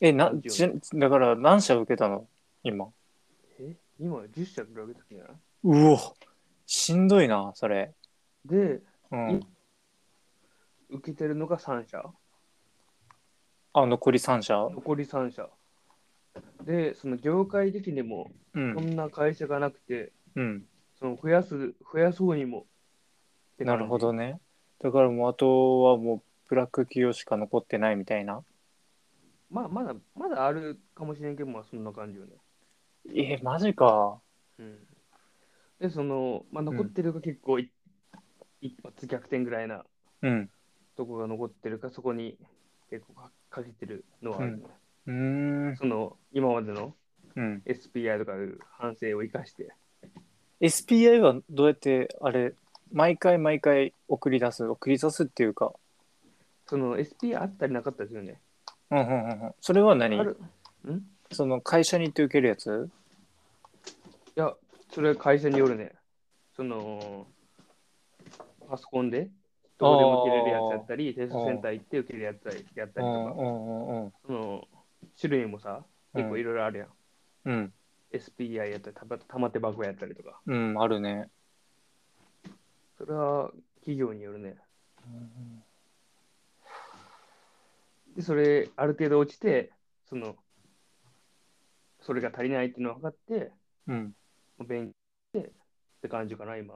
Speaker 2: え、な、ち、だから何社受けたの今。
Speaker 1: え今10社ぐらい受けたんじゃな
Speaker 2: うおしんどいな、それ。
Speaker 1: いで、
Speaker 2: うん。
Speaker 1: 受けてるのが3社。
Speaker 2: あ、残り3社。
Speaker 1: 残り3社。で、その業界的にも、
Speaker 2: う
Speaker 1: そ
Speaker 2: ん。
Speaker 1: んな会社がなくて、
Speaker 2: うん。
Speaker 1: その増やす、増やそうにも。
Speaker 2: なるほ。どね。だからもう、あとはもう、ブラック企業しか残ってないみたいな。
Speaker 1: まあ、まだ、まだあるかもしれんけど、まあ、そんな感じよね。
Speaker 2: え、マジか。
Speaker 1: うん。で、その、まあ、残ってるが結構い、一発逆転ぐらいな
Speaker 2: うん。
Speaker 1: とこが残ってるか、そこに結構かかけてるのはあるね、
Speaker 2: うーん。
Speaker 1: その、今までの
Speaker 2: うん。
Speaker 1: SPI とかいう反省を生かして、
Speaker 2: SPI はどうやって、あれ、毎回毎回送り出す、送り出すっていうか、
Speaker 1: その SPI あったりなかったですよね。
Speaker 2: うんうんうんうん。それは
Speaker 1: あ
Speaker 2: 何
Speaker 1: るんい
Speaker 2: その会社に行って受けるやつ
Speaker 1: や、それは会社によるね。その、パソコンで、どこでも受けれるやつやったり、テストセンター行って受けるやつやった
Speaker 2: う
Speaker 1: りと
Speaker 2: ん
Speaker 1: か
Speaker 2: う、んうんうん。
Speaker 1: その、種類もさ、結構いろいろあるやん。
Speaker 2: うん。
Speaker 1: SPI やったり、たま玉手箱やったりとか。
Speaker 2: うん、あるね。
Speaker 1: それは企業によるね。で、それ、ある程度落ちて、その、それが足りないっていうのを分かって、
Speaker 2: うん。
Speaker 1: 勉強してって感じかな、今。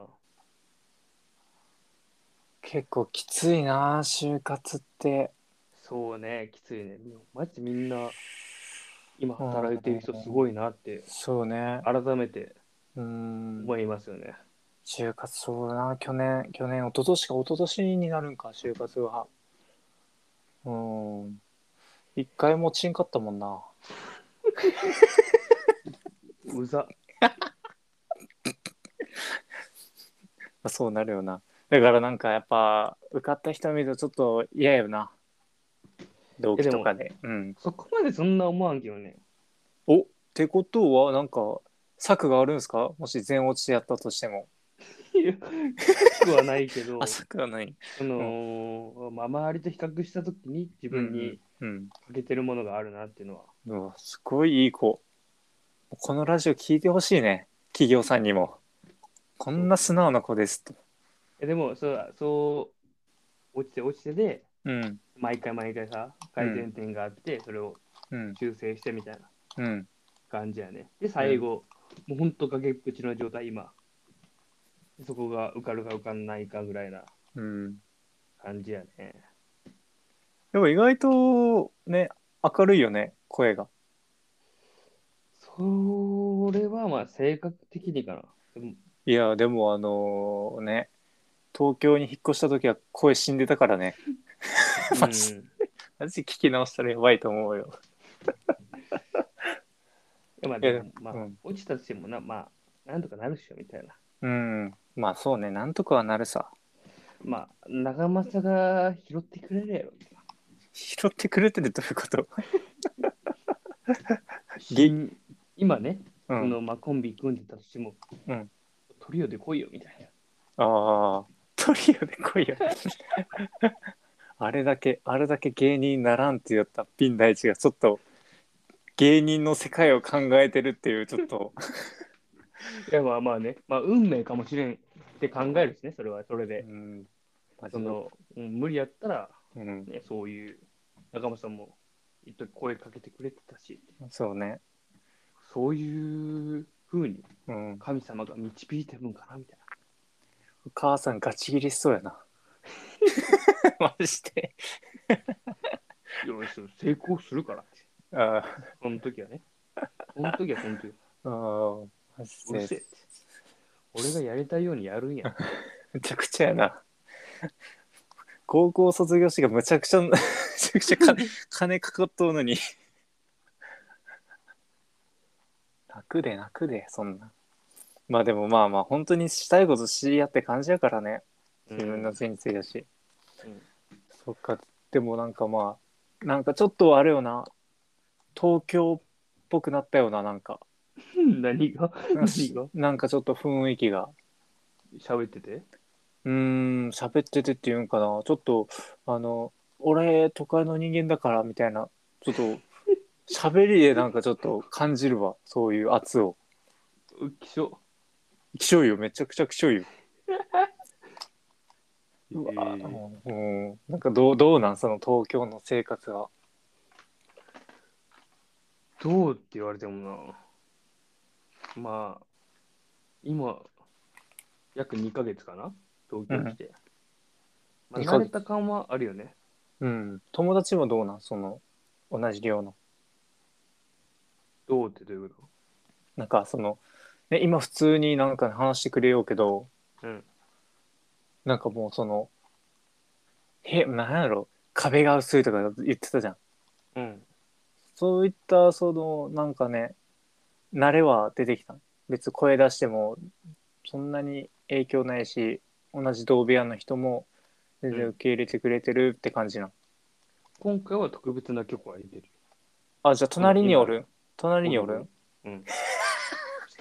Speaker 2: 結構きついな、就活って。
Speaker 1: そうね、きついね。マジでみんな、今働いてる人すごいなって、
Speaker 2: そうね。
Speaker 1: 改めて
Speaker 2: うん。
Speaker 1: 思いますよね。
Speaker 2: 就活そうだな、去年、去年、一昨年か一昨年になるんか、就活は。うん。一回もちんかったもんな。
Speaker 1: うざ。
Speaker 2: まあ、そうなるよな。だからなんかやっぱ受かった人見るとちょっと嫌よな。動機とかで。うん。
Speaker 1: そこまでそんな思わんけどね。
Speaker 2: おってことはなんか策があるんですかもし全落ちやったとしても。
Speaker 1: いやなくはないけど
Speaker 2: あ、、策はない。
Speaker 1: その、まあ、周りと比較したときに自分に
Speaker 2: うん。
Speaker 1: 欠けてるものがあるなっていうのは。
Speaker 2: うわ、すごいいい子。このラジオ聞いてほしいね。企業さんにも。こんな素直な子ですと。
Speaker 1: えでもそう、そう、落ちて落ちてで、
Speaker 2: うん。
Speaker 1: 毎回毎回さ、改善点があって、それを
Speaker 2: うん。
Speaker 1: 修正してみたいな
Speaker 2: うん。
Speaker 1: 感じやね。で、最後、もうほんと崖っぷちの状態、今。そこが受かるか受かんないかぐらいな
Speaker 2: うん。
Speaker 1: 感じやね。
Speaker 2: でも意外とね、明るいよね、声が。
Speaker 1: それはまあ性格的にかな。で も
Speaker 2: いやでもあのね東京に引っ越した時は声死んでたからねマジ
Speaker 1: うん
Speaker 2: マジ聞き直したらやばいと思うよ
Speaker 1: まあ、
Speaker 2: いやでも
Speaker 1: まあ
Speaker 2: うん
Speaker 1: 落ちたとしてもな、まあ、なんとかなるっしょ、みたいな。
Speaker 2: うん。まあそうね、なんとかはなるさ。
Speaker 1: まあ、長政が拾ってくれるやろ。
Speaker 2: 拾ってくれてるってどういうこと
Speaker 1: 現今ね、
Speaker 2: う
Speaker 1: そ
Speaker 2: ん。
Speaker 1: のまあ、コンビ組んでたとしても、
Speaker 2: うん
Speaker 1: トリオで来いよ、みたいな。
Speaker 2: ああ、トリオで来いよ。 あれだけ、あれだけ芸人にならんって言ったピン大地がちょっと芸人の世界を考えてるっていう、ちょっと。
Speaker 1: いや、まあまあね、まあ、運命かもしれんって考えるしね、それは、それ
Speaker 2: う
Speaker 1: で。
Speaker 2: ん。まあ
Speaker 1: そのうん無理やったら、
Speaker 2: うん。
Speaker 1: ね、そういう、中間さんも、一時声かけてくれてたし、
Speaker 2: そうね。
Speaker 1: そういう風に
Speaker 2: うん。
Speaker 1: 神様が導いてるんかな、みたいな。
Speaker 2: お母さんガチギレしそうやな。 マジで。
Speaker 1: よし、成功するからって。
Speaker 2: あ
Speaker 1: その時はね。その時は本当 に。
Speaker 2: あ、ああマ
Speaker 1: うる
Speaker 2: ジ
Speaker 1: せえっ
Speaker 2: で
Speaker 1: て。俺がやりたいようにやるんや。
Speaker 2: むちゃくちゃやな。高校卒業式がむちゃくちゃ、む ちゃくちゃ 金金かかっとうのに。楽で楽で、そんな。まあでもまあまあ、本当にしたいことしやって感じやからね。 自分のせいについだし。
Speaker 1: うん
Speaker 2: そっか、でもなんかまあ、なんかちょっとあれよな。東京っぽくなったよな、なんか。
Speaker 1: うん何が 何が
Speaker 2: なんかちょっと雰囲気が。
Speaker 1: 喋ってて
Speaker 2: うーん、喋っててっていうんかな、ちょっと、あの、俺、都会の人間だから、みたいな、ちょっと、喋りでなんかちょっと感じるわ、そういう圧を。
Speaker 1: うっきしょ。
Speaker 2: 気象よ、めちゃくちゃ気象よ。
Speaker 1: え
Speaker 2: うわ
Speaker 1: ー
Speaker 2: うん、なんかどう、どうなん、その東京の生活は。
Speaker 1: どうって言われてもな。まあ、今、約2ヶ月かな東京に来て。まあ
Speaker 2: 二ヶ
Speaker 1: 慣
Speaker 2: 月
Speaker 1: れた感はあるよね。
Speaker 2: うん、友達もどうなん、その、同じ量の。
Speaker 1: どうってどういうこ
Speaker 2: なんか、その、ね、今普通になんか話してくれようけど、
Speaker 1: とうん。
Speaker 2: なんかもうその、へ、なんやろ、壁が薄いとか言ってたじゃん。
Speaker 1: うん。
Speaker 2: そういったそのなんかね慣れは出てきた別に声出してもそんなに影響ないし同じ同部屋の人も全然受け入れてくれてるって感じな、ん、
Speaker 1: 今回は特別な曲は入れる。
Speaker 2: あじゃあ隣におる隣におる
Speaker 1: うん。ち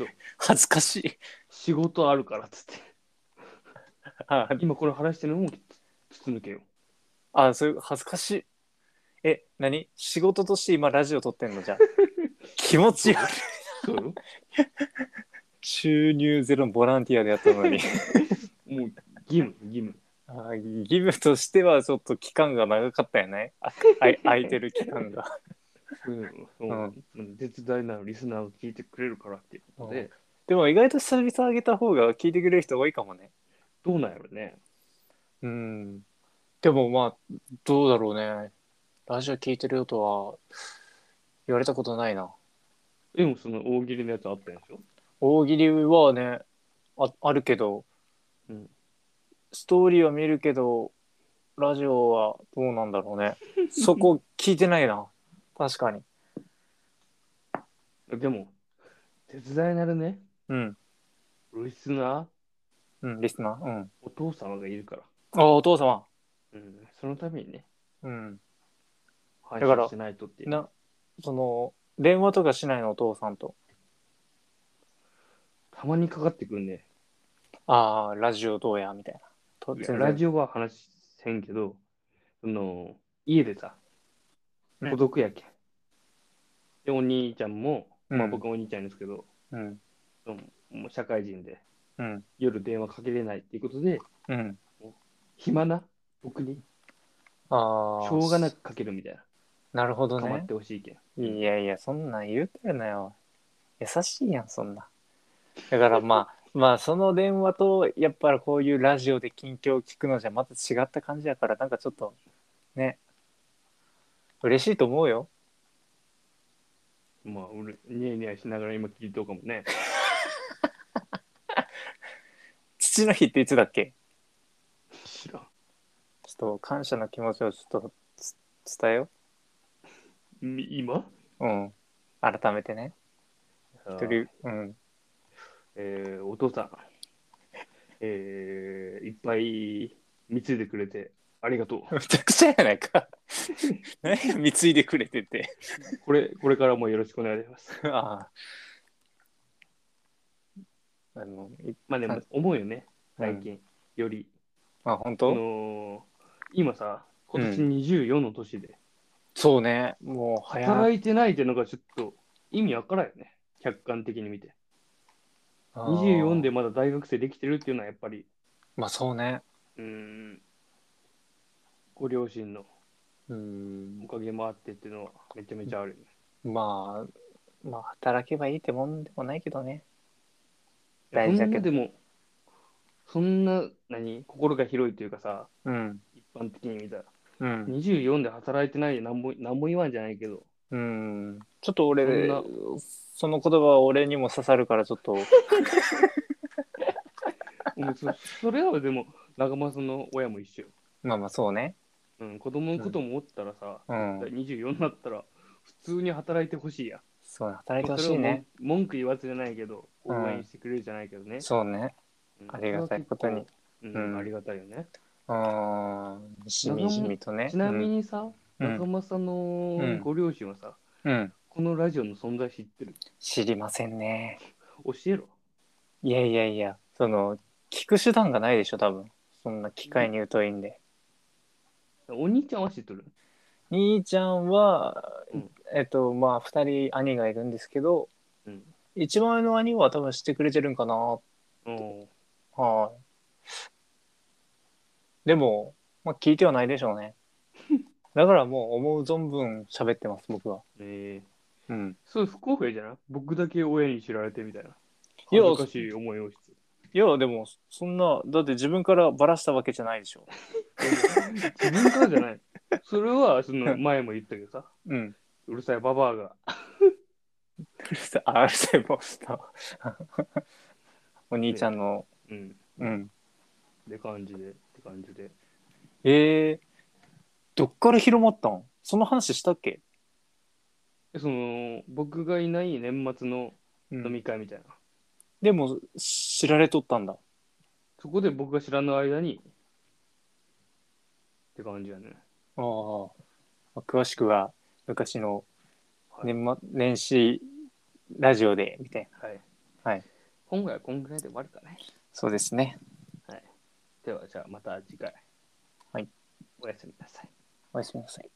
Speaker 1: ょっと、
Speaker 2: 恥ずかしい
Speaker 1: 仕事あるからっつって。
Speaker 2: あ
Speaker 1: 今これ話してるのも筒抜けよ。
Speaker 2: あそういう恥ずかしいえ何仕事として今ラジオ撮ってんの じゃあ気持ち悪い
Speaker 1: そうよ。
Speaker 2: 収入ゼロボランティアでやった の
Speaker 1: もう
Speaker 2: に
Speaker 1: 義務、義務。
Speaker 2: あ義務としてはちょっと期間が長かったよねああい空いてる期間が
Speaker 1: うん、そう。絶大なリスナーを聞いてくれるからっていうことで、
Speaker 2: でも意外と久々上げた方が聞いてくれる人多いかもね。
Speaker 1: どうなんやろね。
Speaker 2: うん。でもまあ、どうだろうね。ラジオ聞いてるよとは言われたことないな。
Speaker 1: でもその大喜利のやつあったんでしょ
Speaker 2: 大喜利はね、ああるけど、
Speaker 1: うん
Speaker 2: ストーリーは見るけど、ラジオはどうなんだろう ね。そこ聞いてないな。確かに。
Speaker 1: でも、絶大なるね、
Speaker 2: うん。
Speaker 1: リスナー、
Speaker 2: うん、リスナー。うん。
Speaker 1: お父様がいるから。
Speaker 2: ああ、お父様。
Speaker 1: うん、そのためにね、
Speaker 2: うん。
Speaker 1: 配
Speaker 2: ら
Speaker 1: 信しないとっていう。
Speaker 2: な、その、電話とかしないのお父さんと。
Speaker 1: たまにかかってくんね。
Speaker 2: ああ、ラジオどうやみたいな。と
Speaker 1: いや
Speaker 2: 全然
Speaker 1: ラジオは話せんけど、その、家でさ、
Speaker 2: うん
Speaker 1: 孤独やけん。で、お兄ちゃんも、ま
Speaker 2: う
Speaker 1: あ
Speaker 2: ん
Speaker 1: 僕はお兄ちゃんですけど、
Speaker 2: うん。
Speaker 1: そのもう社会人で
Speaker 2: うん。
Speaker 1: 夜電話かけれないっていうことで、
Speaker 2: うん。
Speaker 1: 暇な僕に
Speaker 2: ああ。
Speaker 1: しょうがなくかけるみたいな。
Speaker 2: なるほど
Speaker 1: かまっ
Speaker 2: ね。
Speaker 1: てほしいけん。
Speaker 2: いやいや、そんなん言うてるなよ。優しいやん、そんな。だからま あ、まあ、その電話と、やっぱりこういうラジオで近況を聞くのじゃまた違った感じやから、なんかちょっと、ね。嬉しいと思うよ。
Speaker 1: まあ、俺、ニヤニヤしながら今聞いとうかもね。
Speaker 2: 父の日っていつだっけ
Speaker 1: 知らん。
Speaker 2: ちょっと感謝の気持ちをちょっとつ伝えよ
Speaker 1: み今
Speaker 2: うん。改めてね。
Speaker 1: あ
Speaker 2: 一
Speaker 1: ー
Speaker 2: 人、うん。
Speaker 1: えーお父さん、えーいっぱい貢いでくれてありがとう。
Speaker 2: むちゃくちゃやない か。何や貢いでくれてて。
Speaker 1: これ、これからもよろしくお願いします。
Speaker 2: ああ。あの、い
Speaker 1: まあでも
Speaker 2: はい、
Speaker 1: 思うよね、最近。より、
Speaker 2: あ、本
Speaker 1: あ
Speaker 2: 当、
Speaker 1: のー今さ、今年24の年で、
Speaker 2: そうね。もう早い。
Speaker 1: 働いてないってのがちょっと意味わからんよね。客観的に見て。
Speaker 2: あー
Speaker 1: 24で。まだ大学生できてるっていうのはやっぱり、
Speaker 2: まあそうね。
Speaker 1: うーん、ご両親の
Speaker 2: うん
Speaker 1: お。かげもあってっていうのはめちゃめちゃあるよね。
Speaker 2: まあ、まあ働けばいいってもんでもないけどね。
Speaker 1: いや
Speaker 2: 大事だけ
Speaker 1: そ
Speaker 2: ど
Speaker 1: んなでも、そんな、何、心が広いというかさ、
Speaker 2: うん。
Speaker 1: 一般的に見たら、
Speaker 2: うん。
Speaker 1: 24で働いてないで何も何も言わんじゃないけど、
Speaker 2: うん。ちょっと俺
Speaker 1: そ
Speaker 2: そ、の言葉は俺にも刺さるから、ちょ っと。
Speaker 1: もうそ それはでも、長政の親も一緒よ。
Speaker 2: まあまあそうね。
Speaker 1: うん、子供のことも思ったらさ、
Speaker 2: うん。
Speaker 1: 24になったら、普通に働いてほしいやん。
Speaker 2: そうね、働いてほ
Speaker 1: そ
Speaker 2: しい
Speaker 1: れはも
Speaker 2: ね。
Speaker 1: う文句言わずじゃないけど、
Speaker 2: う
Speaker 1: 応
Speaker 2: ん
Speaker 1: 援してくれるじゃないけどね。
Speaker 2: そうね。
Speaker 1: うん
Speaker 2: ありがたいこと
Speaker 1: それは
Speaker 2: に。
Speaker 1: 結構う
Speaker 2: う
Speaker 1: んん、ありがたいよね。
Speaker 2: うーん。しみじみとね。
Speaker 1: ちなみにさ、
Speaker 2: うん
Speaker 1: 長政
Speaker 2: う
Speaker 1: の
Speaker 2: ん
Speaker 1: ご両親はさ、
Speaker 2: うん、うん。
Speaker 1: このラジオの存在知ってる
Speaker 2: 知りませんね。
Speaker 1: 教えろ。
Speaker 2: いやいやいや、その、聞く手段がないでしょ、多分。そんな機会に疎いんで。
Speaker 1: お兄ちゃんは知っとる
Speaker 2: 兄ちゃんは、
Speaker 1: うん
Speaker 2: えっと、まあ、二人兄がいるんですけど、
Speaker 1: うん。
Speaker 2: 一番上の兄は多分知ってくれてるんかな。
Speaker 1: お
Speaker 2: はい。でも、まあ、聞いてはないでしょうね。だからもう思う存分喋ってます、僕は。
Speaker 1: えー、
Speaker 2: うん。
Speaker 1: そう、不公平じゃない僕だけ親に知られてみたいな。
Speaker 2: いや
Speaker 1: 恥ずかしい思いをして。
Speaker 2: いや、でも、そんな、だって自分からバラしたわけじゃないでしょ。
Speaker 1: 自分からじゃない。それは、その前も言ったけどさ、
Speaker 2: うん。
Speaker 1: うるさいババアが、
Speaker 2: うるさい、あうるさい、もう、お兄ちゃんの、
Speaker 1: うん、
Speaker 2: う
Speaker 1: っ
Speaker 2: ん。
Speaker 1: て感じで、って感じで。
Speaker 2: えー、どっから広まったんその話したっけ、
Speaker 1: でその、僕がいない年末の飲み会みたいな。
Speaker 2: でも、知られとったんだ。
Speaker 1: そこで僕が知らぬ間に、って感じやね。
Speaker 2: ああ。詳しくは、昔の
Speaker 1: はい
Speaker 2: 年,、末年始ラジオで、みたいな。
Speaker 1: はい。
Speaker 2: はい。
Speaker 1: 今回はこんぐらいで終わるかね。
Speaker 2: そうですね。
Speaker 1: では、じゃあまた次回。
Speaker 2: はい。
Speaker 1: おやすみなさい。
Speaker 2: おやすみなさい。